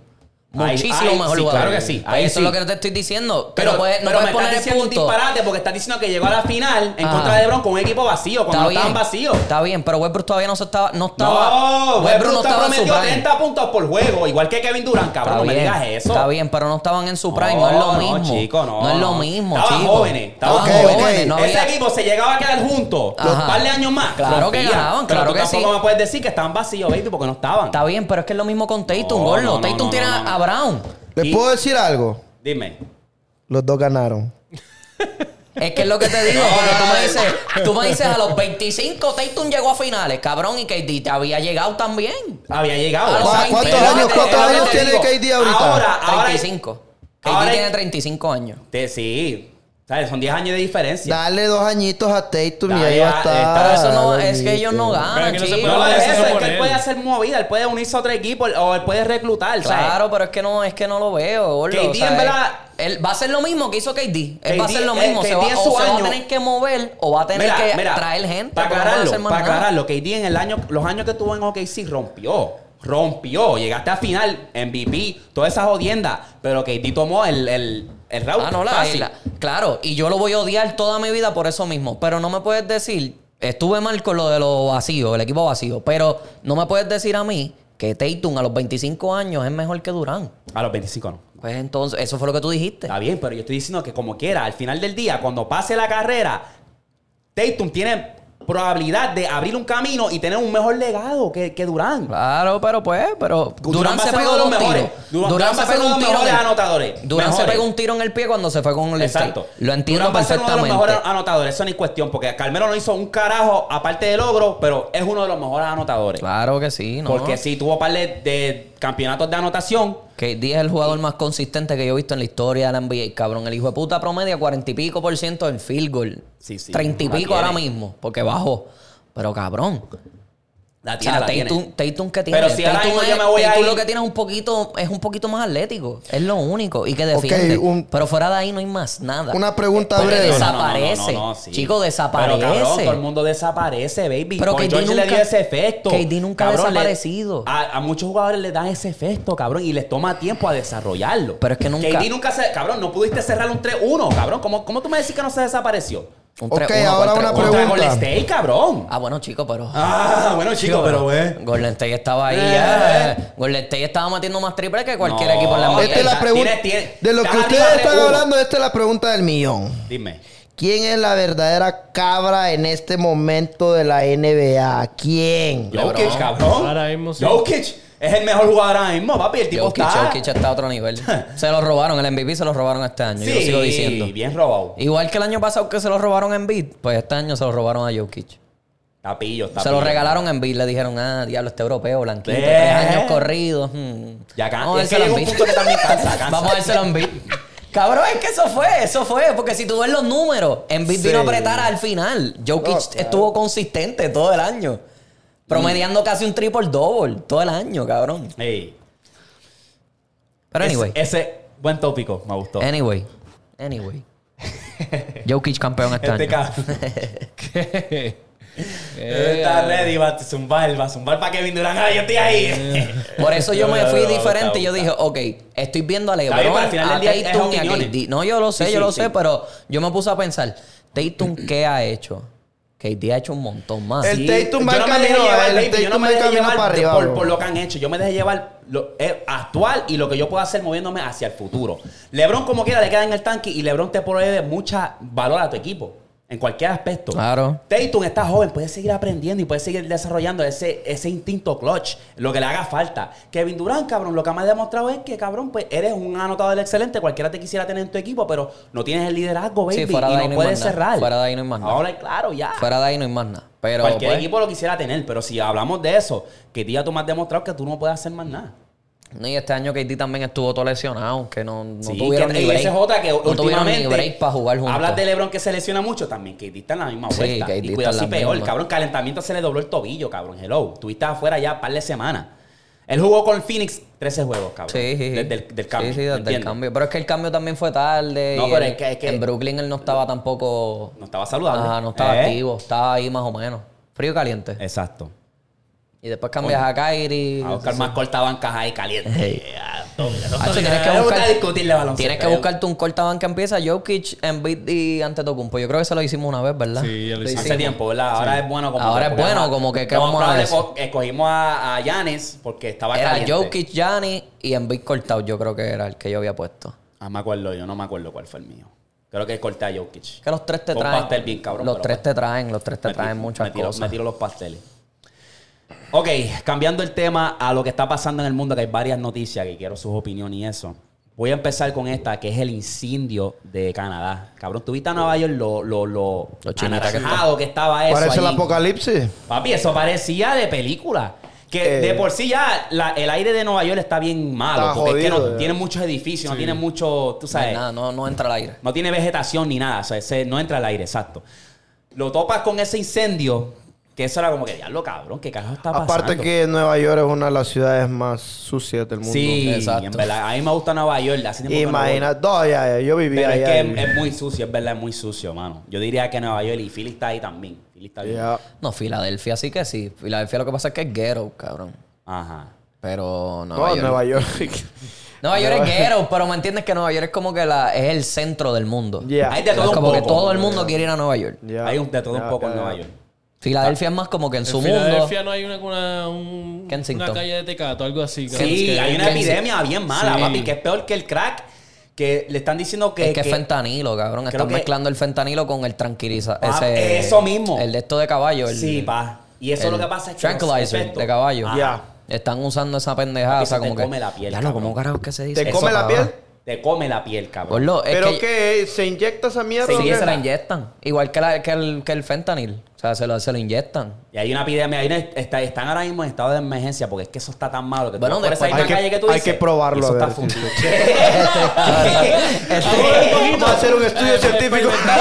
Ay,
Muchísimo
ay,
mejor
sí,
jugador.
claro que sí,
Pues
ahí
eso
sí.
es lo que te estoy diciendo. Pero, puedes- no puedes
me
poner
estás
el
diciendo
punto.
un disparate porque estás diciendo que llegó a la final en
Ajá.
contra de LeBron con un equipo vacío, cuando no estaban vacíos.
Está bien, pero Westbrook todavía no se estaba. No, estaba
No, Westbrook está
en su
prometió
prime.
30 puntos por juego, igual que Kevin Durant, cabrón, no me
bien,
digas eso.
Está bien, pero no estaban en su prime, no, es lo mismo.
No, chico, no.
es lo mismo,
Estaban
chico.
jóvenes, estaban
Estaban
jóvenes.
jóvenes, no
Ese
había-
equipo se llegaba a quedar juntos
Ajá.
un par de años más.
Claro que
rompían.
ganaban,
Pero
claro
tú
que sí.
tampoco me puedes decir que estaban vacíos, baby, porque no estaban.
Está bien, pero es que es lo mismo con Tatum,
No,
gordo.
no, no,
Tatum
no,
tiene
no, no.
a Brown.
¿Le
Y-
puedo decir algo?
Dime.
Los dos ganaron.
Es que es lo que te digo,
No,
porque tú
no,
me
no.
dices, tú me dices a los 25 Tatum llegó a finales, cabrón, y KD te había llegado también.
Había llegado.
A los
Ahora,
20,
espérate,
¿cuántos años-
espérate,
cuántos
espérate,
años
te
tiene
digo.
KD ahorita?
Ahora, ahora.
35. KD
ahora-
tiene 35 años.
Te- sí. ¿Sabes? Son 10 años de diferencia.
Dale dos añitos a Tatum y
Dale,
ahí va a
a-
estar.
está-
Eso no, Ah, es que ellos no
Pero
ganan,
aquí no se
chico.
puede
No,
hablar
es
eso
eso, es
por
que él
él.
puede hacer movida, él puede unirse a otro equipo o él puede reclutar, ¿sabes?
Claro, pero es que no, es que no lo veo, gordo.
KD
o sea,
en verdad-
Él va a hacer lo mismo que hizo KD. Él va a
KD
hacer lo mismo.
es-
se
KD
va,
en
o
su
se va a
año-
tener que mover o va a tener que traer gente.
Para
porque no puede
aclararlo,
hacer más
para
nada.
aclararlo, KD en el año, los años que tuvo en OKC rompió. Rompió. Llegaste a final, MVP, toda esa jodienda. Pero KD tomó el, el, el route
Ah, no, la,
fácil.
la- Claro, y yo lo voy a odiar toda mi vida por eso mismo. Pero no me puedes decir, estuve mal con lo de lo vacío, el equipo vacío. Pero no me puedes decir a mí que Tatum a los 25 años es mejor que Durán.
A los 25 no.
Pues entonces, eso fue lo que tú dijiste.
Está bien, pero yo estoy diciendo que como quiera, al final del día, cuando pase la carrera, Tatum tiene probabilidad de abrir un camino y tener un mejor legado que, que Durán.
Claro, pero pues, pero
va
Durán,
a
se
ser uno
pegó
de
dos
los mejores.
tiros.
Durán, Durán va a ser uno de los mejores anotadores.
Durán se
Mejores.
pegó un tiro en el pie cuando se fue con el
Exacto.
State. Lo entiendo
Durán va a ser uno de los
perfectamente.
mejores anotadores, eso ni cuestión, porque Carmelo no hizo un carajo aparte de logro, pero es uno de los mejores anotadores.
Claro que sí, ¿no?
Porque sí tuvo par de, de campeonatos de anotación.
Que es el jugador más consistente que yo he visto en la historia de la NBA, cabrón. El hijo de puta promedia 40 y pico por ciento en field goal.
Sí, sí,
30 y
la
pico ahora
tiene.
mismo, porque bajó. Pero cabrón,
La
O sea,
tiene, la tiene.
Tatum, Tatum que tiene.
Pero si ahora
Tatum
mismo
es-
yo me voy
Tatum
ahí-
lo que tiene es un poquito, es un poquito más atlético. Es lo único. Y que defiende.
Ok, un-
Pero fuera de ahí no hay más nada.
Una pregunta
Porque
breve.
Desaparece. Chico, desaparece.
Pero, cabrón, todo el mundo desaparece, baby. Pero
Pero
que
KD
George le
nunca-
dio ese efecto.
KD nunca ha
le-
desaparecido.
a, a muchos jugadores le dan ese efecto, cabrón, y les toma tiempo a desarrollarlo.
Pero es que nunca-
KD nunca se... Cabrón, no pudiste cerrar un 3-1, cabrón. ¿Cómo, ¿Cómo tú me decís que no se desapareció?
Un
Ok,
3-1
ahora
contra
una
uno.
Contra
Pregunta.
Golden State, cabrón.
Ah, bueno, chico, pero.
Ah, bueno, chico, pero, eh.
Golden State estaba ahí.
Eh.
ya. Golden State estaba metiendo más triple que cualquier
No.
equipo en la
Este
NBA.
Esta es la pregunta.
Tiene- tiene-
De lo que
está
ustedes
arriba
están
3-1.
hablando, esta es la pregunta del millón.
Dime.
¿Quién es la verdadera cabra en este momento de la NBA? ¿Quién?
Jokic, cabrón.
Ahora mismo sí.
Jokic es el mejor jugador ahora mismo, papi. El tipo
Jokic,
está...
Jokic está a otro nivel. Se lo robaron, el MVP se lo robaron este año. Yo lo sigo diciendo.
bien robado.
Igual que el año pasado que se lo robaron en Bid, pues este año se lo robaron a Jokic.
Tapillo, tapillo.
Se lo regalaron en Bid, le dijeron, ah, diablo, este europeo, blanquito,
Eh.
tres años corridos. hmm.
Ya can-
Vamos a
es que
dárselo en
llega un
Bid.
punto que también cansa, cansa.
Vamos a dárselo en Bid. Cabrón, es que eso fue, eso fue. Porque si tú ves los números, en Bid vino a apretar al final. Jokic estuvo consistente todo el año. Promediando
Mm.
casi un triple double todo el año, cabrón.
Ey.
Pero
Es-
anyway.
ese buen tópico, me gustó.
Anyway. Anyway. Jokic campeón este
Este
año.
cabrón está ready, va a zumbar, va a zumbar para Kevin Durant. Ah, yo estoy ahí.
Por eso yo me
No, no,
fui
no, no,
diferente.
gusta,
Yo dije, ok, estoy viendo a Ah,
bien, pero
LeBron,
al final del
a
día es
Tatum y a
opiniones.
KD. No, yo lo sé,
Sí,
yo
sí,
lo
sí.
sé, pero yo me puse a pensar, Tatum, ¿qué ha hecho? KD ha hecho un montón más.
El- Tatum va
yo
en
me dejé
camino,
llevar,
el
baby, yo
Tatum
me
va en
dejé
camino
llevar
para
de-
arriba,
Por,
bro.
por lo que han hecho. Yo me dejé llevar lo eh, actual y lo que yo puedo hacer moviéndome hacia el futuro. LeBron, como quiera, le queda en el tanque y LeBron te provee mucha valor a tu equipo. En cualquier aspecto.
Claro.
Tatum está joven, puede seguir aprendiendo y puede seguir desarrollando ese, ese instinto clutch, lo que le haga falta. Kevin Durant, cabrón, lo que me ha demostrado es que, cabrón, pues eres un anotador excelente, cualquiera te quisiera tener en tu equipo, pero no tienes el liderazgo, baby,
Sí, fuera de
y
ahí
no,
no hay
puedes
más nada.
cerrar.
Fuera de ahí no hay más nada.
Ahora, claro, ya.
Fuera de ahí no hay más nada. Pero
Cualquier
pues,
equipo lo quisiera tener, pero si hablamos de eso, que tía tú me has demostrado que tú no puedes hacer más nada.
no, y este año KD también estuvo todo lesionado, que no, no
Sí,
tuvieron
que-
ni
y
break.
esa es otra que
no tuvieron
últimamente
ni break para jugar juntos.
Hablas de LeBron que se lesiona mucho también, que está en la misma
Sí,
vuelta.
KD
y cuidado
está
si
en la
peor,
misma.
cabrón, calentamiento se le dobló el tobillo, cabrón. Hello, tuviste afuera ya un par de semanas. Él jugó con Phoenix 13 juegos, cabrón.
Sí, sí.
Desde el del cambio.
Sí, sí, desde el
¿entiendes?
cambio. Pero es que el cambio también fue tarde.
No,
y
pero
él-
es que- es que-
En Brooklyn él no estaba tampoco.
No estaba saludable.
Ajá, no estaba
Eh,
activo. Estaba ahí más o menos. Frío y caliente.
Exacto.
Y después cambias a Kyrie.
A buscar más cortabancas ahí calientes. Ah, toma, toma,
Hacho, tienes
toma.
que
Me gusta
buscar-
discutirle baloncesto.
Tienes que buscarte un cortabanca empieza Jokic, Embiid y Antetokounmpo. Yo creo que eso lo hicimos una vez, ¿verdad?
Sí, ya lo hicimos.
Hace
hicimos.
tiempo, ¿verdad? Ahora es bueno como
Ahora es
porque,
bueno,
ajá,
como que, ¿qué
lo
vamos
más
a
probable
hablar de
fue- Escogimos a, a Giannis porque estaba
Era
caliente.
Jokic, Gianni y Embiid cortado. Yo creo que era el que yo había puesto.
Ah, me acuerdo yo, no me acuerdo cuál fue el mío. Creo que corté a Jokic.
Que los tres te
Fue un
traen.
pastel bien cabrón,
los
pero pues.
tres te traen, los tres te
Me
traen
tiro-
muchas
me tiro,
cosas.
Me tiro los pasteles. Ok, cambiando el tema a lo que está pasando en el mundo, que hay varias noticias que quiero sus opiniones y eso. Voy a empezar con esta, que es el incendio de Canadá. Cabrón, tuviste a Nueva York lo, lo, lo,
Lo chinita que
anaranjado que estaba eso.
Parece el
allí.
apocalipsis.
Papi, eso parecía de película. Que
Eh.
de por sí ya la- el aire de Nueva York está bien malo.
Está
porque es que
jodido,
no,
ya.
tienen muchos edificios, no tienen mucho, tú
No hay
sabes,
nada, no, no entra al aire.
no tiene vegetación ni nada. O sea, ese no entra al aire, exacto. Lo topas con ese incendio, que eso era como que, diablo, cabrón, ¿qué carajo está pasando?
Aparte que Nueva York es una de las ciudades más sucias del mundo.
Sí,
Exacto.
en verdad. A mí me gusta Nueva York. hace tiempo que no voy.
Imagina, no, ya, ya, yo vivía
Pero es
allá.
que es, es muy sucio, es verdad, es muy sucio, mano. Yo diría que Nueva York y Philly está ahí también. Philly está bien.
Ya.
No, Filadelfia sí que sí. Filadelfia lo que pasa es que es ghetto, cabrón.
Ajá.
Pero Nueva
No,
York.
Nueva York.
Nueva York es ghetto, pero me entiendes que Nueva York es como que la, es el centro del mundo.
Ya.
Hay de
Es
todo un
como
poco.
que todo el mundo quiere ir a Nueva York.
Ya.
Hay un- de todo
Ya,
un poco en
ya,
Nueva
ya.
York.
Filadelfia es más como que en su
en
mundo.
Filadelfia no hay una, una, un-
Kensington.
una calle de Tecato, algo así.
Sí,
que-
hay una
que-
epidemia bien mala,
Sí.
papi, que es peor que el crack, que le están diciendo que...
es que es
que-
fentanilo, cabrón.
Creo
Están
que-
mezclando el fentanilo con el tranquiliza.
Ah,
ese-
eso mismo.
El de esto de caballo. el-
sí, pa. Y eso
el
lo que pasa es que...
Tranquilizer
los efectos-
de caballo.
Ajá.
Ya.
Están usando esa pendejada.
Papi,
o sea,
eso te
como que.
come la piel,
Ya lo,
cabrón.
¿cómo carajo es que se dice?
¿Te
eso,
come la
cabrón?
piel?
Te come la piel, cabrón.
Gordo, es
¿Pero
que-
qué? ¿Se inyecta esa mierda?
Sí,
o qué?
se la inyectan. Igual que, la- que el, que el fentanil. sea, se lo, se lo inyectan.
Y hay una epidemia, hay una- está- están ahora mismo en estado de emergencia porque es que eso está tan malo que tú
Bueno,
no puedes
después-
salir a
hay
la
que-
calle que tú
hay
dices.
que probarlo,
y Eso
a
está
ver.
fundido.
Vamos a hacer un estudio científico.
A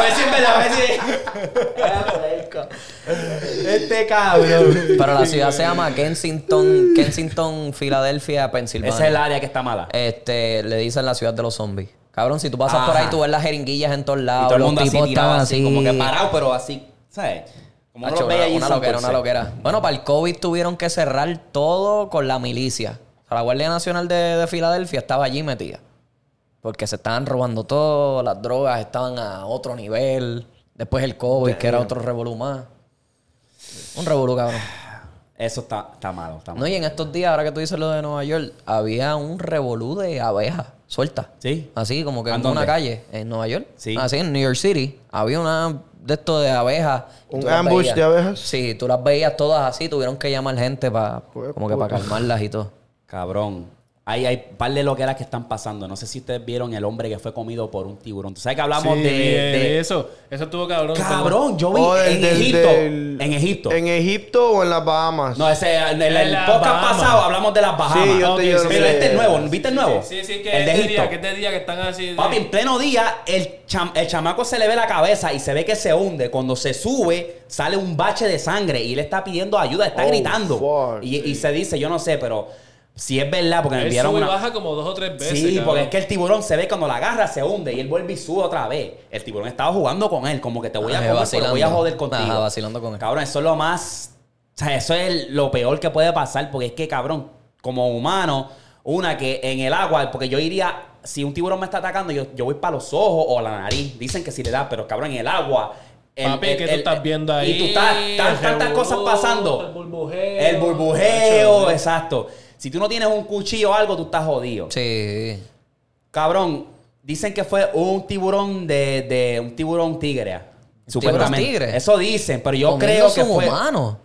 ver si es verdad, a ver si. Este cabrón.
Pero la ciudad se llama Kensington, Kensington, Filadelfia, Pensilvania.
Esa es el área que está mala.
Este, le dicen la ciudad de los zombies. Cabrón, si tú pasas por
Ajá.
ahí, tú ves las jeringuillas en todos lados.
y todo el
los
mundo así
tipos
tirado
estaban
así, como que parado, pero así, ¿sabes? Como uno
Hacho,
los ve
una,
allí en
una
San
loquera,
José.
una loquera. Bueno, para el COVID tuvieron que cerrar todo con la milicia. O sea, la Guardia Nacional de, de Filadelfia estaba allí metida. Porque se estaban robando todo, las drogas estaban a otro nivel. Después el COVID, que era otro revolú más. Un revolú, cabrón.
Eso está, está malo, está malo.
No, y en estos días, ahora que tú dices lo de Nueva York, había un revolú de abejas sueltas.
¿Sí?
Así, como que
¿Ah,
en
dónde?
una calle, en Nueva York.
Sí.
Así, en New York City. Había una de esto de abejas.
¿Un
Tú las
ambush
veías.
de abejas?
Sí, tú las veías todas así. Tuvieron que llamar gente para
Pues,
como que para calmarlas y todo.
Cabrón. Hay, hay un par de loqueras que están pasando. No sé si ustedes vieron el hombre que fue comido por un tiburón. Tú sabes que hablamos
Sí,
de, de-
eso. Eso estuvo cabrón.
eh. Cabrón, yo vi
O Oh, del-
en,
del-
Egipto,
del-
en Egipto.
¿En Egipto o en las Bahamas?
No, ese, en el, el
En las
podcast
Bahamas.
pasado hablamos de las Bahamas.
Ah, Sí, yo
te- yo
Pero
sé.
este es nuevo, ¿viste el nuevo?
Sí, sí, que
El de
este
Egipto.
día, que este día que están así. de-
Papi, en pleno día, el, cham- el chamaco se le ve la cabeza y se ve que se hunde. Cuando se sube, sale un bache de sangre y él está pidiendo ayuda, está
Oh,
gritando.
fuck.
Y, y se dice, yo no sé, pero si es verdad, porque me
Él
enviaron
sube y
una.
baja como dos o tres veces.
Sí,
cabrón.
porque es que el tiburón se ve cuando la agarra, se hunde y él vuelve y sube otra vez. El tiburón estaba jugando con él, como que te voy a
Ajá,
comer, pero voy a
vacilando.
joder contigo.
Ajá, vacilando con él.
Cabrón, eso es lo más. O sea, eso es el- lo peor que puede pasar, porque es que, cabrón, como humano, una que en el agua, porque yo iría, si un tiburón me está atacando, yo, yo voy para los ojos o la nariz. Dicen que si le da, pero cabrón, en el agua. el-
Papi,
el-
que tú
el-
estás viendo ahí.
Y tú estás, están
el
tantas
revolú,
cosas pasando.
El burbujeo.
El burbujeo,
Chacho,
eh.
exacto. Si tú no tienes un cuchillo o algo, tú estás jodido.
Sí.
Cabrón, dicen que fue un tiburón de, de un tiburón tigre. ah, Supuestamente.
tigre?
Eso dicen, pero yo
Comiendo
creo que
son
fue.
humanos.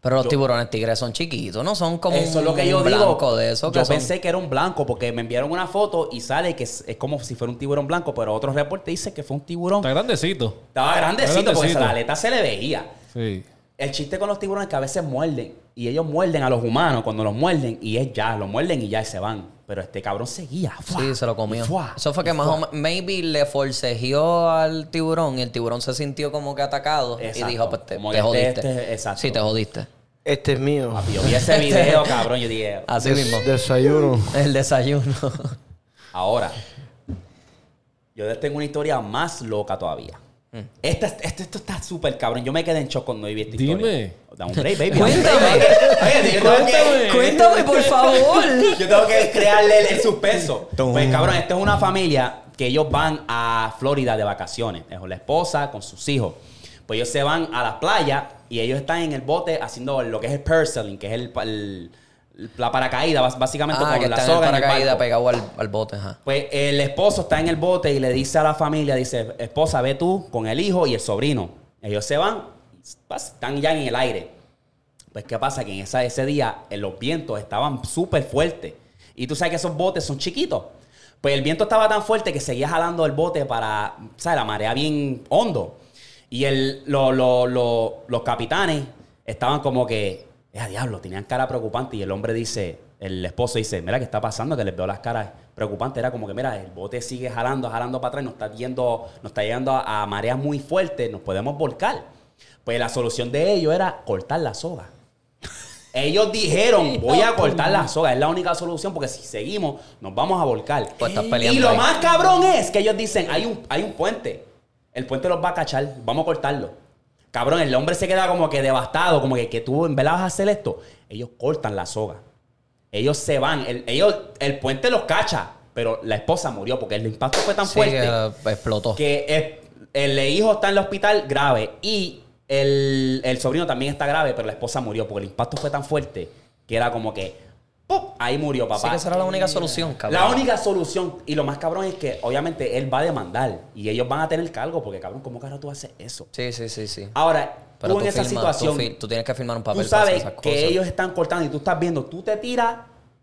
Pero los tiburones tigres son chiquitos, no son como
Eso es lo que yo
un
digo.
blanco de eso.
yo pensé que era un blanco porque me enviaron una foto y sale que es, es como si fuera un tiburón blanco, pero otro reporte dice que fue un tiburón.
Está grandecito.
Estaba grandecito, porque
grandecito.
la aleta se le veía.
Sí.
El chiste con los tiburones es que a veces muerden y ellos muerden a los humanos cuando los muerden y es ya, los muerden y ya y se van. Pero este cabrón seguía. ¡fua!
Sí, se lo comió.
¡fua!
Eso fue que más o menos, maybe le forcejeó al tiburón y el tiburón se sintió como que atacado
Exacto.
y dijo, pues te,
Como
te
que este-
jodiste.
este- exacto.
Sí, te jodiste.
Este es mío.
Papi, yo vi
Este
ese video, cabrón, yo dije,
Así
Des-
mismo.
Desayuno.
El desayuno.
Ahora, yo les tengo una historia más loca todavía.
Mm.
Esta, este, esto, esto está súper cabrón. Yo me quedé en shock cuando vi esta
Dime.
historia. Da un break, baby.
Cuéntame.
Oye, yo tengo que-
Cuéntame, por favor.
Yo tengo que crearle el, el suspenso. Pues cabrón, esta es una familia que ellos van a Florida de vacaciones. Es la esposa con sus hijos. Pues ellos se van a la playa y ellos están en el bote haciendo lo que es el parasailing, que es el, pa- el- la paracaída, bas- básicamente
ah,
con
que
la
está en el
soga en el
paracaídas
barco.
pegado al, al bote, ajá.
Pues el esposo está en el bote y le dice a la familia, dice, esposa, ve tú con el hijo y el sobrino. Ellos se van, pas, están ya en el aire. Pues qué pasa que en esa, ese día eh, los vientos estaban súper fuertes. Y tú sabes que esos botes son chiquitos. Pues el viento estaba tan fuerte que seguía jalando el bote para, ¿sabes? La marea bien hondo. Y el, lo- lo- lo- los capitanes estaban como que, es a diablo, tenían cara preocupante. Y el hombre dice, el esposo dice, mira, ¿qué está pasando? Que les veo las caras preocupantes. Era como que, mira, el bote sigue jalando, jalando para atrás, nos está yendo, nos está llegando a, a mareas muy fuertes, nos podemos volcar. Pues la solución de ellos era cortar la soga. Ellos dijeron, voy a cortar la soga, es la única solución porque si seguimos nos vamos a volcar.
Pues estás
y
peleando
lo
ahí.
más cabrón es que ellos dicen, hay un, hay un puente, el puente los va a cachar, vamos a cortarlo. Cabrón, el hombre se queda como que devastado, como que, que tú en verdad vas a hacer esto. Ellos cortan la soga. Ellos se van, el, ellos, el puente los cacha, pero la esposa murió porque el impacto fue tan
Sí,
fuerte
que eh, explotó.
que es- el hijo está en el hospital grave y el, el sobrino también está grave, pero la esposa murió porque el impacto fue tan fuerte que era como que ¡pum! ahí murió papá.
Así que esa era la única solución, cabrón.
La única solución, y lo más cabrón es que obviamente él va a demandar y ellos van a tener cargo porque cabrón, ¿cómo carajo tú haces eso?
Sí, sí, sí, sí.
Ahora,
Pero
tú, en esa
firmas, tú
situación,
fir- tú, tienes que firmar un papel
tú
para hacer
sabes
esas
que
cosas.
ellos están cortando y tú estás viendo, tú te tiras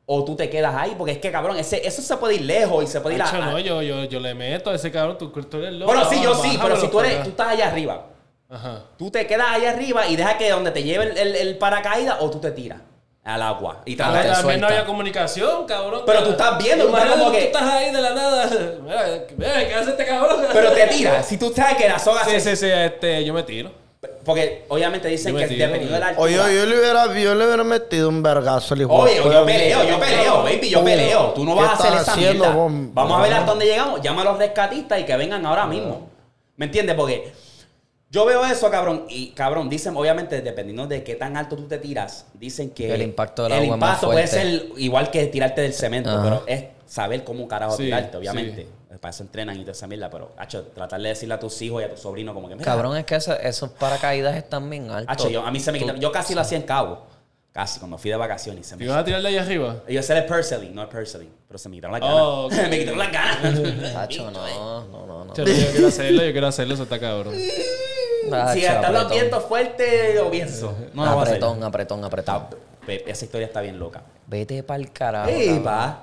o tú te quedas ahí, porque es que, cabrón, ese, eso se puede ir lejos y se puede ir a...
Hacho,
a-
no, yo, yo, yo le meto a ese cabrón, tu culto eres loco.
ah. bueno, sí, yo sí, pero
Bájamelo
si tú,
para
eres, tú
acá.
estás allá arriba,
Ajá.
tú te quedas allá arriba y deja que donde te lleve el, el- el paracaídas o tú te tiras al agua y
Pero
tratas de-
también no
suelta.
había comunicación, cabrón.
Ah, Pero tú estás viendo,
Tú
hermano,
estás-
como que-
Tú estás ahí de la nada. Mira, mira, ¿qué hace este cabrón?
Pero te tiras. Si tú sabes que la soga
Sí,
se...
sí, sí, este, yo me tiro.
Porque obviamente dicen
Yo
que
me tiro,
dependiendo de la altura...
Oye, yo le hubiera, yo le hubiera metido un vergazo al hijo.
Oye,
de
yo
puta.
peleo, yo peleo, baby, yo
Tú,
peleo. Tú no
¿qué
vas a hacer
estás
esa
haciendo,
mierda.
vos?
Vamos a ver hasta dónde llegamos. Llama a los rescatistas y que vengan ahora mismo. ¿Me entiendes? Porque yo veo eso, cabrón, y cabrón, dicen, obviamente, dependiendo de qué tan alto tú te tiras, dicen que
El impacto del
el
agua es más
impacto puede
fuerte.
ser igual que tirarte del cemento,
Ajá.
pero es saber cómo carajo
Sí,
tirarte, obviamente. Para eso entrenan y toda esa mierda, pero, hacho, tratar de decirle a tus hijos y a tu sobrino como que, mira,
Cabrón, es que eso- esos paracaídas están bien altos.
hacho, yo, a mí se me
Tú-
quita, yo casi lo hacía en Cabo, casi, cuando fui de vacaciones y se me
¿Y vas a tirar de ahí arriba?
Yo sé el Perseling, no el Perseling, pero se me quitaron las ganas.
Oh, ok.
me quitaron las ganas.
Hacho, no, no, no, no.
Chale, yo quiero hacerlo, yo quiero hacerlo, eso está cabrón. Ah,
si
Hacho,
están los
Ah, apretón.
vientos fuertes, lo pienso. No lo voy a hacer.
apretón, apretón, apretón.
Pe- Esa historia está bien loca.
Vete pa'l carajo.
Ey,
cabrón.
pa.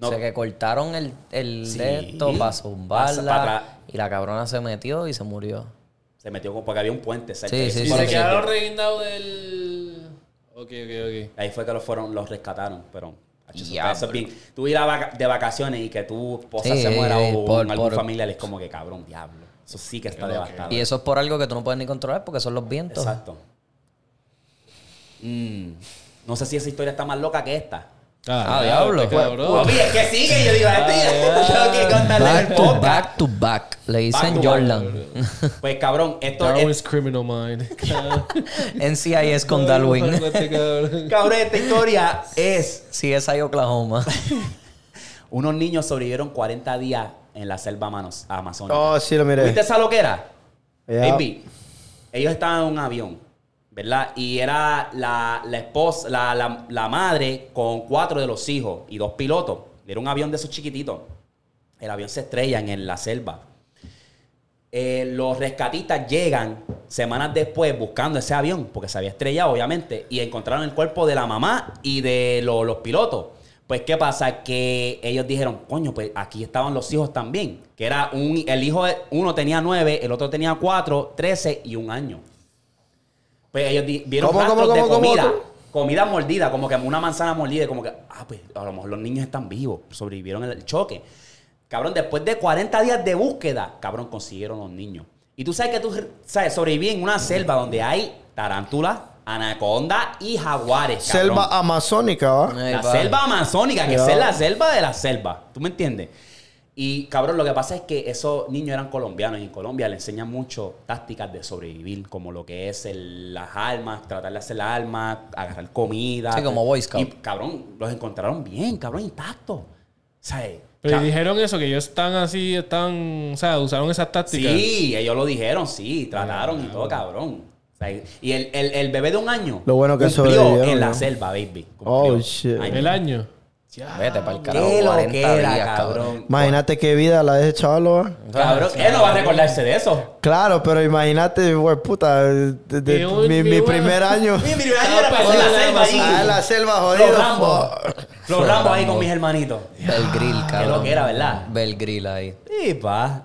No,
O sea, Ah, que cortaron el, el
Sí.
de esto para zumbarla.
Pa- pa' atrás.
y la cabrona se metió y se murió.
Se metió como porque había un puente cerca.
Sí,
Y
sí,
Y
fue
se
lo que-
quedaron reguindados del. Ok, ok, ok.
Ahí fue que los fueron, los rescataron, pero... hacho, eso-
Ya,
eso es bien. Tú ir a vaca- de vacaciones y que tu esposa
Sí,
se muera
sí,
o
por-
algún
por-
familiar es como que cabrón, diablo. Eso sí que está devastado.
Y eso es por algo que tú no puedes ni controlar porque son los vientos.
Exacto. Mm, No sé si esa historia está más loca que esta.
Ah, diablo.
este cabrón.
Papi, es Oh, que sigue, yo digo, a este yo tengo que contarle el
Back to
podcast.
back to back. Le
Back
dicen
to back.
Jordan.
Pues cabrón, esto es,
Darwin's criminal mind.
NCIS con Darwin.
Este cabrón.
cabrón, esta historia es
Si es ahí Oklahoma.
unos niños sobrevivieron 40 días en la selva manos, amazónica.
Oh, sí, lo miré.
¿Viste esa loquera?
Ya.
Baby, ellos estaban en un avión, ¿verdad? Y era la, la esposa, la, la- la madre con cuatro de los hijos y dos pilotos. Era un avión de esos chiquititos. El avión se estrella en, en la selva. Eh, los rescatistas llegan semanas después buscando ese avión, porque se había estrellado, obviamente, y encontraron el cuerpo de la mamá y de lo- los pilotos. Pues, ¿qué pasa? Que ellos dijeron, coño, pues aquí estaban los hijos también. Que era un, el hijo, de- uno tenía nueve, el otro tenía cuatro, trece y un año. Pues ellos di- vieron
¿Cómo, cómo,
rastros de
cómo, cómo,
comida.
cómo?
Comida mordida, como que una manzana mordida, y como que, ah, pues a lo mejor los niños están vivos, sobrevivieron el choque. Cabrón, después de 40 días de búsqueda, cabrón, consiguieron los niños. Y tú sabes que tú sabes, sobreviví en una selva donde hay tarántulas, anaconda y jaguares. Cabrón.
Selva amazónica, ¿va?
Ey,
La
pa.
selva amazónica, que
Ya.
es la selva de la selva. ¿Tú me entiendes? Y cabrón, lo que pasa es que esos niños eran colombianos y en Colombia le enseñan mucho tácticas de sobrevivir, como lo que es el- las armas, tratar de hacer las armas, agarrar comida.
Sí, como Boy Scout.
Y cabrón, los encontraron bien, cabrón, intactos. O sea,
Pero
ya-
dijeron eso, que ellos están así, están. O sea, usaron esas tácticas.
Sí, ellos lo dijeron, sí, trataron y todo, cabrón. O sea, y el, el- el bebé de un año
Lo bueno que
cumplió
sobrevivieron,
en la
¿no?
selva, baby.
Oh,
Cumplió.
shit.
Año.
El año.
Vete
Qué
pa'l carajo. 40
loquera,
días, cabrón.
cabrón.
Imagínate qué vida la de ese chaval, ¿va?
Cabrón, él no va a recordarse de eso.
Claro, pero imagínate, güey, puta, de- de-
Y un-
mi,
y
mi
un-
primer año.
Mi primer año era para
Ah,
hacer pues, la selva ahí.
ah, la selva,
Los
jodido.
Rambo. Los
Los
Rambo ahí
Rambo.
con mis hermanitos.
Belgril, cabrón.
loquera, ¿verdad?
Belgril ahí.
Y pa.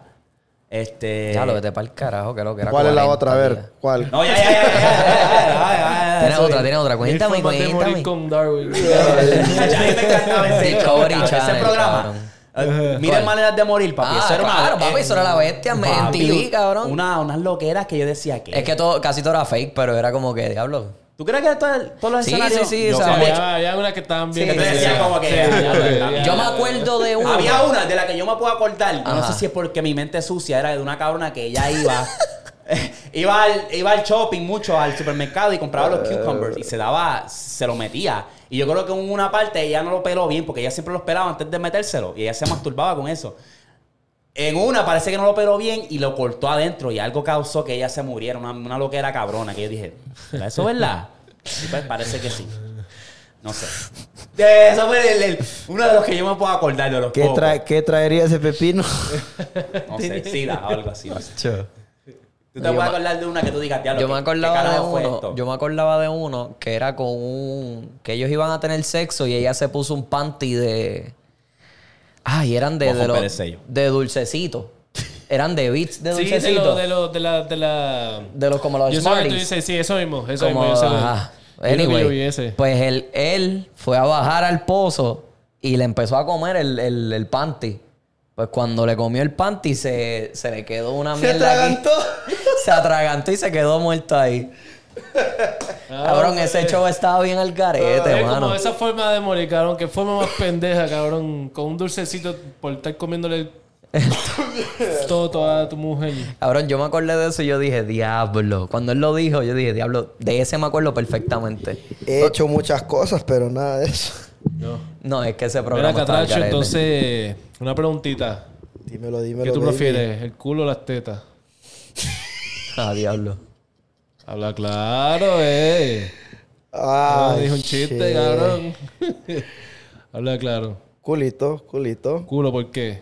Este.
Ya lo vete pa'l carajo, que lo que era.
¿Cuál es la otra? A
40
ver,
días.
¿cuál?
No, ya, ya, ya, ya, ya, ya, ya, ya, ya, ya, ya,
Tienes
ya,
otra, tienes otra. Cuéntame,
Mil formas de morir
cuéntame.
con Darwin.
ya, ya, ya, me encantaba ese show,
Discovery
cabrón, ese
Channel,
programa.
cabrón.
Eh, Miren maneras de morir, papi.
Ah,
eso era una-
claro, papi,
eh,
eso era la bestia, me
papi,
MTV, cabrón.
Una, unas loqueras que yo decía que.
Es que todo, casi todo era fake, pero era como que, diablo.
¿Tú crees que todo- todos los
Sí,
escenarios?
sí, sí,
Yo
o
O
sea,
sé,
sea,
mucho.
había, había unas que estaban bien.
Sí, te decía como que-
Yo me acuerdo de una.
Había una de la que yo me puedo acordar. yo No
Ajá.
sé si es porque mi mente es sucia. Era de una cabrona que ella iba. eh, iba, al, iba al shopping mucho, al supermercado y compraba los cucumbers. Y se daba. Se lo metía. Y yo creo que en una parte ella no lo peló bien porque ella siempre los pelaba antes de metérselo. Y ella se masturbaba con eso. En una parece que no lo peló bien y lo cortó adentro. Y algo causó que ella se muriera. Una, una loquera cabrona. Que yo dije, ¿será eso verdad? Y pues parece que sí. No sé. Eh, Eso fue el- el- uno de los que yo me puedo acordar de los
¿Qué,
pocos.
trae- ¿Qué traería ese pepino?
No sé, sida o algo así. No sé. Tú te puedes acordar de una que tú digas, diablo.
Yo me
¿qué- qué
acordaba de
carajo fue
uno.
esto?
Yo me acordaba de uno que era con un. que ellos iban a tener sexo y ella se puso un panty de. Ay, eran de,
Voy a
de,
romper
los-
el sello.
de dulcecito. Eran de beats de
Sí, de
dulcecito.
lo,
de,
de lo, de la, de la...
los como los
Yo sé lo que tú
Smarties.
dices, sí, eso mismo, eso
Como,
mismo, yo sé lo-
ajá.
yo creo que
Anyway,
yo vi ese.
pues él, él fue a bajar al pozo y le empezó a comer el, el, el panty. Pues cuando le comió el panty se, se le quedó una
Se
mierda aquí.
atragantó.
Se atragantó y se quedó muerto ahí. pues, Cabrón, ese show estaba bien al
Ah, Es
Ah,
carete,
como
mano.
esa forma de morir, cabrón. Qué forma más pendeja, cabrón. Con un dulcecito por estar comiéndole todo, toda tu mujer.
Cabrón, yo me acordé de eso y yo dije, diablo. Cuando él lo dijo, yo dije, diablo, de ese me acuerdo perfectamente.
He hecho muchas cosas, pero nada de eso.
No.
No, es que ese
Mira,
programa estaba al
Catracho,
carete.
entonces, una preguntita.
Dímelo, dímelo.
¿Qué tú
baby.
prefieres, el culo o las tetas?
Ah, diablo.
Habla claro, eh.
Ah,
dijo un chiste,
shit.
cabrón. Habla claro.
Culito, culito.
Culo, ¿por qué?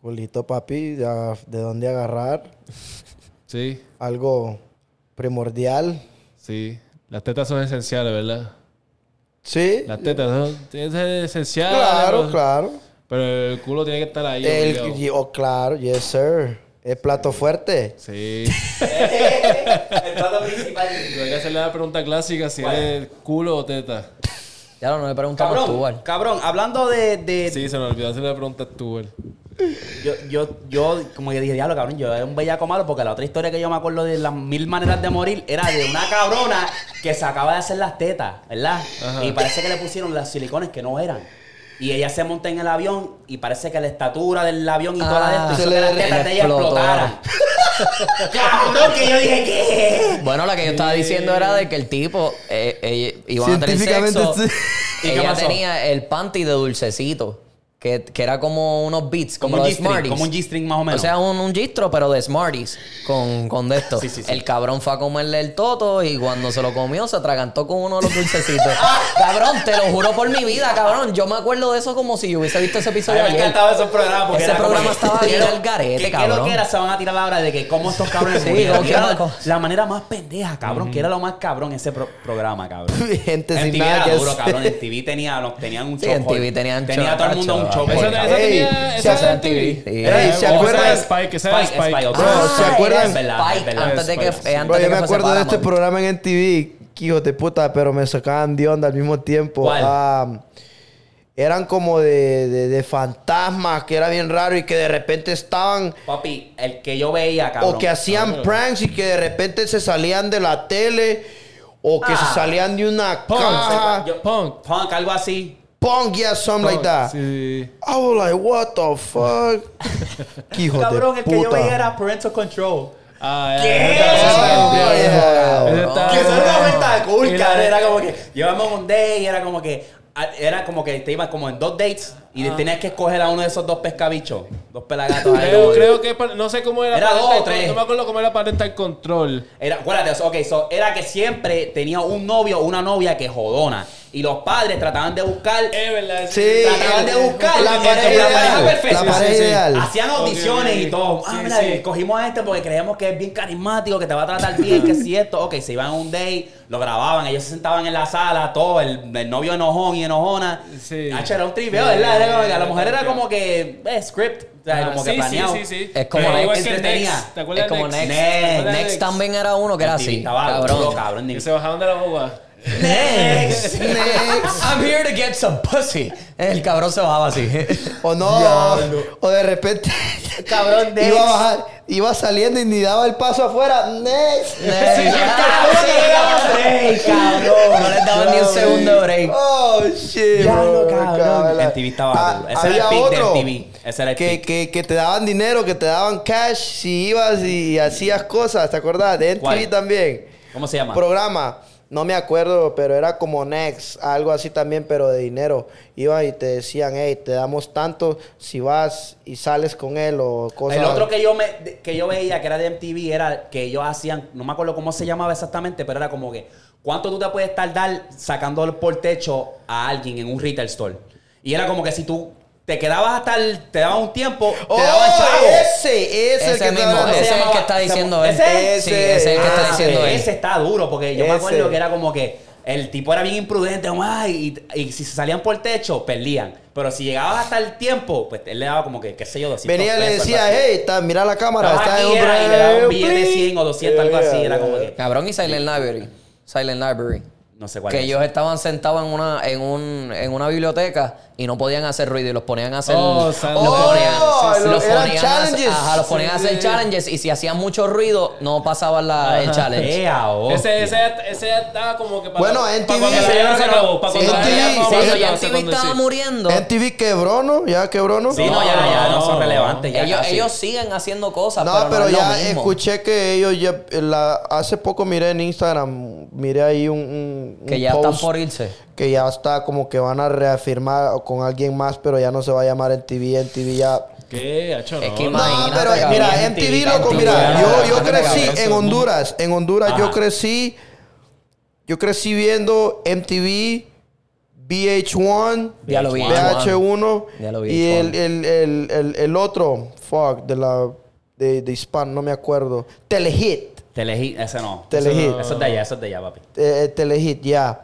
Culito, papi. ya, ¿De dónde agarrar?
Sí,
Algo primordial.
sí. Las tetas son esenciales, ¿verdad?
Sí.
Las tetas son es esencial.
Claro, claro.
Pero el culo tiene que estar ahí. obligado.
El, y- oh, claro, yes, sir. El plato fuerte.
Sí.
El plato principal.
Hay que hacerle la pregunta clásica si es culo o teta.
Ya no me preguntamos tú,
Cabrón,
Val.
cabrón, hablando de. de
Sí, se nos olvidó hacerle la pregunta tú, güey.
yo, yo, yo, como yo dije, diablo, cabrón, yo era un bellaco malo porque la otra historia que yo me acuerdo de las mil maneras de morir era de una cabrona que se acaba de hacer las tetas, ¿verdad? Y parece que le pusieron las silicones que no eran. Y ella se monta en el avión y parece que la estatura del avión y toda la de
Ah,
esto hizo
se
que
le
las tetas de ella
explotó.
explotaran. cabrón, que yo dije, ¿qué?
Bueno, la que yo estaba diciendo era de que el tipo eh, eh, iban a tener
Científicamente
sexo.
sí.
¿Y qué
Ella
pasó?
tenía el panty de dulcecito. Que, que era como unos beats, como,
Como un
los
G-string,
Smarties.
como un G-string más o menos.
O sea, un, un gistro, pero de Smarties. Con, con de esto.
Sí, sí, sí.
El cabrón fue a comerle el toto y cuando se lo comió se atragantó con uno de los dulcecitos. cabrón, te lo juro por mi vida, cabrón. Yo me acuerdo de eso como si yo hubiese visto ese
A mí
episodio
me
ayer.
encantaba esos programas porque
Ese
era
programa
como que-
estaba bien
¿qué lo-
al garete,
qué- ¿Qué lo
cabrón.
que era? Se van a tirar ahora de que cómo estos cabrones
Sí,
murieron.
ok,
Y era
loco.
La manera más pendeja, cabrón, que era lo más cabrón ese pro- programa, cabrón.
Gente
En
sin
TV
nada
era
que
duro,
hacer.
cabrón. En TV tenía, no, tenían un
Sí,
show.
en TV tenían
Tenía
show,
todo el mundo un
cacho.
show.
Esa,
cabrón.
esa
Ey,
tenía.
se
Esa era
hace
en TV.
Sí.
Ey, ¿se acuerdan?
Spike, esa era
Spike, Spike,
Spike.
otro.
Bro, ¿se
era
acuerdan?
Spike,
Verdad, es verdad,
antes de
es
que,
Spike.
eh, antes
Bro,
de
yo
que
me
fuese
acuerdo de este
Paramount.
programa en NTV, que hijos de puta, pero me sacaban de onda al mismo tiempo.
¿Cuál?
Ah, eran como de, de- de fantasmas, que era bien raro y que de repente estaban...
Papi, el que yo veía, cabrón.
O que hacían pranks y que de repente se salían de la tele. O que
Ah.
se salían de una
Punk.
caja.
Yo-
Punk.
Punk, algo así.
Punk, yeah, something like that.
Sí.
I was like, what the fuck? Qué hijo
Cabrón,
de
el que yo
puta.
veía era Parental Control.
Ah,
¿Qué?
Oh, yeah.
Ese está-
Que eso era una vuelta de
Y
cool,
la-
cabrón. Era como que llevamos un date y era como que. a- Era como que te ibas como en dos dates y tenías que escoger a uno de esos dos pescabichos. Dos pelagatos ahí.
Creo, creo que pa- no sé cómo era.
Era dos o
parental-
tres.
No me acuerdo cómo era parental control.
Era, acuérdate, o sea, ok, so, era que siempre tenía un novio o una novia que jodona. Y los padres trataban de buscar.
Eh, verdad.
Sí.
Trataban de buscar
La
el-
pareja
el- la pareja
ideal.
perfecta.
La pareja
Sí, sí.
ideal.
Hacían audiciones
Ok, ok.
y todo. Ah,
Sí,
mira,
sí.
cogimos a este porque creemos que es bien carismático, que te va a tratar bien, que si esto. Ok, se iban a un date, lo grababan, ellos se sentaban en la sala, todo, el, el novio enojón y enojona.
Sí.
Ah, era un triveo,
Sí.
¿verdad? Era como que a lo mejor era
Sí. Ah,
como que eh, script, o sea, como que
sí, sí,
planeado.
sí, sí.
Es como
Pero
Next,
igual que
entretenía.
Next, ¿Te acuerdas
Es como
de
Next.
Next. ¿Te
Next,
acuerdas de Next?
también era uno que era
Sí,
así.
estaba
Cabrón.
duro, cabrón.
Que se bajaban de la boba.
Next.
Eh, I'm here to get some pussy. Eh, El cabrón se bajaba así. Eh,
O no, o de repente
Cabrón, next.
iba, a bajar, iba saliendo y ni daba el paso afuera. Next.
eh, ah,
Cabrón, que daba break, Ah, cabrón.
No les daban ni un segundo break.
Oh, shit.
Ya
bro,
lo, cabrón.
cabala.
MTV estaba
Ah,
duro. Ese era el
había
pick de
otro
MTV. Ese era el
que,
pick.
que, que te daban dinero, que te daban cash si ibas y hacías cosas, ¿te acordás? De MTV
¿Cuál? Ah.
también.
¿Cómo se llama?
Programa. No me acuerdo, pero era como Next, algo así también, pero de dinero. Iban y te decían, hey, te damos tanto si vas y sales con él o cosas.
el otro que yo me de- que yo veía que era de MTV era que ellos hacían, no me acuerdo cómo se llamaba exactamente, pero era como que cuánto tú te puedes tardar sacando por techo a alguien en un retail store. Y era como que si tú te quedabas hasta el, te daban un tiempo,
¡Oh!
te daban chavo.
Ese, ese, es
Ese
el que está
mismo,
hablando.
ese es el que está diciendo él.
¿Ese?
Sí, ese es el que está
Ah,
diciendo
pero
él.
Ese está duro, porque yo me
Ese.
acuerdo que era como que el tipo era bien imprudente, como, ay, y, y si se salían por el techo, perdían. Pero si llegabas hasta el tiempo, pues él le daba como que, qué sé yo, 200
Venía y le
pesos, algo
decía,
así.
hey, está, mira la cámara,
Estaba
está en
aquí,
un
era, y le daba un
breve,
billete de 100 o 200, algo
Yeah,
así, era
yeah,
como
yeah.
que,
Cabrón y Silent Library. Silent Library.
no sé cuál
Que
es.
ellos estaban sentados en una, en, un, en una biblioteca y no podían hacer ruido y los ponían a hacer.
Oh,
los
Silent
ponían,
Library. Sí, sí.
los
Oh,
ponían
Eran
a, hacer-
challenges.
ajá, los ponían a hacer challenges y si hacían mucho ruido, no pasaban la, el challenge.
Ea, Eh, hostia.
Ese, ese, ese ya estaba como que para.
Bueno, en
para
TV.
cuando la guerra se acabó.
Oh,
Para
Sí,
cuando la
en
guerra
TV,
acabó,
cuando
sí,
ya
no
el
sé
TV
cuándo
estaba
decir.
muriendo.
MTV quebró, ¿no? ¿Ya quebró, no?
Sí, no, ya, ya, no son
No.
relevantes. ya
ellos,
casi.
ellos siguen haciendo cosas.
No,
pero,
pero
no es lo
ya
mismo.
escuché que ellos ya... la- hace poco miré en Instagram, miré ahí un, un- un
Que ya están
post
por irse.
que ya está como que van a reafirmar o con alguien más, pero ya no se va a llamar MTV, MTV ya...
¿Qué? Hacho,
Es
no,
que
no.
imagínate,
No, pero
cabrón.
mira,
MTV,
MTV, loco,
cabrón.
mira, yo, yo
Cabrón,
crecí
cabrón.
en Honduras, en Honduras, yo
Ajá.
crecí, yo crecí viendo MTV, VH1,
Ya lo vi.
VH1,
Ya lo vi,
y el,
VH1.
el, el, el, el otro, fuck, de la, de, de Hispan, no me acuerdo, Telehit,
Telehit, ese no.
Telehit.
Eso es de allá, eso es de allá, papi.
eh, eh, Telehit, ya.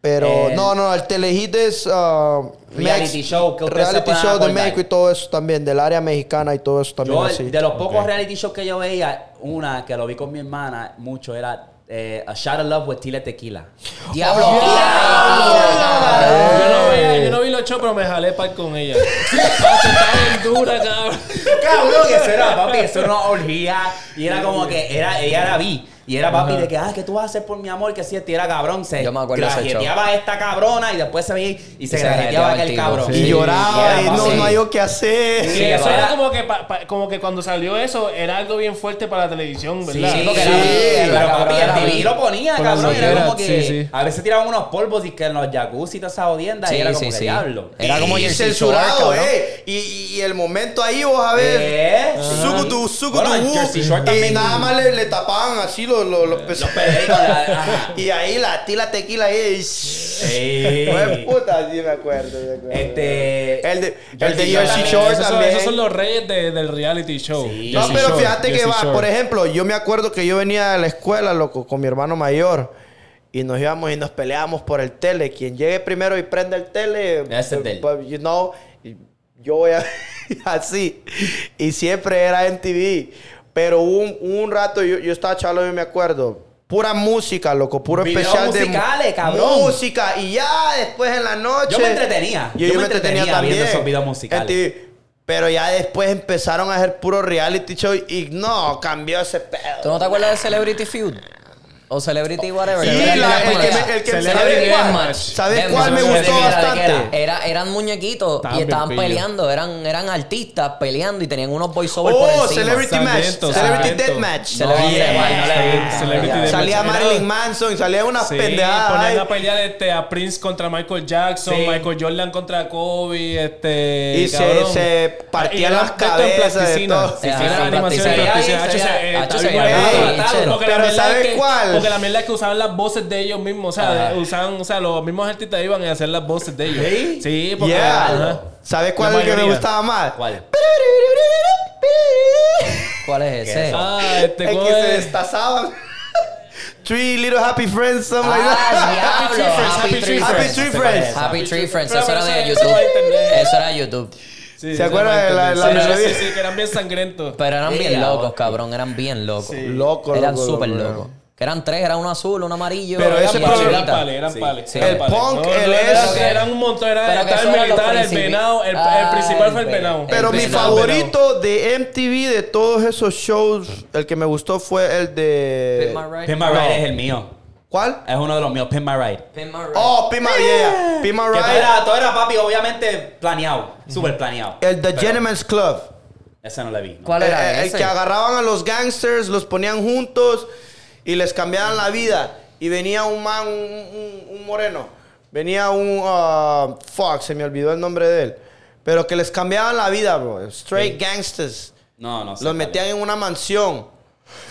Pero
El-
no, no, el Telehit es ah,
Reality show que ustedes se
reality
puedan
show de
acordar.
México y todo eso también, del área mexicana y todo eso también
Yo,
así.
de los pocos
Ok.
reality shows que yo veía, una que lo vi con mi hermana mucho era eh, A Shot of Love with Tila Tequila.
Diablo.
Yo no, veía- yo no vi los shows, pero me jalé par con ella. Hacho, estaba bien dura, cabrón.
Cabrón, que eso era, papi, eso era una orgía. Y era como que era, ella era vi. Y era papi de que, ah, ¿qué tú vas a hacer por mi amor? Que si este era cabrón, se
Yo me acuerdo de ese show.
grajeteaba a esta cabrona y después se veía y se
se
grajeteaba
grajeteaba
a
el
aquel
tipo,
cabrón.
sí.
Y lloraba,
era,
y no,
papi.
no hay o qué hacer.
Sí, eso
va.
era como que, pa- pa- como que cuando salió eso, era algo bien fuerte para la televisión, ¿verdad?
Sí,
porque
sí.
era vi, pero
la
papi,
cabrona
el
era
TV
vi.
lo ponía,
Por
cabrón.
las
Era como
ojeras,
que
sí, sí.
a veces tiraban unos polvos y que en los jacuzzi y toda esa odienda y era como que diablo.
Era como
Y
Jersey
censurado,
Shore, cabrón.
eh. Y, y- y el momento ahí, vos a ver.
¿Eh?
Sucutu, sucutu.
Bueno, en Jersey Shore
y
también.
nada más le, le tapaban así los, los, los pes-
Los ah, periódicos, ajá.
Y ahí la tila tequila ahí. Fue
Sí.
puta, sí me acuerdo. me acuerdo.
Este.
El de, el de
Jersey
Jersey
Shore
Shore
Esos son,
también.
esos son los reyes de- del reality show.
Sí.
No,
Jersey
pero
Shore,
fíjate que
Jersey
va,
Shore.
por ejemplo, yo me acuerdo que yo venía de la escuela, loco, con mi hermano mayor. Y nos íbamos y nos peleábamos por el tele. Quien llegue primero y prenda el tele,
Ese
eh,
tele.
pues, you know, y yo voy a... así. Y siempre era en TV. Pero hubo un, hubo un rato, yo, yo estaba chalo, yo me acuerdo. Pura música, loco, puro
Videos
especial de... mu-
musicales, cabrón.
Música. Y ya después en la noche...
Yo me entretenía.
Yo, yo me entretenía, también.
viendo esos videos musicales.
En TV. Pero ya después empezaron a hacer puro reality show y no, cambió ese
¿Tú
pedo.
no te acuerdas de Celebrity Feud? O Celebrity Whatever.
Sí,
que era
la-
como
el que
era-
me- el que-
Celebrity
¿sabes cuál?
Deathmatch.
¿Sabes
Deathmatch.
cuál me
Celebrity
gustó
era de que era.
bastante?
Era- eran muñequitos
Estaban
y
bien
estaban
pillos.
peleando. Eran, eran artistas peleando y tenían unos voiceovers por
Oh,
encima.
Celebrity
Sargento,
Match. Celebrity
sargento.
Death Match.
Se le vi,
Yeah.
igual, no le vi.
Celebrity
Ya.
Death
Salía
Match.
Marilyn Manson, salía unas
Sí,
pendejadas.
ponían
ahí.
a pelear este, a Prince contra Michael Jackson,
Sí.
Michael Jordan contra Kobe, este.
Y se-
cabrón. Ah,
se partían
Y eran
las
de esto en
cabezas de
plasticina.
todo.
Sí, sí,
Ajá,
era
en
animación en
plasticina.
plasticina.
Ahí, ahí,
Hacho, se-
ahí,
eh,
hacho,
está
se
bien
llama
guardado.
Bichero.
Porque la
Pero
mierda es
¿sabes
que-
cuál?
Porque la mierda es que usaban las voces de ellos mismos. O sea,
Ajá.
usaban, o sea, los mismos artistas iban a hacer las voces de ellos.
¿Sí?
Sí, porque.
Yeah.
ajá.
¿Sabes cuál
La
es el que me
mayoría.
gustaba más?
¿Cuál?
¿Cuál es ese?
Ah, este
El que
¿cómo
se
es?
destazaban. Three little happy friends, something like that.
Ah, diablo.
Happy
Happy Tree
Tree
Happy
Friends.
Tree Friends.
Happy Tree Friends.
Pero,
Eso
pero
era
eso es-
de
eso es
YouTube.
internet.
Eso era de YouTube.
Sí,
¿Se
sí,
acuerdan de la-
sí,
la-
sí,
la-
sí, sí, que eran bien sangrientos.
Pero eran bien
Yeah,
locos,
ok.
cabrón. Eran bien locos.
Loco,
Eran
loco,
súper
loco,
locos. Que eran tres, era uno azul, uno amarillo.
Pero
y
ese
una
programa-
eran
chiquita.
pales, eran
Sí.
pales.
Sí.
eran
El
pales.
punk,
No, no,
el
era-
eso.
Eran un montón, era
Pero que
estaba el
eso era lo
militar, el
principi-
venado, el, el
Ah,
principal fue el
el
venado.
venado.
Pero mi
Venado,
favorito de MTV de todos esos shows, el que me gustó fue el de.
Pin My Ride.
Pin My Ride es el mío.
¿Cuál?
Es uno de los míos, Pin My Ride.
Pin My Ride.
Oh, Pima Yeah. Pima
Que todo
Ride.
era, todo era, papi, obviamente planeado. Súper planeado.
El de
Pero
Gentleman's Club.
Ese no lo vi. ¿no?
¿Cuál
El,
era
eh,
el- el
ese?
que agarraban a los gangsters, los ponían juntos y les cambiaban la vida. Y venía un man, un, un- un moreno. Venía un. ah, fuck, se me olvidó el nombre de él. Pero que les cambiaban la vida, bro. Straight gangsters.
No, no sé.
Los
cuál
metían en una mansión.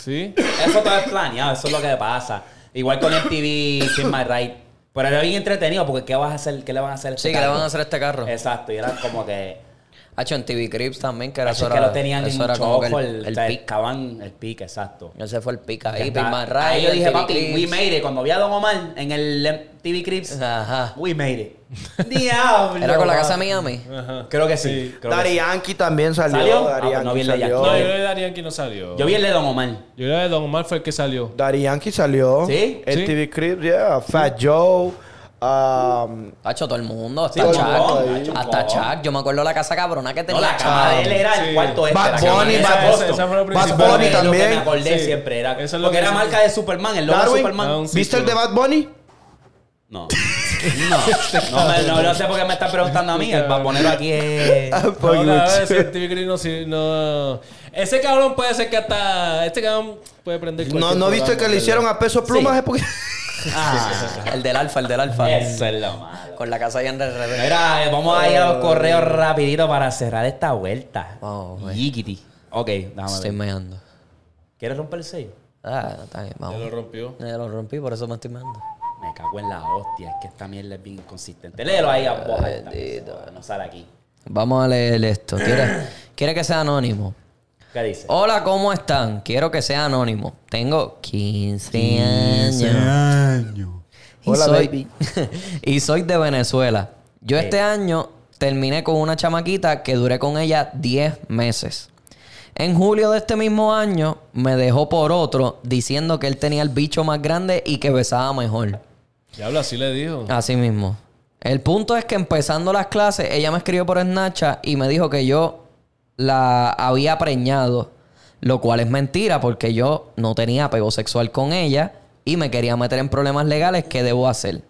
Sí.
es. Eso todo es planeado, eso es lo que pasa. Igual con el TV, Pin My Ride. Pero era bien entretenido porque ¿qué vas a hacer? ¿Qué le van a hacer a este
Sí, que le
carro?
van a hacer a este carro.
Exacto, y era como que...
Hacho, en TV Crips también, que era
Eso
eso
es que
era-
lo tenían en
eso era como que
choco,
el,
el,
el
o sea,
pick.
caban el pique, exacto.
Ese fue el pick ahí,
Ya
Big
está.
Man
Ahí
Ray,
yo dije,
TV
papi,
Crips.
we made it. Cuando vi a Don Omar en el TV Crips,
Ajá.
we made it. Diablo.
Era con la
mano.
casa de Miami.
Creo que sí. creo que
Dari
sí.
Yankee también salió.
¿Salió? Ah,
Dari
pues no vi
Yankee
el de
salió.
No, yo
Yankee.
creo que Darían que no salió.
Yo vi el de Don Omar.
Yo creo que Don Omar fue el que salió.
Daddy Yankee salió.
¿Sí?
El
Sí.
TV Cribs, yeah. Fat Joe. um,
Hacho, todo el mundo. Hasta
todo el mundo ahí.
Chuck. Hasta Chuck. Yo me acuerdo la casa cabrona que
No,
tenía
la cama de él
Chuck.
era el
Sí.
cuarto este.
Bad
la cama
Bunny,
de él
Bad
era
Bunny,
Boston.
esa fue la
Bad
principal.
Bunny es lo que
también.
me acordé
Sí.
siempre. Era,
Eso es lo
porque
que
era
dice.
marca de Superman, el logo de
Darwin,
Superman.
Ah,
Down.
¿viste el de Bad Bunny?
No. No. No, me- no, no sé por qué me estás preguntando a mí. El vaponero aquí eh, es...
Por
No, la
Gucci.
vez, el TV Green no, sí, no. Ese cabrón puede ser que hasta. Este cabrón puede prender.
No,
cualquier
¿no viste
programa,
que le hicieron
¿verdad?
a peso plumas?
Sí.
Es porque-
Ah,
El del alfa, el del alfa.
eso es lo malo.
Con la casa allá en el revés.
Mira, eh, vamos a ir a los correos rapidito para cerrar esta vuelta.
Wow, güey.
Yikiti. Ok, déjame
Estoy
ver.
meando.
¿Quieres romper el sello?
Ah, está bien,
Ya lo
vamos.
rompió.
Ya lo rompí, por eso me estoy meando.
Me cago en la hostia, es que esta mierda es bien inconsistente. Léelo ahí a voz alta, que se joda, No sale aquí.
Vamos a leer esto. ¿Quiere, quiere que sea anónimo?
¿Qué dice?
Hola, ¿cómo están? Quiero que sea anónimo. Tengo 15, años. Y
Hola,
soy,
baby. Eh.
y soy de Venezuela. Yo este año terminé con una chamaquita que duré con ella 10 meses. En julio de este mismo año me dejó por otro diciendo que él tenía el bicho más grande y que besaba mejor.
Ya habla, así le dijo.
Ah,
Así mismo. El punto es que empezando las clases, ella me escribió por Snapchat y me dijo que yo la había preñado, lo cual es mentira porque yo no tenía apego sexual con ella y me quería meter en problemas legales. ¿Qué debo hacer?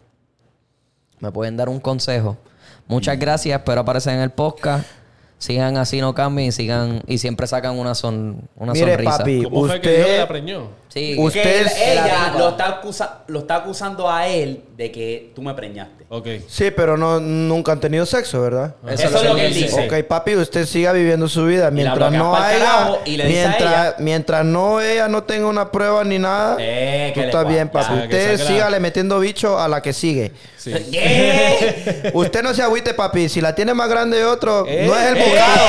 ¿Me pueden dar un consejo?
Mm.
Muchas gracias, espero aparecer en el podcast. Sigan así, no cambien y sigan y siempre sacan una, son, una
Mire,
sonrisa.
papi.
¿Cómo fue que
usted-
dijo que la preñó?
Sí.
Us-
Que
Usted
él-
es
la
ella
tipa.
lo está, acusa- lo está acusando a él de que tú me preñaste.
Ok.
Sí, pero no, nunca han tenido sexo, ¿verdad?
Eso, es lo que él dice.
Ok, papi, usted siga viviendo su vida. Mientras
bloquea
no
pa'l
haya.
carajo y le dice a
Mientras,
ella.
mientras no ella no tenga una prueba ni nada.
Eh,
tú
que le
estás
guay.
bien, papi.
Ya, que
usted
saque la-
sígale metiendo bicho a la que sigue.
Sí.
Yeah.
Usted no se agüite, papi. Si la tiene más grande de otro, no es el
Eh.
bocado.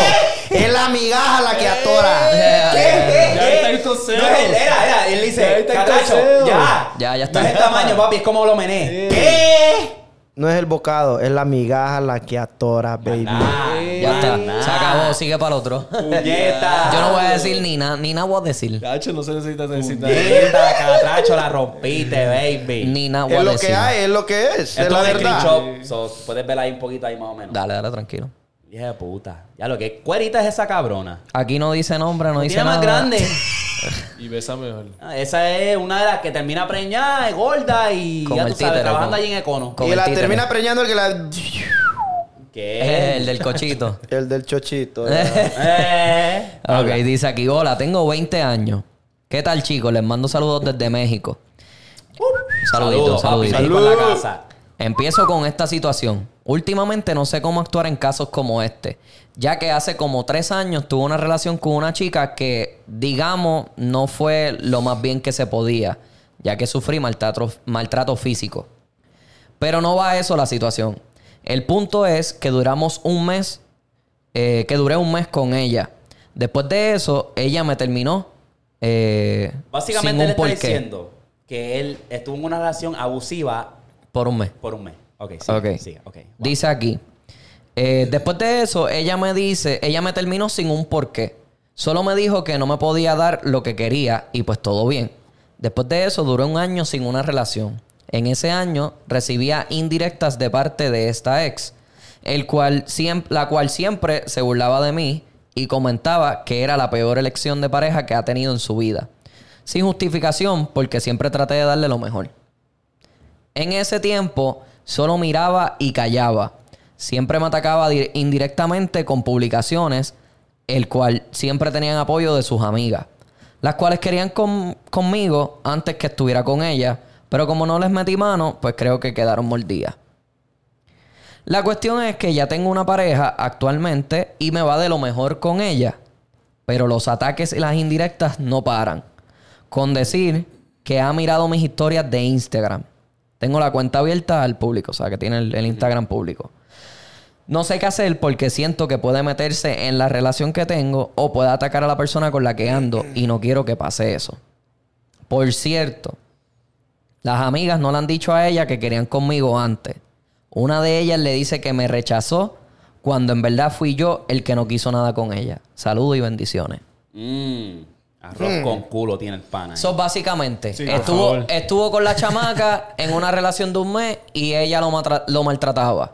Es la migaja la que atora.
¿Qué? ¿Qué?
Ya
¿Qué?
está el coseo.
No es el- era, era, él
Ya
dice,
está el
"Catacho,
coseo".
ya.
Ya, ya está.
No es el tamaño, papi, es como lo mené. ¿Qué?
No es el bocado, es la migaja la que atora, baby.
Ah,
Ya está.
Nah.
Se acabó, sigue para el otro.
Puñeta.
Yo no voy a decir ni nada, ni nada voy a decir.
Cacho, no se necesita decir nada.
Puñeta, Catracho, la rompiste, baby.
Ni nada voy
Es
a
lo
decir.
que hay, es lo que es.
Esto
Es la
es un
verdad.
screenshot, so, puedes verla ahí un poquito ahí más o menos.
Dale, dale, tranquilo.
Hija de puta. Ya lo que cuerita es esa cabrona.
Aquí no dice nombre, no dice
Tiene más
nada.
grande.
Y besa mejor.
Ah, Esa es una de las que termina preñada, es gorda y
Como
ya tú
el
sabes,
títere,
trabajando
como-
allí en Econo.
como
Y
el
la
títere.
termina preñando el que la.
¿Qué?
Es el del cochito.
El del chochito. ¿verdad?
Eh.
ok, dice aquí, hola, tengo 20 años. ¿Qué tal, chicos? Les mando saludos desde México. Saluditos,
Saludos, papi,
saluditos.
saludos a la casa.
Empiezo con esta situación. Últimamente no sé cómo actuar en casos como este, ya que hace como tres años tuve una relación con una chica que, digamos, no fue lo más bien que se podía, ya que sufrí maltrato, maltrato físico. Pero no va a eso la situación. El punto es que duramos un mes, eh, que duré un mes con ella. Después de eso, ella me terminó. eh, sin
Básicamente
un
le está
porqué,
diciendo que él estuvo en una relación abusiva
por un mes.
por un mes. Ok, sí.
Ok.
Sí, ok. Wow.
Dice aquí. eh, después de eso, ella me dice, ella me terminó sin un porqué. Solo me dijo que no me podía dar lo que quería y pues todo bien. Después de eso, duré un año sin una relación. En ese año recibía indirectas de parte de esta ex, el cual siem- la cual siempre se burlaba de mí y comentaba que era la peor elección de pareja que ha tenido en su vida. Sin justificación, porque siempre traté de darle lo mejor. En ese tiempo solo miraba y callaba. Siempre me atacaba di- indirectamente con publicaciones, el cual siempre tenían apoyo de sus amigas, las cuales querían con- conmigo antes que estuviera con ella, pero como no les metí mano, pues creo que quedaron mordidas. La cuestión es que ya tengo una pareja actualmente y me va de lo mejor con ella. Pero los ataques y las indirectas no paran. Con decir que ha mirado mis historias de Instagram. Tengo la cuenta abierta al público, o sea, que tiene el, el Instagram público. No sé qué hacer porque siento que puede meterse en la relación que tengo o puede atacar a la persona con la que ando y no quiero que pase eso. Por cierto, las amigas no le han dicho a ella que querían conmigo antes. Una de ellas le dice que me rechazó cuando en verdad fui yo el que no quiso nada con ella. Saludos y bendiciones.
Mm, arroz con culo tiene el pana. ahí.
Eso básicamente.
Sí, por
estuvo,
favor.
estuvo con la chamaca en una relación de un mes y ella lo, matra- lo maltrataba.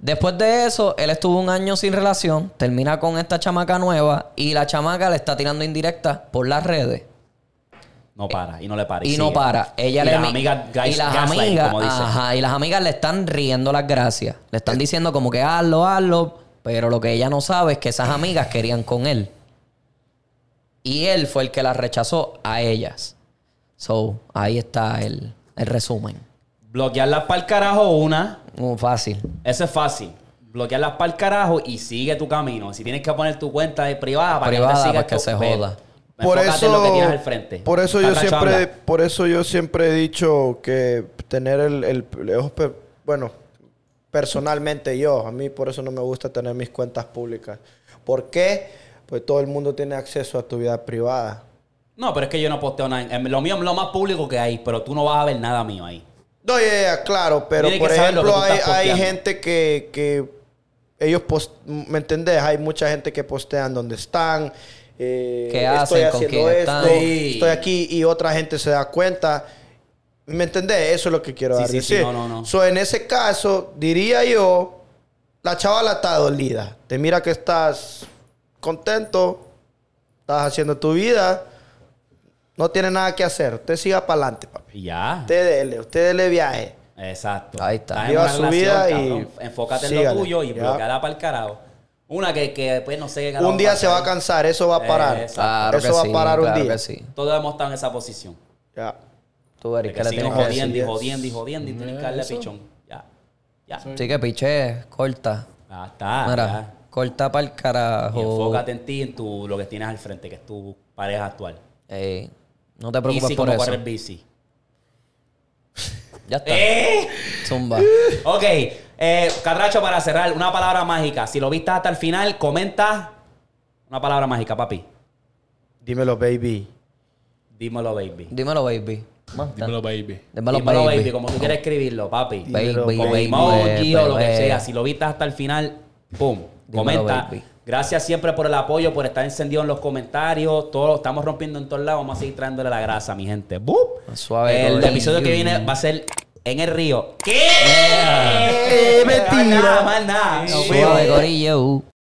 Después de eso, él estuvo un año sin relación, termina con esta chamaca nueva y la chamaca le está tirando indirectas por las redes.
no para. Y no le para.
Y
sigue.
no para. Ella
y
le
las
mi-
amigas guys,
y las
gaslight,
amigas,
como Eh. dicen.
ajá, y las amigas le están riendo las gracias. Le están diciendo como que hazlo, hazlo, pero lo que ella no sabe es que esas amigas querían con él. Y él fue el que las rechazó a ellas. So, ahí está el, el resumen.
Bloquearlas para el carajo una.
Muy fácil.
Eso es fácil. Bloquearlas para el carajo y sigue tu camino. Si tienes que poner tu cuenta de privada para que
Privada,
te sigas
para que
tu-
se
ve.
joda.
Por
Enfócate
eso,
en lo que tienes al frente.
Por eso, yo
Saca
siempre,
chamba.
por eso yo siempre he dicho que tener el, el, el ojo pe- bueno, personalmente yo, a mí por eso no me gusta tener mis cuentas públicas. ¿Por qué? Pues todo el mundo tiene acceso a tu vida privada.
No, pero es que yo no posteo nada. Em, Lo mío es lo más público que hay, pero tú no vas a ver nada mío ahí.
No, ya, ya, claro, pero
Tiene que
por
saber lo que
ejemplo
tú
hay,
estás
hay
posteando.
gente que, que ellos, post- ¿me entendés? Hay mucha gente que postean donde están, eh,
¿Qué
estoy
hacen? ¿Con
haciendo
quién
esto,
están?
Sí.
estoy aquí y otra gente se da cuenta. ¿Me entendés? Eso es lo que quiero
Sí,
dar
sí, sí,
decir.
no, no, no.
So, en ese caso, diría yo, la chavala está dolida. Te mira que estás contento, estás haciendo tu vida, no tiene nada que hacer. Usted siga para adelante, papi.
Y ya.
Usted dele, usted dele viaje.
Exacto.
Ahí
Estás
está.
en
Viva
una
su
relación,
vida y
cabrón. Enfócate en
sígale.
lo tuyo y
Ya.
bloquearla para el carajo. Una que, que después no sé qué carajo
un día se va a
pasar.
cansar, eso va a parar.
Exacto.
Claro
Eso
que
va a
sí,
parar un
claro
día.
que sí.
Todos hemos estado en esa posición.
Ya.
Tú, Eric,
Que
¿qué le
siguen
tienes que decir?
jodiendo y
decir?
jodiendo y jodiendo y tienes que darle pichón. Ya. Ya.
Sí que piche, corta.
Ah, Ya está.
Mira,
ya.
corta para el carajo.
Y enfócate en ti, en tu, lo que tienes al frente, que es tu pareja actual.
Ey, no te
Y
preocupes
si
por
como
eso.
correr bici.
Ya está.
¡Eh!
Zumba.
Ok, eh, Catracho, para cerrar, una palabra mágica. Si lo viste hasta el final, comenta una palabra mágica, papi.
Dímelo, baby.
Dímelo, baby.
Dímelo, baby. Más
Dímelo, baby.
Dímelo,
Dímelo, baby,
baby.
como tú quieres escribirlo, papi.
Baby,
Dímelo,
Como
baby,
emoji o lo que
baby.
sea. Si lo viste hasta el final, pum.
Dímelo,
Comenta.
baby.
Gracias siempre por el apoyo, por estar encendido en los comentarios. Todo, estamos rompiendo en todos lados. Vamos a seguir trayéndole la grasa, mi gente. ¡Bup!
Suave,
el
Rodri.
episodio que viene va a ser en el río. ¿Qué? Eh,
Yeah.
Mentira. Más nada, más nada. Nos
Suave,
vemos.
corillo.